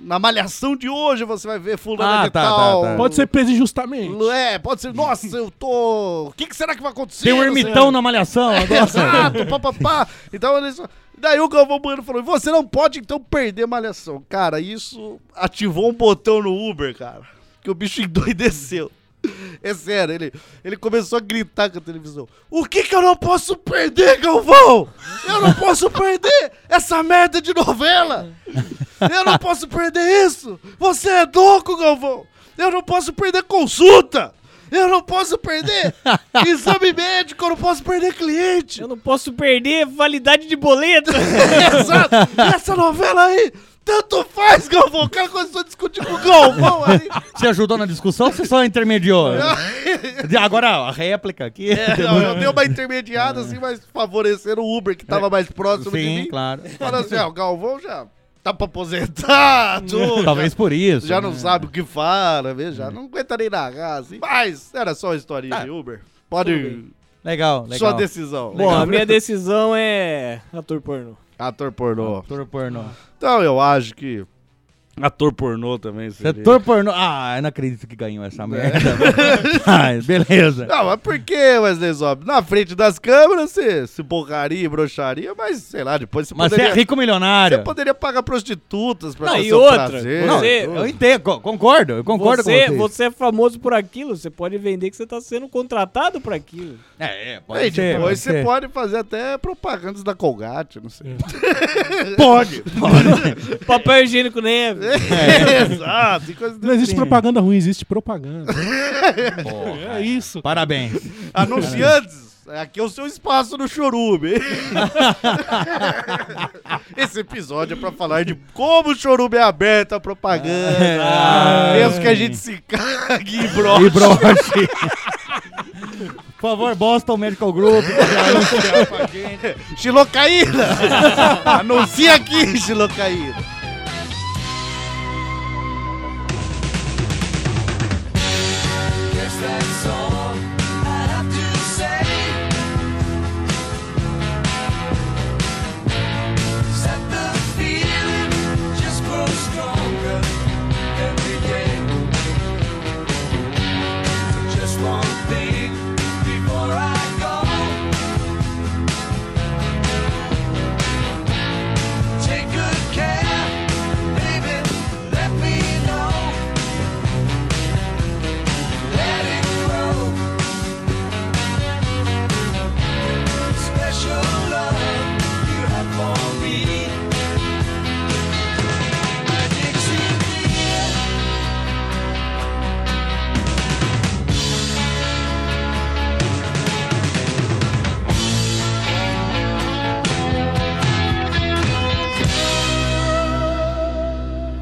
[SPEAKER 7] na malhação de hoje você vai ver fulano
[SPEAKER 8] Ah,
[SPEAKER 7] de
[SPEAKER 8] tá, tá,
[SPEAKER 7] tal.
[SPEAKER 8] tá.
[SPEAKER 9] Pode ser preso injustamente.
[SPEAKER 7] É, pode ser. Nossa, eu tô... O que, que será que vai acontecer?
[SPEAKER 8] Tem um
[SPEAKER 7] Não sei.
[SPEAKER 8] ermitão na malhação agora.
[SPEAKER 7] Exato, papapá. Então ele só... Daí o Galvão Bueno falou, você não pode então perder malhação. Cara, isso ativou um botão no Uber, cara, que o bicho endoideceu. É sério, ele, ele começou a gritar com a televisão. O que que eu não posso perder, Galvão? Eu não posso perder essa merda de novela. Eu não posso perder isso. Você é louco, Galvão. Eu não posso perder consulta. Eu não posso perder exame médico. Eu não posso perder cliente.
[SPEAKER 3] Eu não posso perder validade de boleto.
[SPEAKER 7] Exato! Essa novela aí, tanto faz, Galvão! O cara começou a discutir com o Galvão aí.
[SPEAKER 8] Você ajudou na discussão ou você só intermediou? É, De- Agora, ó, a réplica aqui.
[SPEAKER 7] Não, eu dei uma intermediada assim, mas favorecendo o Uber, que tava mais próximo de
[SPEAKER 8] É. Sim,
[SPEAKER 7] mim.
[SPEAKER 8] claro.
[SPEAKER 7] Falando assim, ó, o Galvão já tá pra aposentar, tudo,
[SPEAKER 8] Talvez por isso.
[SPEAKER 7] Já, já
[SPEAKER 8] né?
[SPEAKER 7] não sabe o que fala, né?
[SPEAKER 8] É.
[SPEAKER 7] já não aguenta nem narrar, assim. Mas era só uma historinha de Uber. Pode...
[SPEAKER 8] Legal, É. legal.
[SPEAKER 7] Sua decisão.
[SPEAKER 3] Bom, a minha decisão é ator pornô.
[SPEAKER 7] Ator pornô.
[SPEAKER 8] Ator pornô.
[SPEAKER 7] Então eu acho que
[SPEAKER 10] Ator pornô também. seria.
[SPEAKER 8] Setor é pornô. Ah, eu não acredito que ganhou essa merda. Mas, beleza.
[SPEAKER 7] Não, mas por que, Wesley Zop? Na frente das câmeras você se borraria e broxaria, mas sei lá, depois você
[SPEAKER 8] Mas você
[SPEAKER 7] poderia.
[SPEAKER 8] é rico
[SPEAKER 7] Você
[SPEAKER 8] milionário.
[SPEAKER 7] poderia pagar prostitutas pra
[SPEAKER 3] Não,
[SPEAKER 7] ter
[SPEAKER 3] e
[SPEAKER 7] seu
[SPEAKER 3] outra,
[SPEAKER 7] prazer.
[SPEAKER 8] Não,
[SPEAKER 3] Você-
[SPEAKER 8] eu entendo, co- concordo, eu concordo
[SPEAKER 3] você,
[SPEAKER 8] com você.
[SPEAKER 3] você é famoso por aquilo, você pode vender que você tá sendo contratado por aquilo.
[SPEAKER 8] É, é, pode
[SPEAKER 7] E
[SPEAKER 8] ser.
[SPEAKER 7] depois você
[SPEAKER 8] ser.
[SPEAKER 7] pode fazer até propagandas da Colgate, não sei.
[SPEAKER 8] Pode.
[SPEAKER 3] Papel higiênico é neve.
[SPEAKER 8] É.
[SPEAKER 7] Exato, e coisa do
[SPEAKER 9] Não existe
[SPEAKER 7] tipo.
[SPEAKER 9] propaganda ruim, existe propaganda. é isso.
[SPEAKER 8] Parabéns.
[SPEAKER 7] Anunciantes, aqui é o seu espaço no Chorume. Esse episódio é pra falar de como o Chorume é aberto à propaganda. mesmo que a gente se cague e broche.
[SPEAKER 8] E broche. Por favor, Boston Medical Group.
[SPEAKER 7] Xilocaína! Anuncia aqui, Xilocaína.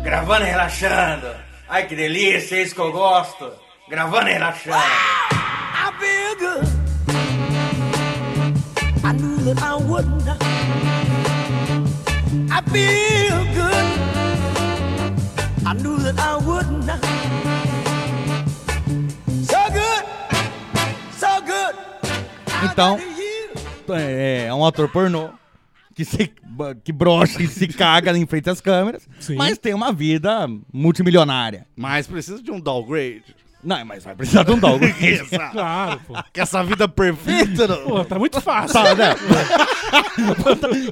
[SPEAKER 4] Gravando e relaxando. Ai que delícia, é isso que eu gosto. Gravando e relaxando.
[SPEAKER 5] I figured I knew that I wouldn't. I feel good. I knew that I wouldn't. So good, so good.
[SPEAKER 8] Então, é, é um ator pornô que, se, que brocha e se caga em frente às câmeras,
[SPEAKER 9] Sim.
[SPEAKER 8] mas tem uma vida multimilionária.
[SPEAKER 7] Mas precisa de um downgrade.
[SPEAKER 8] Não, mas vai precisar de um downgrade.
[SPEAKER 9] Claro, pô.
[SPEAKER 7] Que essa vida perfeita, não.
[SPEAKER 9] Pô, tá muito fácil.
[SPEAKER 8] Tá, né?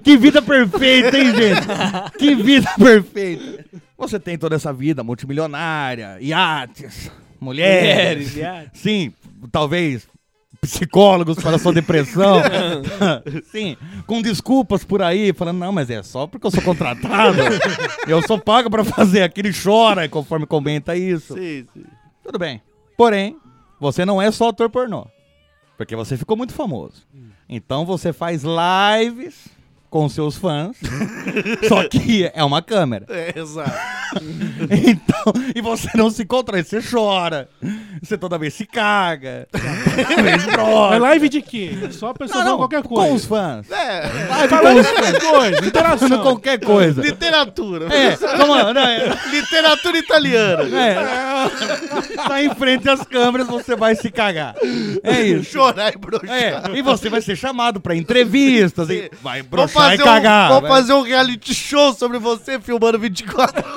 [SPEAKER 8] que vida perfeita, hein, gente? Que vida perfeita. Você tem toda essa vida multimilionária, iates, mulheres.
[SPEAKER 3] Mulheres, iates.
[SPEAKER 8] Sim, talvez psicólogos para sua depressão. Sim, com desculpas por aí, falando, não, mas é só porque eu sou contratado. eu sou pago para fazer aquilo e chora conforme comenta isso.
[SPEAKER 7] Sim, sim.
[SPEAKER 8] Tudo bem. Porém, você não é só ator pornô. Porque você ficou muito famoso. Então você faz lives com seus fãs. só que é uma câmera.
[SPEAKER 7] É, exato.
[SPEAKER 8] Então, e você não se controla, você chora. Você toda vez se caga. toda vez
[SPEAKER 9] É
[SPEAKER 8] brocha.
[SPEAKER 9] live de quê? Só a pessoa falando qualquer
[SPEAKER 8] Com os
[SPEAKER 9] coisa.
[SPEAKER 8] fãs.
[SPEAKER 7] É,
[SPEAKER 8] Live com
[SPEAKER 9] Falando
[SPEAKER 8] os fãs.
[SPEAKER 9] qualquer coisa,
[SPEAKER 8] Fazendo
[SPEAKER 9] interação.
[SPEAKER 8] qualquer coisa.
[SPEAKER 7] literatura.
[SPEAKER 8] É, toma, né?
[SPEAKER 7] Literatura italiana.
[SPEAKER 8] É. Tá em frente às câmeras, você vai se cagar. É isso.
[SPEAKER 7] Chorar e brochar.
[SPEAKER 8] É, e você vai ser chamado pra entrevistas, e vai
[SPEAKER 7] Vou
[SPEAKER 8] broxar e
[SPEAKER 7] fazer, um,
[SPEAKER 8] cagar.
[SPEAKER 7] vou
[SPEAKER 8] vai
[SPEAKER 7] fazer um reality show sobre você filmando 24
[SPEAKER 8] bro-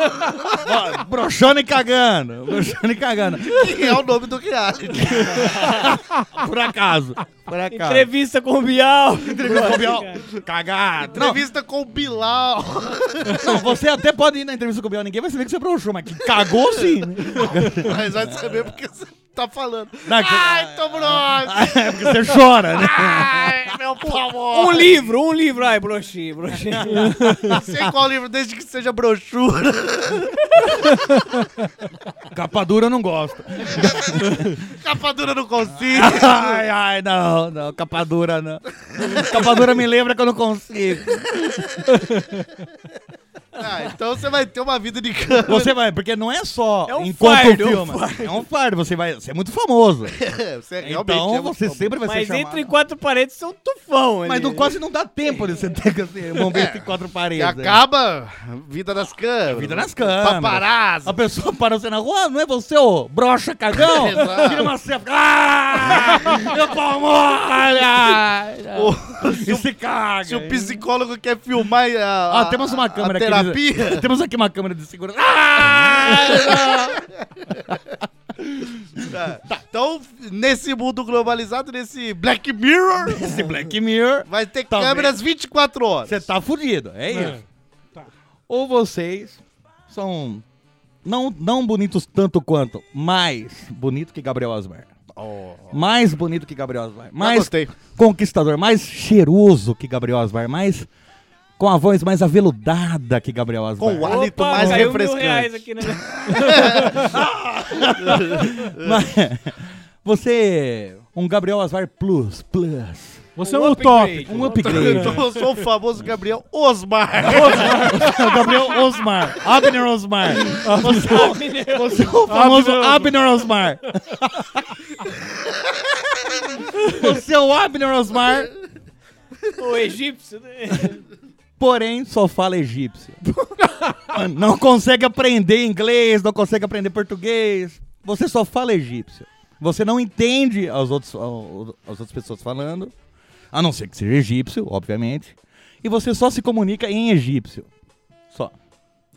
[SPEAKER 8] Ah, broxando e cagando. Broxando e cagando.
[SPEAKER 7] Que é o nome do reality.
[SPEAKER 8] Por acaso. Por acaso.
[SPEAKER 3] Entrevista com o Bial.
[SPEAKER 9] Então-
[SPEAKER 8] Entrevista com o Bial. Cagar. Não,
[SPEAKER 7] Entrevista com o Bilal.
[SPEAKER 8] não, você até pode ir na entrevista com o Bial, ninguém vai saber que você é broxou, mas que cagou sim.
[SPEAKER 7] Mas vai saber porque você tá falando.
[SPEAKER 8] Não, que-
[SPEAKER 7] Ai, tô broxa.
[SPEAKER 8] É porque você chora, né?
[SPEAKER 7] Ai, meu pavor.
[SPEAKER 3] Um livro, um livro. Ai, broxi, broxi.
[SPEAKER 7] Sei qual livro, desde que seja brochura.
[SPEAKER 8] Capa dura eu não gosto.
[SPEAKER 7] Capa dura não consigo.
[SPEAKER 8] Ai, ai, não, não, capa dura não. Capa dura me lembra que eu não consigo.
[SPEAKER 7] Ah, então você vai ter uma vida de câmera.
[SPEAKER 8] Você vai, porque não é só
[SPEAKER 3] É um
[SPEAKER 8] enquanto
[SPEAKER 3] fardo, é um
[SPEAKER 8] filma. É um fardo, você vai, você é muito famoso.
[SPEAKER 7] É, você realmente
[SPEAKER 8] Então
[SPEAKER 7] é muito
[SPEAKER 8] você
[SPEAKER 7] famoso.
[SPEAKER 8] sempre vai
[SPEAKER 3] Mas
[SPEAKER 8] ser chamado.
[SPEAKER 3] entre quatro paredes são um tufão.
[SPEAKER 8] Mas
[SPEAKER 3] ali.
[SPEAKER 8] não, quase não dá tempo de você ter que assim, um momento em quatro
[SPEAKER 7] E
[SPEAKER 8] paredes. né?
[SPEAKER 7] acaba a vida das câmeras.
[SPEAKER 8] Vida nas câmeras.
[SPEAKER 7] Paparazzo.
[SPEAKER 8] A pessoa para você na rua, não é você, ô brocha cagão?
[SPEAKER 7] Exato.
[SPEAKER 8] Tira uma selfie. Ah! Meu pau mole! Ah!
[SPEAKER 7] O-
[SPEAKER 8] e se caga.
[SPEAKER 7] Se o psicólogo quer filmar a, a-
[SPEAKER 8] Ah, temos uma
[SPEAKER 7] a
[SPEAKER 8] câmera aqui.
[SPEAKER 7] terapia.
[SPEAKER 8] de- Temos aqui uma câmera de segurança. Ah!
[SPEAKER 7] Tá, Então, nesse mundo globalizado, nesse Black Mirror,
[SPEAKER 8] Esse Black Mirror,
[SPEAKER 7] vai ter
[SPEAKER 8] Talvez.
[SPEAKER 7] câmeras 24 horas.
[SPEAKER 8] você tá fudido. É isso.
[SPEAKER 9] É.
[SPEAKER 8] Ou vocês são não, não bonitos tanto quanto, mais bonito que Gabriel Asmar.
[SPEAKER 7] Oh.
[SPEAKER 8] Mais bonito que Gabriel Asmar. Mais
[SPEAKER 7] gostei.
[SPEAKER 8] conquistador, mais cheiroso que Gabriel Asmar. Mais com a voz mais aveludada que Gabriel Asmar.
[SPEAKER 7] Com o hálito
[SPEAKER 3] Opa,
[SPEAKER 7] mais
[SPEAKER 3] Ah, caiu mil reais
[SPEAKER 7] refrescante.
[SPEAKER 3] aqui, né?
[SPEAKER 8] Mas- você, um Gabriel Asmar Plus, Plus.
[SPEAKER 9] Você é um utópico.
[SPEAKER 8] Um upgrade.
[SPEAKER 7] Então, eu sou o famoso Gabriel Osmar.
[SPEAKER 8] o Gabriel Osmar. Abner Osmar. Você, você é o famoso Abner Osmar. Você é o Abner Osmar,
[SPEAKER 3] O egípcio, né?
[SPEAKER 8] porém só fala egípcio. Não consegue aprender inglês, não consegue aprender português. Você só fala egípcio. Você não entende as outras, ao- as outras pessoas falando, a não ser que seja egípcio, obviamente. E você só se comunica em egípcio. Só.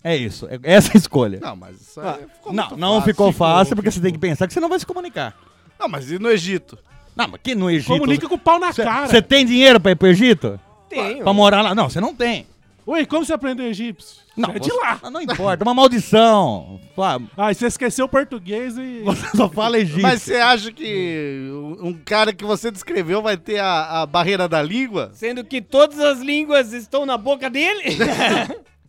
[SPEAKER 8] É isso. É essa a escolha.
[SPEAKER 7] Não, mas isso aí ficou
[SPEAKER 8] Não,
[SPEAKER 7] muito
[SPEAKER 8] não
[SPEAKER 7] fácil.
[SPEAKER 8] ficou fácil, porque você tem que pensar que você não vai se comunicar.
[SPEAKER 7] Não, mas e no Egito?
[SPEAKER 8] Não, mas que no Egito.
[SPEAKER 9] Comunica com o pau na cara.
[SPEAKER 8] Você tem dinheiro pra ir pro Egito?
[SPEAKER 3] Tenho.
[SPEAKER 8] Pra morar lá? Não, você não tem.
[SPEAKER 9] Oi, como você aprendeu egípcio?
[SPEAKER 8] Não,
[SPEAKER 9] é de
[SPEAKER 8] você-
[SPEAKER 9] lá.
[SPEAKER 8] Ah, Não importa, uma maldição. Ah,
[SPEAKER 9] Ah, e você esqueceu o português e.
[SPEAKER 8] Você só fala egípcio.
[SPEAKER 7] Mas você acha que um um cara que você descreveu vai ter a, a barreira da língua?
[SPEAKER 3] Sendo que todas as línguas estão na boca dele.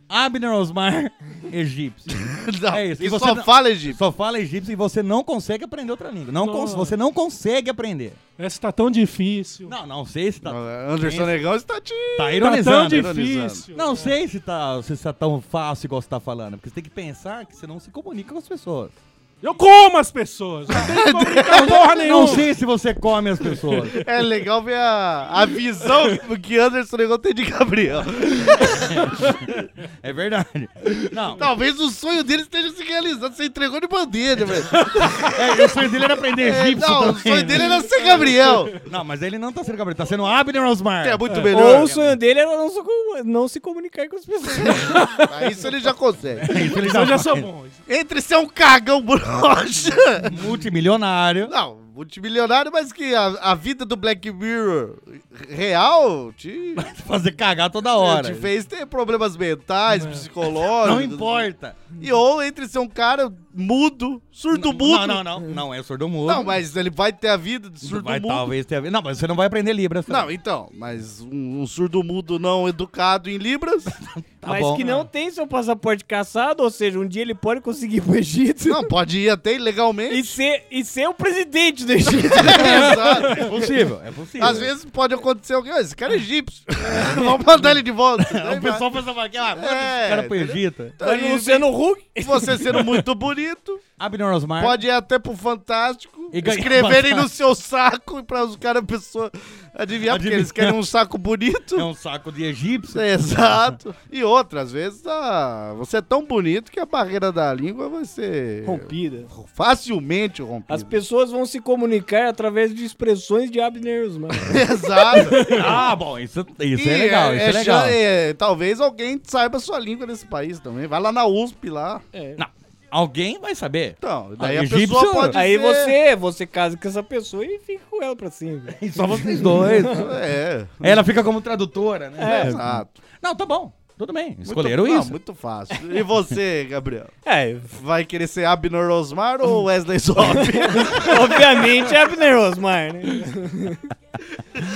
[SPEAKER 8] Abner Osmar, egípcio.
[SPEAKER 7] Não,
[SPEAKER 8] É isso, e
[SPEAKER 7] E
[SPEAKER 8] você
[SPEAKER 7] só
[SPEAKER 8] não-
[SPEAKER 7] fala egípcio.
[SPEAKER 8] Só fala egípcio e você não consegue aprender outra língua. Não cons-
[SPEAKER 9] Nossa.
[SPEAKER 8] você não consegue aprender.
[SPEAKER 9] Essa tá tão difícil.
[SPEAKER 8] Não, não sei se tá.
[SPEAKER 7] Anderson Negão está te...
[SPEAKER 8] Tá
[SPEAKER 9] tá tão
[SPEAKER 8] ironizando.
[SPEAKER 9] difícil.
[SPEAKER 8] Não sei se tá, se tá tão fácil igual você tá falando, porque você tem que pensar que você não se comunica com as pessoas.
[SPEAKER 9] Eu como as pessoas. Não tem comunicar porra nenhuma.
[SPEAKER 8] Não sei se você come as pessoas.
[SPEAKER 7] É legal ver a, a visão que Anderson Negão tem de Gabriel.
[SPEAKER 8] É verdade. Não,
[SPEAKER 7] Talvez o sonho dele esteja se realizando. Você entregou de bandeja, velho.
[SPEAKER 8] é, o sonho dele era aprender
[SPEAKER 7] É,
[SPEAKER 8] egípcio
[SPEAKER 7] não, o
[SPEAKER 8] também,
[SPEAKER 7] sonho
[SPEAKER 8] né?
[SPEAKER 7] dele era ser Gabriel.
[SPEAKER 8] Não, mas ele não tá sendo Gabriel, tá sendo Abner Osmar.
[SPEAKER 7] É muito
[SPEAKER 3] Ou
[SPEAKER 7] melhor.
[SPEAKER 3] o sonho dele era não se, comu- não se comunicar com as pessoas.
[SPEAKER 7] Aí Isso ele já consegue.
[SPEAKER 8] Isso ele tá
[SPEAKER 9] Isso eu já
[SPEAKER 8] faz.
[SPEAKER 9] sou bom.
[SPEAKER 7] Entre ser um cagão broxa.
[SPEAKER 8] Multimilionário.
[SPEAKER 7] Não, multimilionário, mas que a, a vida do Black Mirror real te,
[SPEAKER 8] Fazer cagar toda hora.
[SPEAKER 7] te fez ter problemas mentais, psicológicos.
[SPEAKER 8] Não importa.
[SPEAKER 7] E ou entre ser um cara mudo, surdo-mudo.
[SPEAKER 8] Não, não, não. Não é surdo mudo.
[SPEAKER 7] Não, mas ele vai ter a vida de
[SPEAKER 8] Vai
[SPEAKER 7] surdo-mudo.
[SPEAKER 8] talvez ter a ver. Não, mas você não vai aprender Libras.
[SPEAKER 7] Não, então, mas um, um surdo-mudo não educado em Libras?
[SPEAKER 8] tá
[SPEAKER 3] mas
[SPEAKER 8] bom.
[SPEAKER 3] que não tem seu passaporte caçado, ou seja, um dia ele pode conseguir ir pro Egito.
[SPEAKER 7] não, pode ir até
[SPEAKER 3] E
[SPEAKER 7] ilegalmente.
[SPEAKER 3] ser, e ser o presidente do Egito.
[SPEAKER 7] Exato.
[SPEAKER 8] É possível, é possível.
[SPEAKER 7] Às vezes pode acontecer alguém, "Ah, esse cara é egípcio. Vamos mandar ele de volta.
[SPEAKER 8] o pessoal pensava aqui, ah, manda
[SPEAKER 7] É,
[SPEAKER 8] esse cara pro Egito.
[SPEAKER 7] Então,
[SPEAKER 3] Mas
[SPEAKER 7] e
[SPEAKER 3] Luciano Huck.
[SPEAKER 7] Você sendo muito bonito,
[SPEAKER 8] Abner Osmar.
[SPEAKER 7] pode ir até pro Fantástico,
[SPEAKER 8] É. E ganhar
[SPEAKER 7] escreverem
[SPEAKER 8] bastante.
[SPEAKER 7] no seu saco e pra os caras pessoa adivinhar, porque
[SPEAKER 8] Adivinhar.
[SPEAKER 7] eles querem um saco bonito.
[SPEAKER 8] É um saco de egípcio.
[SPEAKER 7] Exato. E outras vezes, ah, você é tão bonito que a barreira da língua vai ser
[SPEAKER 3] Rompida.
[SPEAKER 7] facilmente rompida.
[SPEAKER 3] As pessoas vão se comunicar através de expressões de Abner Osman.
[SPEAKER 7] Exato.
[SPEAKER 8] Ah, bom, isso, isso
[SPEAKER 7] E
[SPEAKER 8] é legal, isso é,
[SPEAKER 7] chan-
[SPEAKER 8] legal.
[SPEAKER 7] é, talvez alguém saiba a sua língua nesse país também. Vai lá na USP lá.
[SPEAKER 8] Não, alguém vai saber.
[SPEAKER 7] Então, daí
[SPEAKER 8] Ah,
[SPEAKER 7] a
[SPEAKER 8] egípcio,
[SPEAKER 7] pessoa pode
[SPEAKER 3] Aí
[SPEAKER 9] é.
[SPEAKER 7] ser-
[SPEAKER 3] você, você casa com essa pessoa e fica com ela pra cima.
[SPEAKER 8] Só vocês dois.
[SPEAKER 7] É,
[SPEAKER 8] Ela fica como tradutora, né?
[SPEAKER 7] exato.
[SPEAKER 8] Não, tá bom. Tudo bem.
[SPEAKER 7] Muito-
[SPEAKER 8] Escolheram
[SPEAKER 7] não,
[SPEAKER 8] isso.
[SPEAKER 7] muito fácil. E você, Gabriel?
[SPEAKER 3] É,
[SPEAKER 7] Vai querer ser Abner Osmar ou Wesley Zop?
[SPEAKER 3] obviamente é Abner Osmar, né?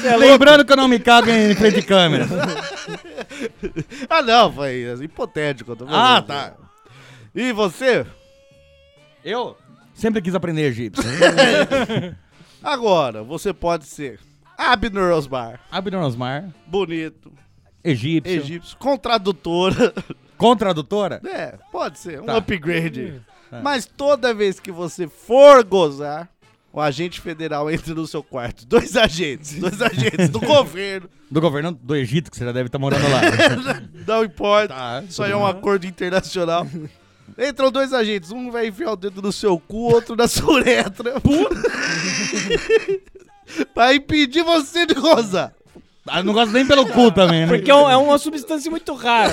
[SPEAKER 8] É Lembrando que eu não me cago em frente de câmera.
[SPEAKER 7] ah, não, foi hipotético. eu tô
[SPEAKER 8] Ah,
[SPEAKER 7] falando.
[SPEAKER 8] tá.
[SPEAKER 7] E você?
[SPEAKER 8] Eu sempre quis aprender egípcio.
[SPEAKER 7] Agora, você pode ser Abner Osmar.
[SPEAKER 8] Abner Osmar,
[SPEAKER 7] Bonito,
[SPEAKER 8] egípcio.
[SPEAKER 7] egípcio, com tradutora.
[SPEAKER 8] Com tradutora?
[SPEAKER 7] É, pode ser. Um
[SPEAKER 8] Tá. É.
[SPEAKER 7] upgrade. Mas toda vez que você for gozar, o agente federal entra no seu quarto. Dois agentes, dois agentes do governo.
[SPEAKER 8] Do governo do Egito, que você já deve estar morando lá.
[SPEAKER 7] Não importa.
[SPEAKER 8] Tá.
[SPEAKER 7] Isso aí é um acordo internacional. Entram dois agentes, um vai enfiar o dedo no seu cu, outro na sua uretra. pra impedir você de gozar.
[SPEAKER 8] Ah, não gosto nem pelo cu também, né?
[SPEAKER 3] Porque é, um- é uma substância muito rara.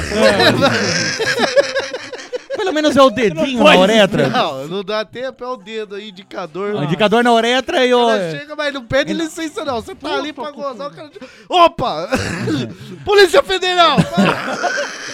[SPEAKER 8] Pelo menos é o dedinho na
[SPEAKER 3] pode.
[SPEAKER 8] uretra.
[SPEAKER 7] Não, não dá tempo, é o dedo aí, indicador.
[SPEAKER 3] Ah,
[SPEAKER 8] O indicador na uretra e o...
[SPEAKER 3] é.
[SPEAKER 8] É.
[SPEAKER 7] Ela chega, mas não pede licença, não. Você tá ali pra gozar, o cara. te- Opa! Polícia Federal!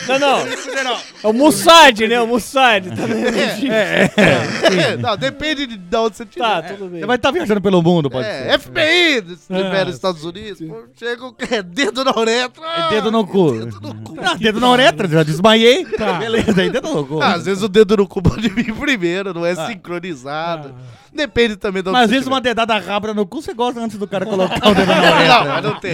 [SPEAKER 3] Não, não. É o Mossad, né? O Mossad. Tá, no registro.
[SPEAKER 7] É. não, depende de, de onde você tirar.
[SPEAKER 3] é. tá tudo bem.
[SPEAKER 8] Você vai estar viajando pelo mundo, pode ser.
[SPEAKER 7] É, FBI, se tiver nos Estados Unidos, pô, chega o é, dedo na uretra.
[SPEAKER 3] É
[SPEAKER 8] Dedo no cu. Tá.
[SPEAKER 7] Dedo no cu.
[SPEAKER 8] Ah, dedo na uretra, já desmaiei. Beleza, aí dedo no cu.
[SPEAKER 7] Ah, às vezes o dedo no cu pode vir primeiro, não é
[SPEAKER 3] Ah.
[SPEAKER 7] sincronizado. Depende também da
[SPEAKER 8] Mas às vezes uma dedada rápida no cu você gosta antes do cara colocar o dedo na
[SPEAKER 7] Não,
[SPEAKER 8] uretra.
[SPEAKER 7] não, mas não tem.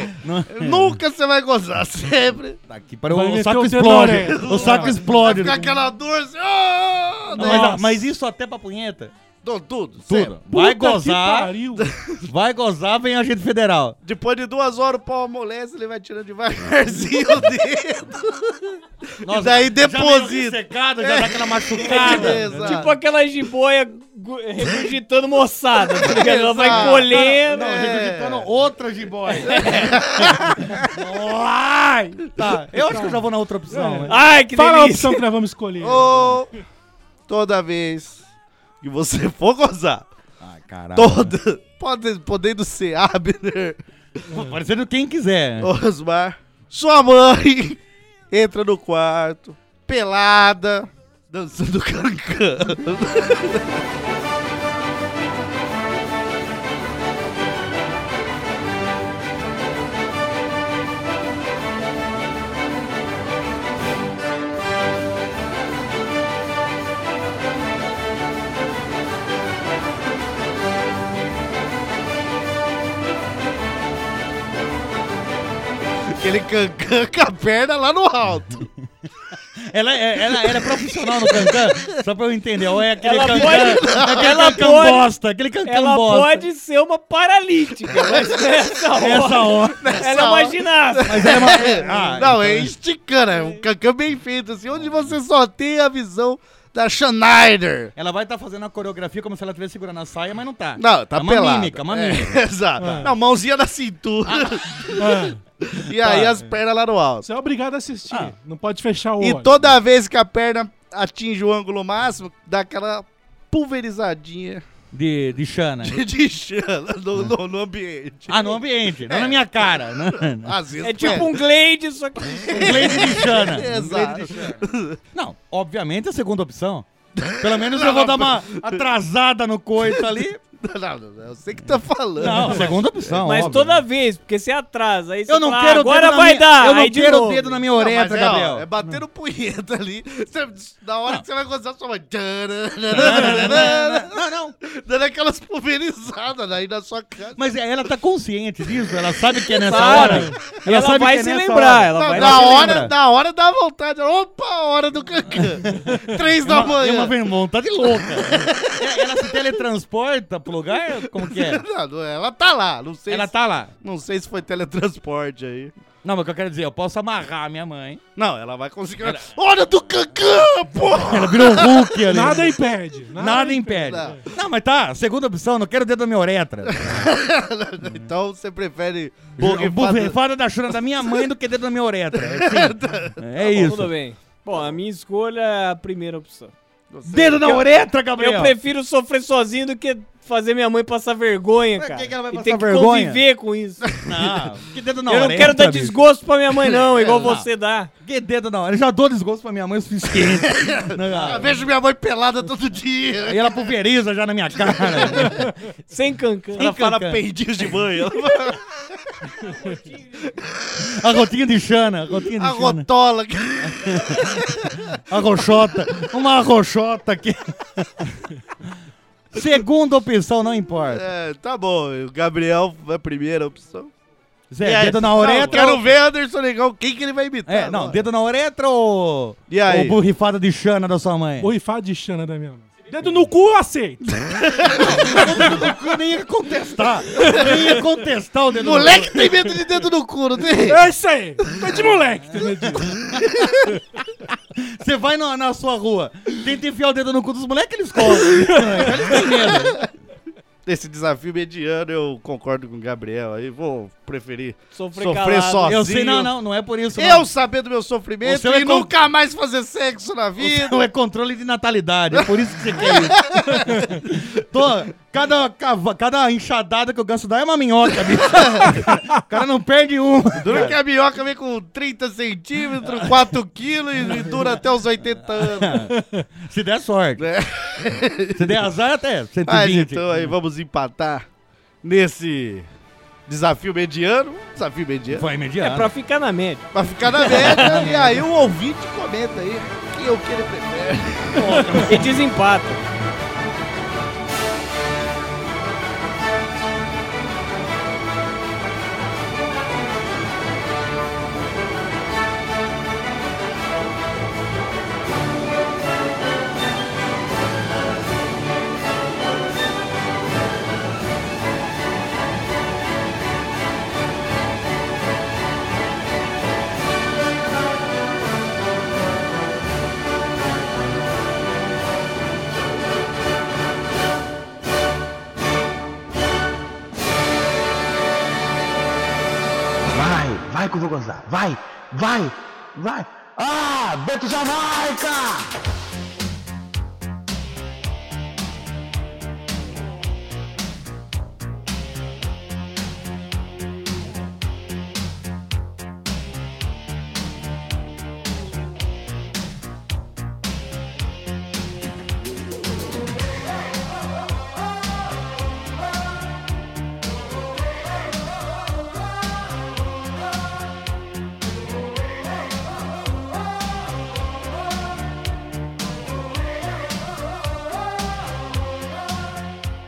[SPEAKER 8] é.
[SPEAKER 7] Nunca você vai gozar, sempre.
[SPEAKER 8] Tá aqui para
[SPEAKER 9] Vai
[SPEAKER 8] o
[SPEAKER 9] meter
[SPEAKER 8] saco
[SPEAKER 9] o dedo na
[SPEAKER 8] explode.
[SPEAKER 9] uretra.
[SPEAKER 8] O saco
[SPEAKER 7] Vai
[SPEAKER 8] explode. né?
[SPEAKER 7] ficar aquela dor assim. ah,
[SPEAKER 8] Não, mas-
[SPEAKER 9] Nossa.
[SPEAKER 8] mas isso até pra punheta?
[SPEAKER 7] Dou tudo, sempre.
[SPEAKER 8] Tudo. Vai
[SPEAKER 9] Puta que
[SPEAKER 8] gozar,
[SPEAKER 9] pariu.
[SPEAKER 8] vai gozar, vem agente federal.
[SPEAKER 7] Depois de duas horas, o pau amolece, ele vai tirando devagarzinho o dedo.
[SPEAKER 8] Nossa,
[SPEAKER 7] e daí
[SPEAKER 8] Já
[SPEAKER 7] deposita. É.
[SPEAKER 8] secado, já dá aquela machucada.
[SPEAKER 7] Exato.
[SPEAKER 3] Tipo aquela jiboia gu- regurgitando moçada. tá ligado? Ela vai
[SPEAKER 7] Exato.
[SPEAKER 3] colhendo.
[SPEAKER 8] tipo,
[SPEAKER 7] É.
[SPEAKER 8] Outra jiboia.
[SPEAKER 3] Ai,
[SPEAKER 8] Tá, eu acho que eu já vou na outra opção. né?
[SPEAKER 3] ai, que
[SPEAKER 9] Fala a
[SPEAKER 3] delícia.
[SPEAKER 9] opção que nós vamos escolher.
[SPEAKER 7] Ou toda vez que você for gozar,
[SPEAKER 8] Ah, caralho.
[SPEAKER 7] toda, pode, podendo ser Abner,
[SPEAKER 8] Parecendo quem quiser.
[SPEAKER 7] Osmar, sua mãe entra no quarto, pelada, dançando cancan. Aquele cancan com a perna lá no alto.
[SPEAKER 8] Ela, é- ela, ela é profissional no cancan, só pra eu entender. Ou é aquele
[SPEAKER 3] Ela
[SPEAKER 8] cancan,
[SPEAKER 3] pode-
[SPEAKER 8] é aquele
[SPEAKER 3] ela
[SPEAKER 8] cancan
[SPEAKER 3] pode-
[SPEAKER 8] bosta, aquele cancan
[SPEAKER 3] Ela
[SPEAKER 8] bosta.
[SPEAKER 3] pode ser uma paralítica, mas nessa hora,
[SPEAKER 8] Essa hora.
[SPEAKER 3] ela é uma ginasta.
[SPEAKER 8] Mas ela é uma... Ah,
[SPEAKER 7] Não, é esticando, é um cancan bem feito, assim, onde você só tem a visão da Schneider.
[SPEAKER 8] Ela vai estar fazendo a coreografia como se ela estivesse segurando a saia, mas não tá.
[SPEAKER 7] Não, tá
[SPEAKER 8] é uma
[SPEAKER 7] pelada.
[SPEAKER 8] mímica, é uma
[SPEAKER 7] É,
[SPEAKER 8] mímica. Ah.
[SPEAKER 7] exato. Não, mãozinha na cintura. e aí
[SPEAKER 8] Ah.
[SPEAKER 7] as pernas lá no alto.
[SPEAKER 9] Você é obrigado a assistir. Não pode fechar o olho.
[SPEAKER 7] Ah. E toda vez que a perna atinge o ângulo máximo, dá aquela pulverizadinha
[SPEAKER 8] De, de Xana.
[SPEAKER 7] de chana no, no- no ambiente.
[SPEAKER 8] É. Ah, no ambiente, não na
[SPEAKER 7] É.
[SPEAKER 8] minha cara. né? Não, não.
[SPEAKER 7] Às vezes
[SPEAKER 3] É tipo um Glade, só que
[SPEAKER 8] Inglês de Xana.
[SPEAKER 7] Exato.
[SPEAKER 8] Não, obviamente é a segunda opção. Pelo menos eu vou dar uma atrasada no coito ali.
[SPEAKER 7] Não, não, não, eu sei o que tá falando.
[SPEAKER 8] Não, é segunda opção.
[SPEAKER 3] Mas
[SPEAKER 8] óbvio.
[SPEAKER 3] toda vez, porque você atrasa. Aí você
[SPEAKER 8] Eu não
[SPEAKER 3] fala, "Ah,
[SPEAKER 8] quero o
[SPEAKER 3] agora
[SPEAKER 8] dedo na
[SPEAKER 3] vai
[SPEAKER 8] minha-
[SPEAKER 3] dar.
[SPEAKER 8] Eu não
[SPEAKER 3] aí de
[SPEAKER 8] quero o
[SPEAKER 3] novo.
[SPEAKER 8] dedo na minha
[SPEAKER 7] Não, mas
[SPEAKER 8] uretra,
[SPEAKER 7] é, ó,
[SPEAKER 8] Gabriel.
[SPEAKER 7] é batendo punheta ali. Você- na hora que você vai gozar, sua mãe.
[SPEAKER 8] Não, não.
[SPEAKER 7] Dando aquelas pulverizadas né, aí na sua cara.
[SPEAKER 8] Mas ela tá consciente disso, ela sabe que é nessa
[SPEAKER 3] Sabe.
[SPEAKER 8] hora.
[SPEAKER 3] Ela,
[SPEAKER 8] sabe
[SPEAKER 3] vai
[SPEAKER 8] que é
[SPEAKER 3] se
[SPEAKER 8] nessa
[SPEAKER 3] lembrar.
[SPEAKER 8] hora.
[SPEAKER 3] Ela
[SPEAKER 7] Não,
[SPEAKER 3] vai
[SPEAKER 7] na,
[SPEAKER 3] se
[SPEAKER 7] hora,
[SPEAKER 8] lembra.
[SPEAKER 7] na hora dá vontade. Opa, a hora do cancan. Três da
[SPEAKER 8] É
[SPEAKER 7] manhã.
[SPEAKER 8] uma vermão, tá de louca. É, ela se teletransporta pro lugar? Como que é?
[SPEAKER 7] Não, não, ela tá lá. Não sei,
[SPEAKER 8] Ela
[SPEAKER 7] se,
[SPEAKER 8] tá lá.
[SPEAKER 7] não sei se foi teletransporte aí.
[SPEAKER 8] Não, mas o que eu quero dizer, eu posso amarrar a minha mãe.
[SPEAKER 7] Não, ela vai conseguir. Hora do cancan, porra!
[SPEAKER 8] Ela virou um Hulk ali.
[SPEAKER 9] Nada impede. Nada,
[SPEAKER 8] Nada impede. Não. mas tá, segunda opção, não quero o dedo na minha uretra.
[SPEAKER 7] então você prefere borrifada.
[SPEAKER 8] Bufada da chura da minha mãe do que dedo na minha uretra. É, assim. É isso.
[SPEAKER 3] Tudo bem. Bom, a minha escolha é a primeira opção.
[SPEAKER 8] Dedo na uretra, Gabriel.
[SPEAKER 3] Eu prefiro sofrer sozinho do que fazer minha mãe passar vergonha,
[SPEAKER 8] Mas
[SPEAKER 3] cara.
[SPEAKER 8] que que ela vai
[SPEAKER 3] e
[SPEAKER 8] passar
[SPEAKER 3] ter que
[SPEAKER 8] vergonha?
[SPEAKER 3] conviver com isso.
[SPEAKER 8] Não, que dedo na
[SPEAKER 3] eu não
[SPEAKER 8] uretra,
[SPEAKER 3] quero dar
[SPEAKER 8] bicho.
[SPEAKER 3] desgosto pra minha mãe, não, igual
[SPEAKER 8] Não.
[SPEAKER 3] você dá.
[SPEAKER 8] Que dedo na hora. Eu já dou desgosto pra minha mãe o suficiente.
[SPEAKER 7] Eu
[SPEAKER 8] Não,
[SPEAKER 7] vejo minha mãe pelada todo dia.
[SPEAKER 8] Aí ela pulveriza já na minha cara.
[SPEAKER 3] Sem cancan.
[SPEAKER 8] Ela fala
[SPEAKER 7] Peidinhos de mãe. Ela
[SPEAKER 8] A rotinha de Xana, a rotinha de
[SPEAKER 7] A
[SPEAKER 8] Xana.
[SPEAKER 7] rotola.
[SPEAKER 8] A roxota. Uma roxota aqui. Segunda opção, não importa.
[SPEAKER 7] É, tá bom, o Gabriel é a primeira opção.
[SPEAKER 8] Zé,
[SPEAKER 7] E aí?
[SPEAKER 8] dedo na
[SPEAKER 7] Não,
[SPEAKER 8] uretra.
[SPEAKER 7] Quero ver Anderson Negão, quem que ele vai imitar?
[SPEAKER 8] É, não,
[SPEAKER 7] agora?
[SPEAKER 8] dedo na uretra ou.
[SPEAKER 7] E aí?
[SPEAKER 8] Ou borrifada de Xana da sua mãe?
[SPEAKER 9] Borrifada de chana da minha mãe. Dedo no cu, eu aceito.
[SPEAKER 8] Eu nem ia contestar. Eu nem ia contestar o dedo na
[SPEAKER 7] Moleque tem medo de dedo no cu, não tem?
[SPEAKER 9] É isso aí. Tá de moleque. entendeu?
[SPEAKER 8] Você vai na, na sua rua, tenta enfiar o dedo no cu dos moleques, eles correm. Eles têm medo.
[SPEAKER 7] nesse desafio mediano, eu concordo com o Gabriel. Aí vou preferir
[SPEAKER 3] Sofrer
[SPEAKER 7] sofrer,
[SPEAKER 3] calado.
[SPEAKER 7] sozinho.
[SPEAKER 8] Eu sei, não, não, não é por isso.
[SPEAKER 7] Eu
[SPEAKER 8] não.
[SPEAKER 7] saber do meu
[SPEAKER 8] O
[SPEAKER 7] sofrimento
[SPEAKER 8] seu
[SPEAKER 7] e
[SPEAKER 8] é com-
[SPEAKER 7] nunca mais fazer sexo na vida.
[SPEAKER 8] Não é controle de natalidade, é por isso que você quer isso. Tô, cada, cava- cada enxadada que eu gasto dar é uma minhoca, bicho. O cara não perde um.
[SPEAKER 7] Dura que a minhoca vem com 30 centímetros, 4 quilos e e dura até os 80 anos.
[SPEAKER 8] Se der sorte.
[SPEAKER 7] É.
[SPEAKER 8] Se der azar, até 120.
[SPEAKER 7] Mas então aí vamos empatar nesse desafio mediano. um Desafio mediano.
[SPEAKER 8] Vai mediano.
[SPEAKER 3] É pra ficar na média.
[SPEAKER 7] Pra ficar na média. e aí o ouvinte comenta aí que eu que ele prefere.
[SPEAKER 3] E desempata.
[SPEAKER 5] Vai, vai que eu vou gozar. Vai, vai, vai. Ah, Beto Jamaica!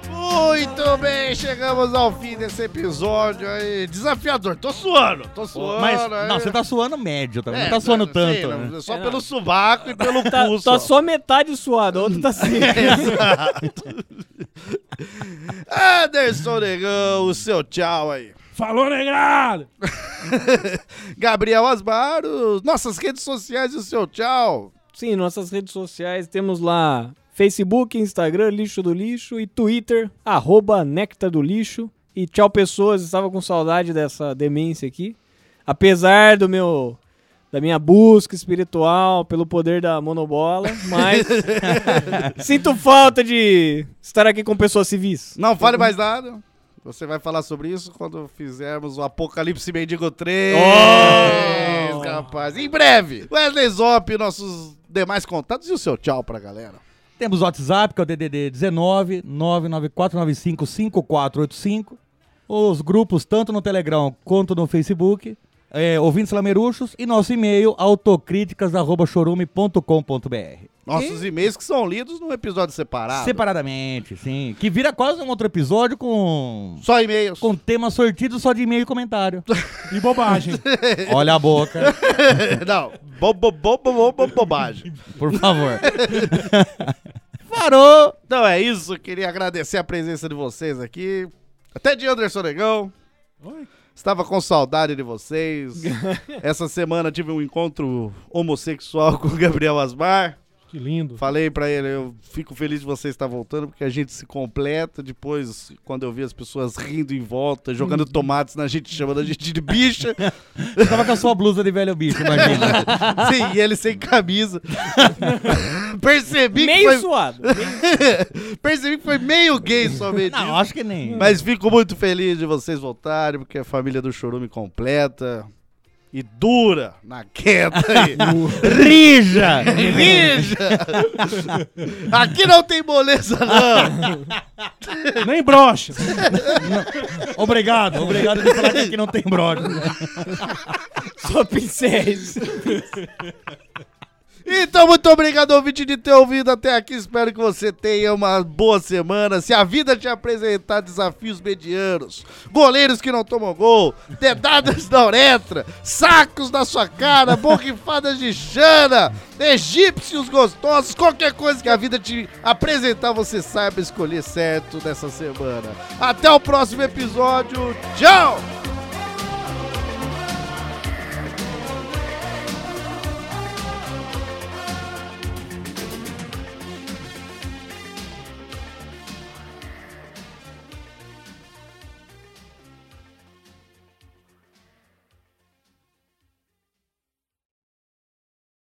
[SPEAKER 7] Muito bem, chegamos ao fim desse episódio aí. Desafiador. Tô suando, tô suando.
[SPEAKER 8] Mas,
[SPEAKER 7] aí.
[SPEAKER 8] não, você tá suando médio também.
[SPEAKER 7] É,
[SPEAKER 8] não tá suando
[SPEAKER 7] sei,
[SPEAKER 8] tanto.
[SPEAKER 7] não,
[SPEAKER 8] né?
[SPEAKER 7] Só pelo sovaco e pelo
[SPEAKER 3] Tá,
[SPEAKER 7] cu.
[SPEAKER 3] tá só metade suado, a outra tá seca.
[SPEAKER 7] Anderson Negão, o seu tchau aí.
[SPEAKER 9] Falou, negado!
[SPEAKER 7] Gabriel Asmar, os- nossas redes sociais e o seu tchau.
[SPEAKER 3] Sim, nossas redes sociais temos lá Facebook, Instagram, Lixo do Lixo e Twitter, arroba Nectar do Lixo. E tchau, pessoas. Estava com saudade dessa demência aqui. Apesar do meu. Da minha busca espiritual pelo poder da monobola, mas sinto falta de estar aqui com pessoas civis.
[SPEAKER 7] Não fale mais nada. Você vai falar sobre isso quando fizermos o Apocalipse Mendigo 3. Rapaz, em breve. Wesley Zop, nossos demais contatos e o seu tchau pra galera.
[SPEAKER 8] Temos o WhatsApp, que é o DDD 19 99495 5485. Os grupos, tanto no Telegram quanto no Facebook. É, ouvintes Lameruchos e nosso e-mail autocríticas.chorume.com.br
[SPEAKER 7] Nossos e-mails que são lidos num episódio separado.
[SPEAKER 8] Separadamente, sim. Que vira quase um outro episódio com,
[SPEAKER 7] Só e-mails.
[SPEAKER 8] com tema sortido só de e-mail e comentário.
[SPEAKER 9] E bobagem.
[SPEAKER 8] Olha a boca,
[SPEAKER 7] Não, bo bo bo bo- bo- bobagem.
[SPEAKER 8] por favor. Parou!
[SPEAKER 7] Então é isso, queria agradecer a presença de vocês aqui. Até de Anderson Negão.
[SPEAKER 9] Oi.
[SPEAKER 7] Estava com saudade de vocês. Essa semana tive um encontro homossexual com o Gabriel Asmar.
[SPEAKER 9] Que lindo.
[SPEAKER 7] Falei pra ele, eu fico feliz de você estar voltando, porque a gente se completa. Depois, quando eu vi as pessoas rindo em volta, jogando tomates na gente, chamando a gente de bicha.
[SPEAKER 8] Você tava com a sua blusa de velho bicho, imagina.
[SPEAKER 7] Sim, e ele sem camisa. Percebi que
[SPEAKER 3] Meio
[SPEAKER 7] foi,
[SPEAKER 3] suado.
[SPEAKER 7] percebi que foi meio gay somente.
[SPEAKER 8] Não, acho que nem.
[SPEAKER 7] Mas fico muito feliz de vocês voltarem, porque a família do Chorume completa e dura na queda aí.
[SPEAKER 8] Rija!
[SPEAKER 7] Rija! Aqui não tem moleza, não!
[SPEAKER 9] Nem brocha.
[SPEAKER 8] Obrigado, obrigado por falar que aqui não tem brother.
[SPEAKER 3] Só pincéis.
[SPEAKER 7] Então, muito obrigado, ouvinte, de ter ouvido até aqui. Espero que você tenha uma boa semana. Se a vida te apresentar desafios medianos, goleiros que não tomam gol, dedadas na uretra, sacos na sua cara, borrifadas de chana, egípcios gostosos, qualquer coisa que a vida te apresentar, você saiba escolher certo nessa semana. Até o próximo episódio. Tchau!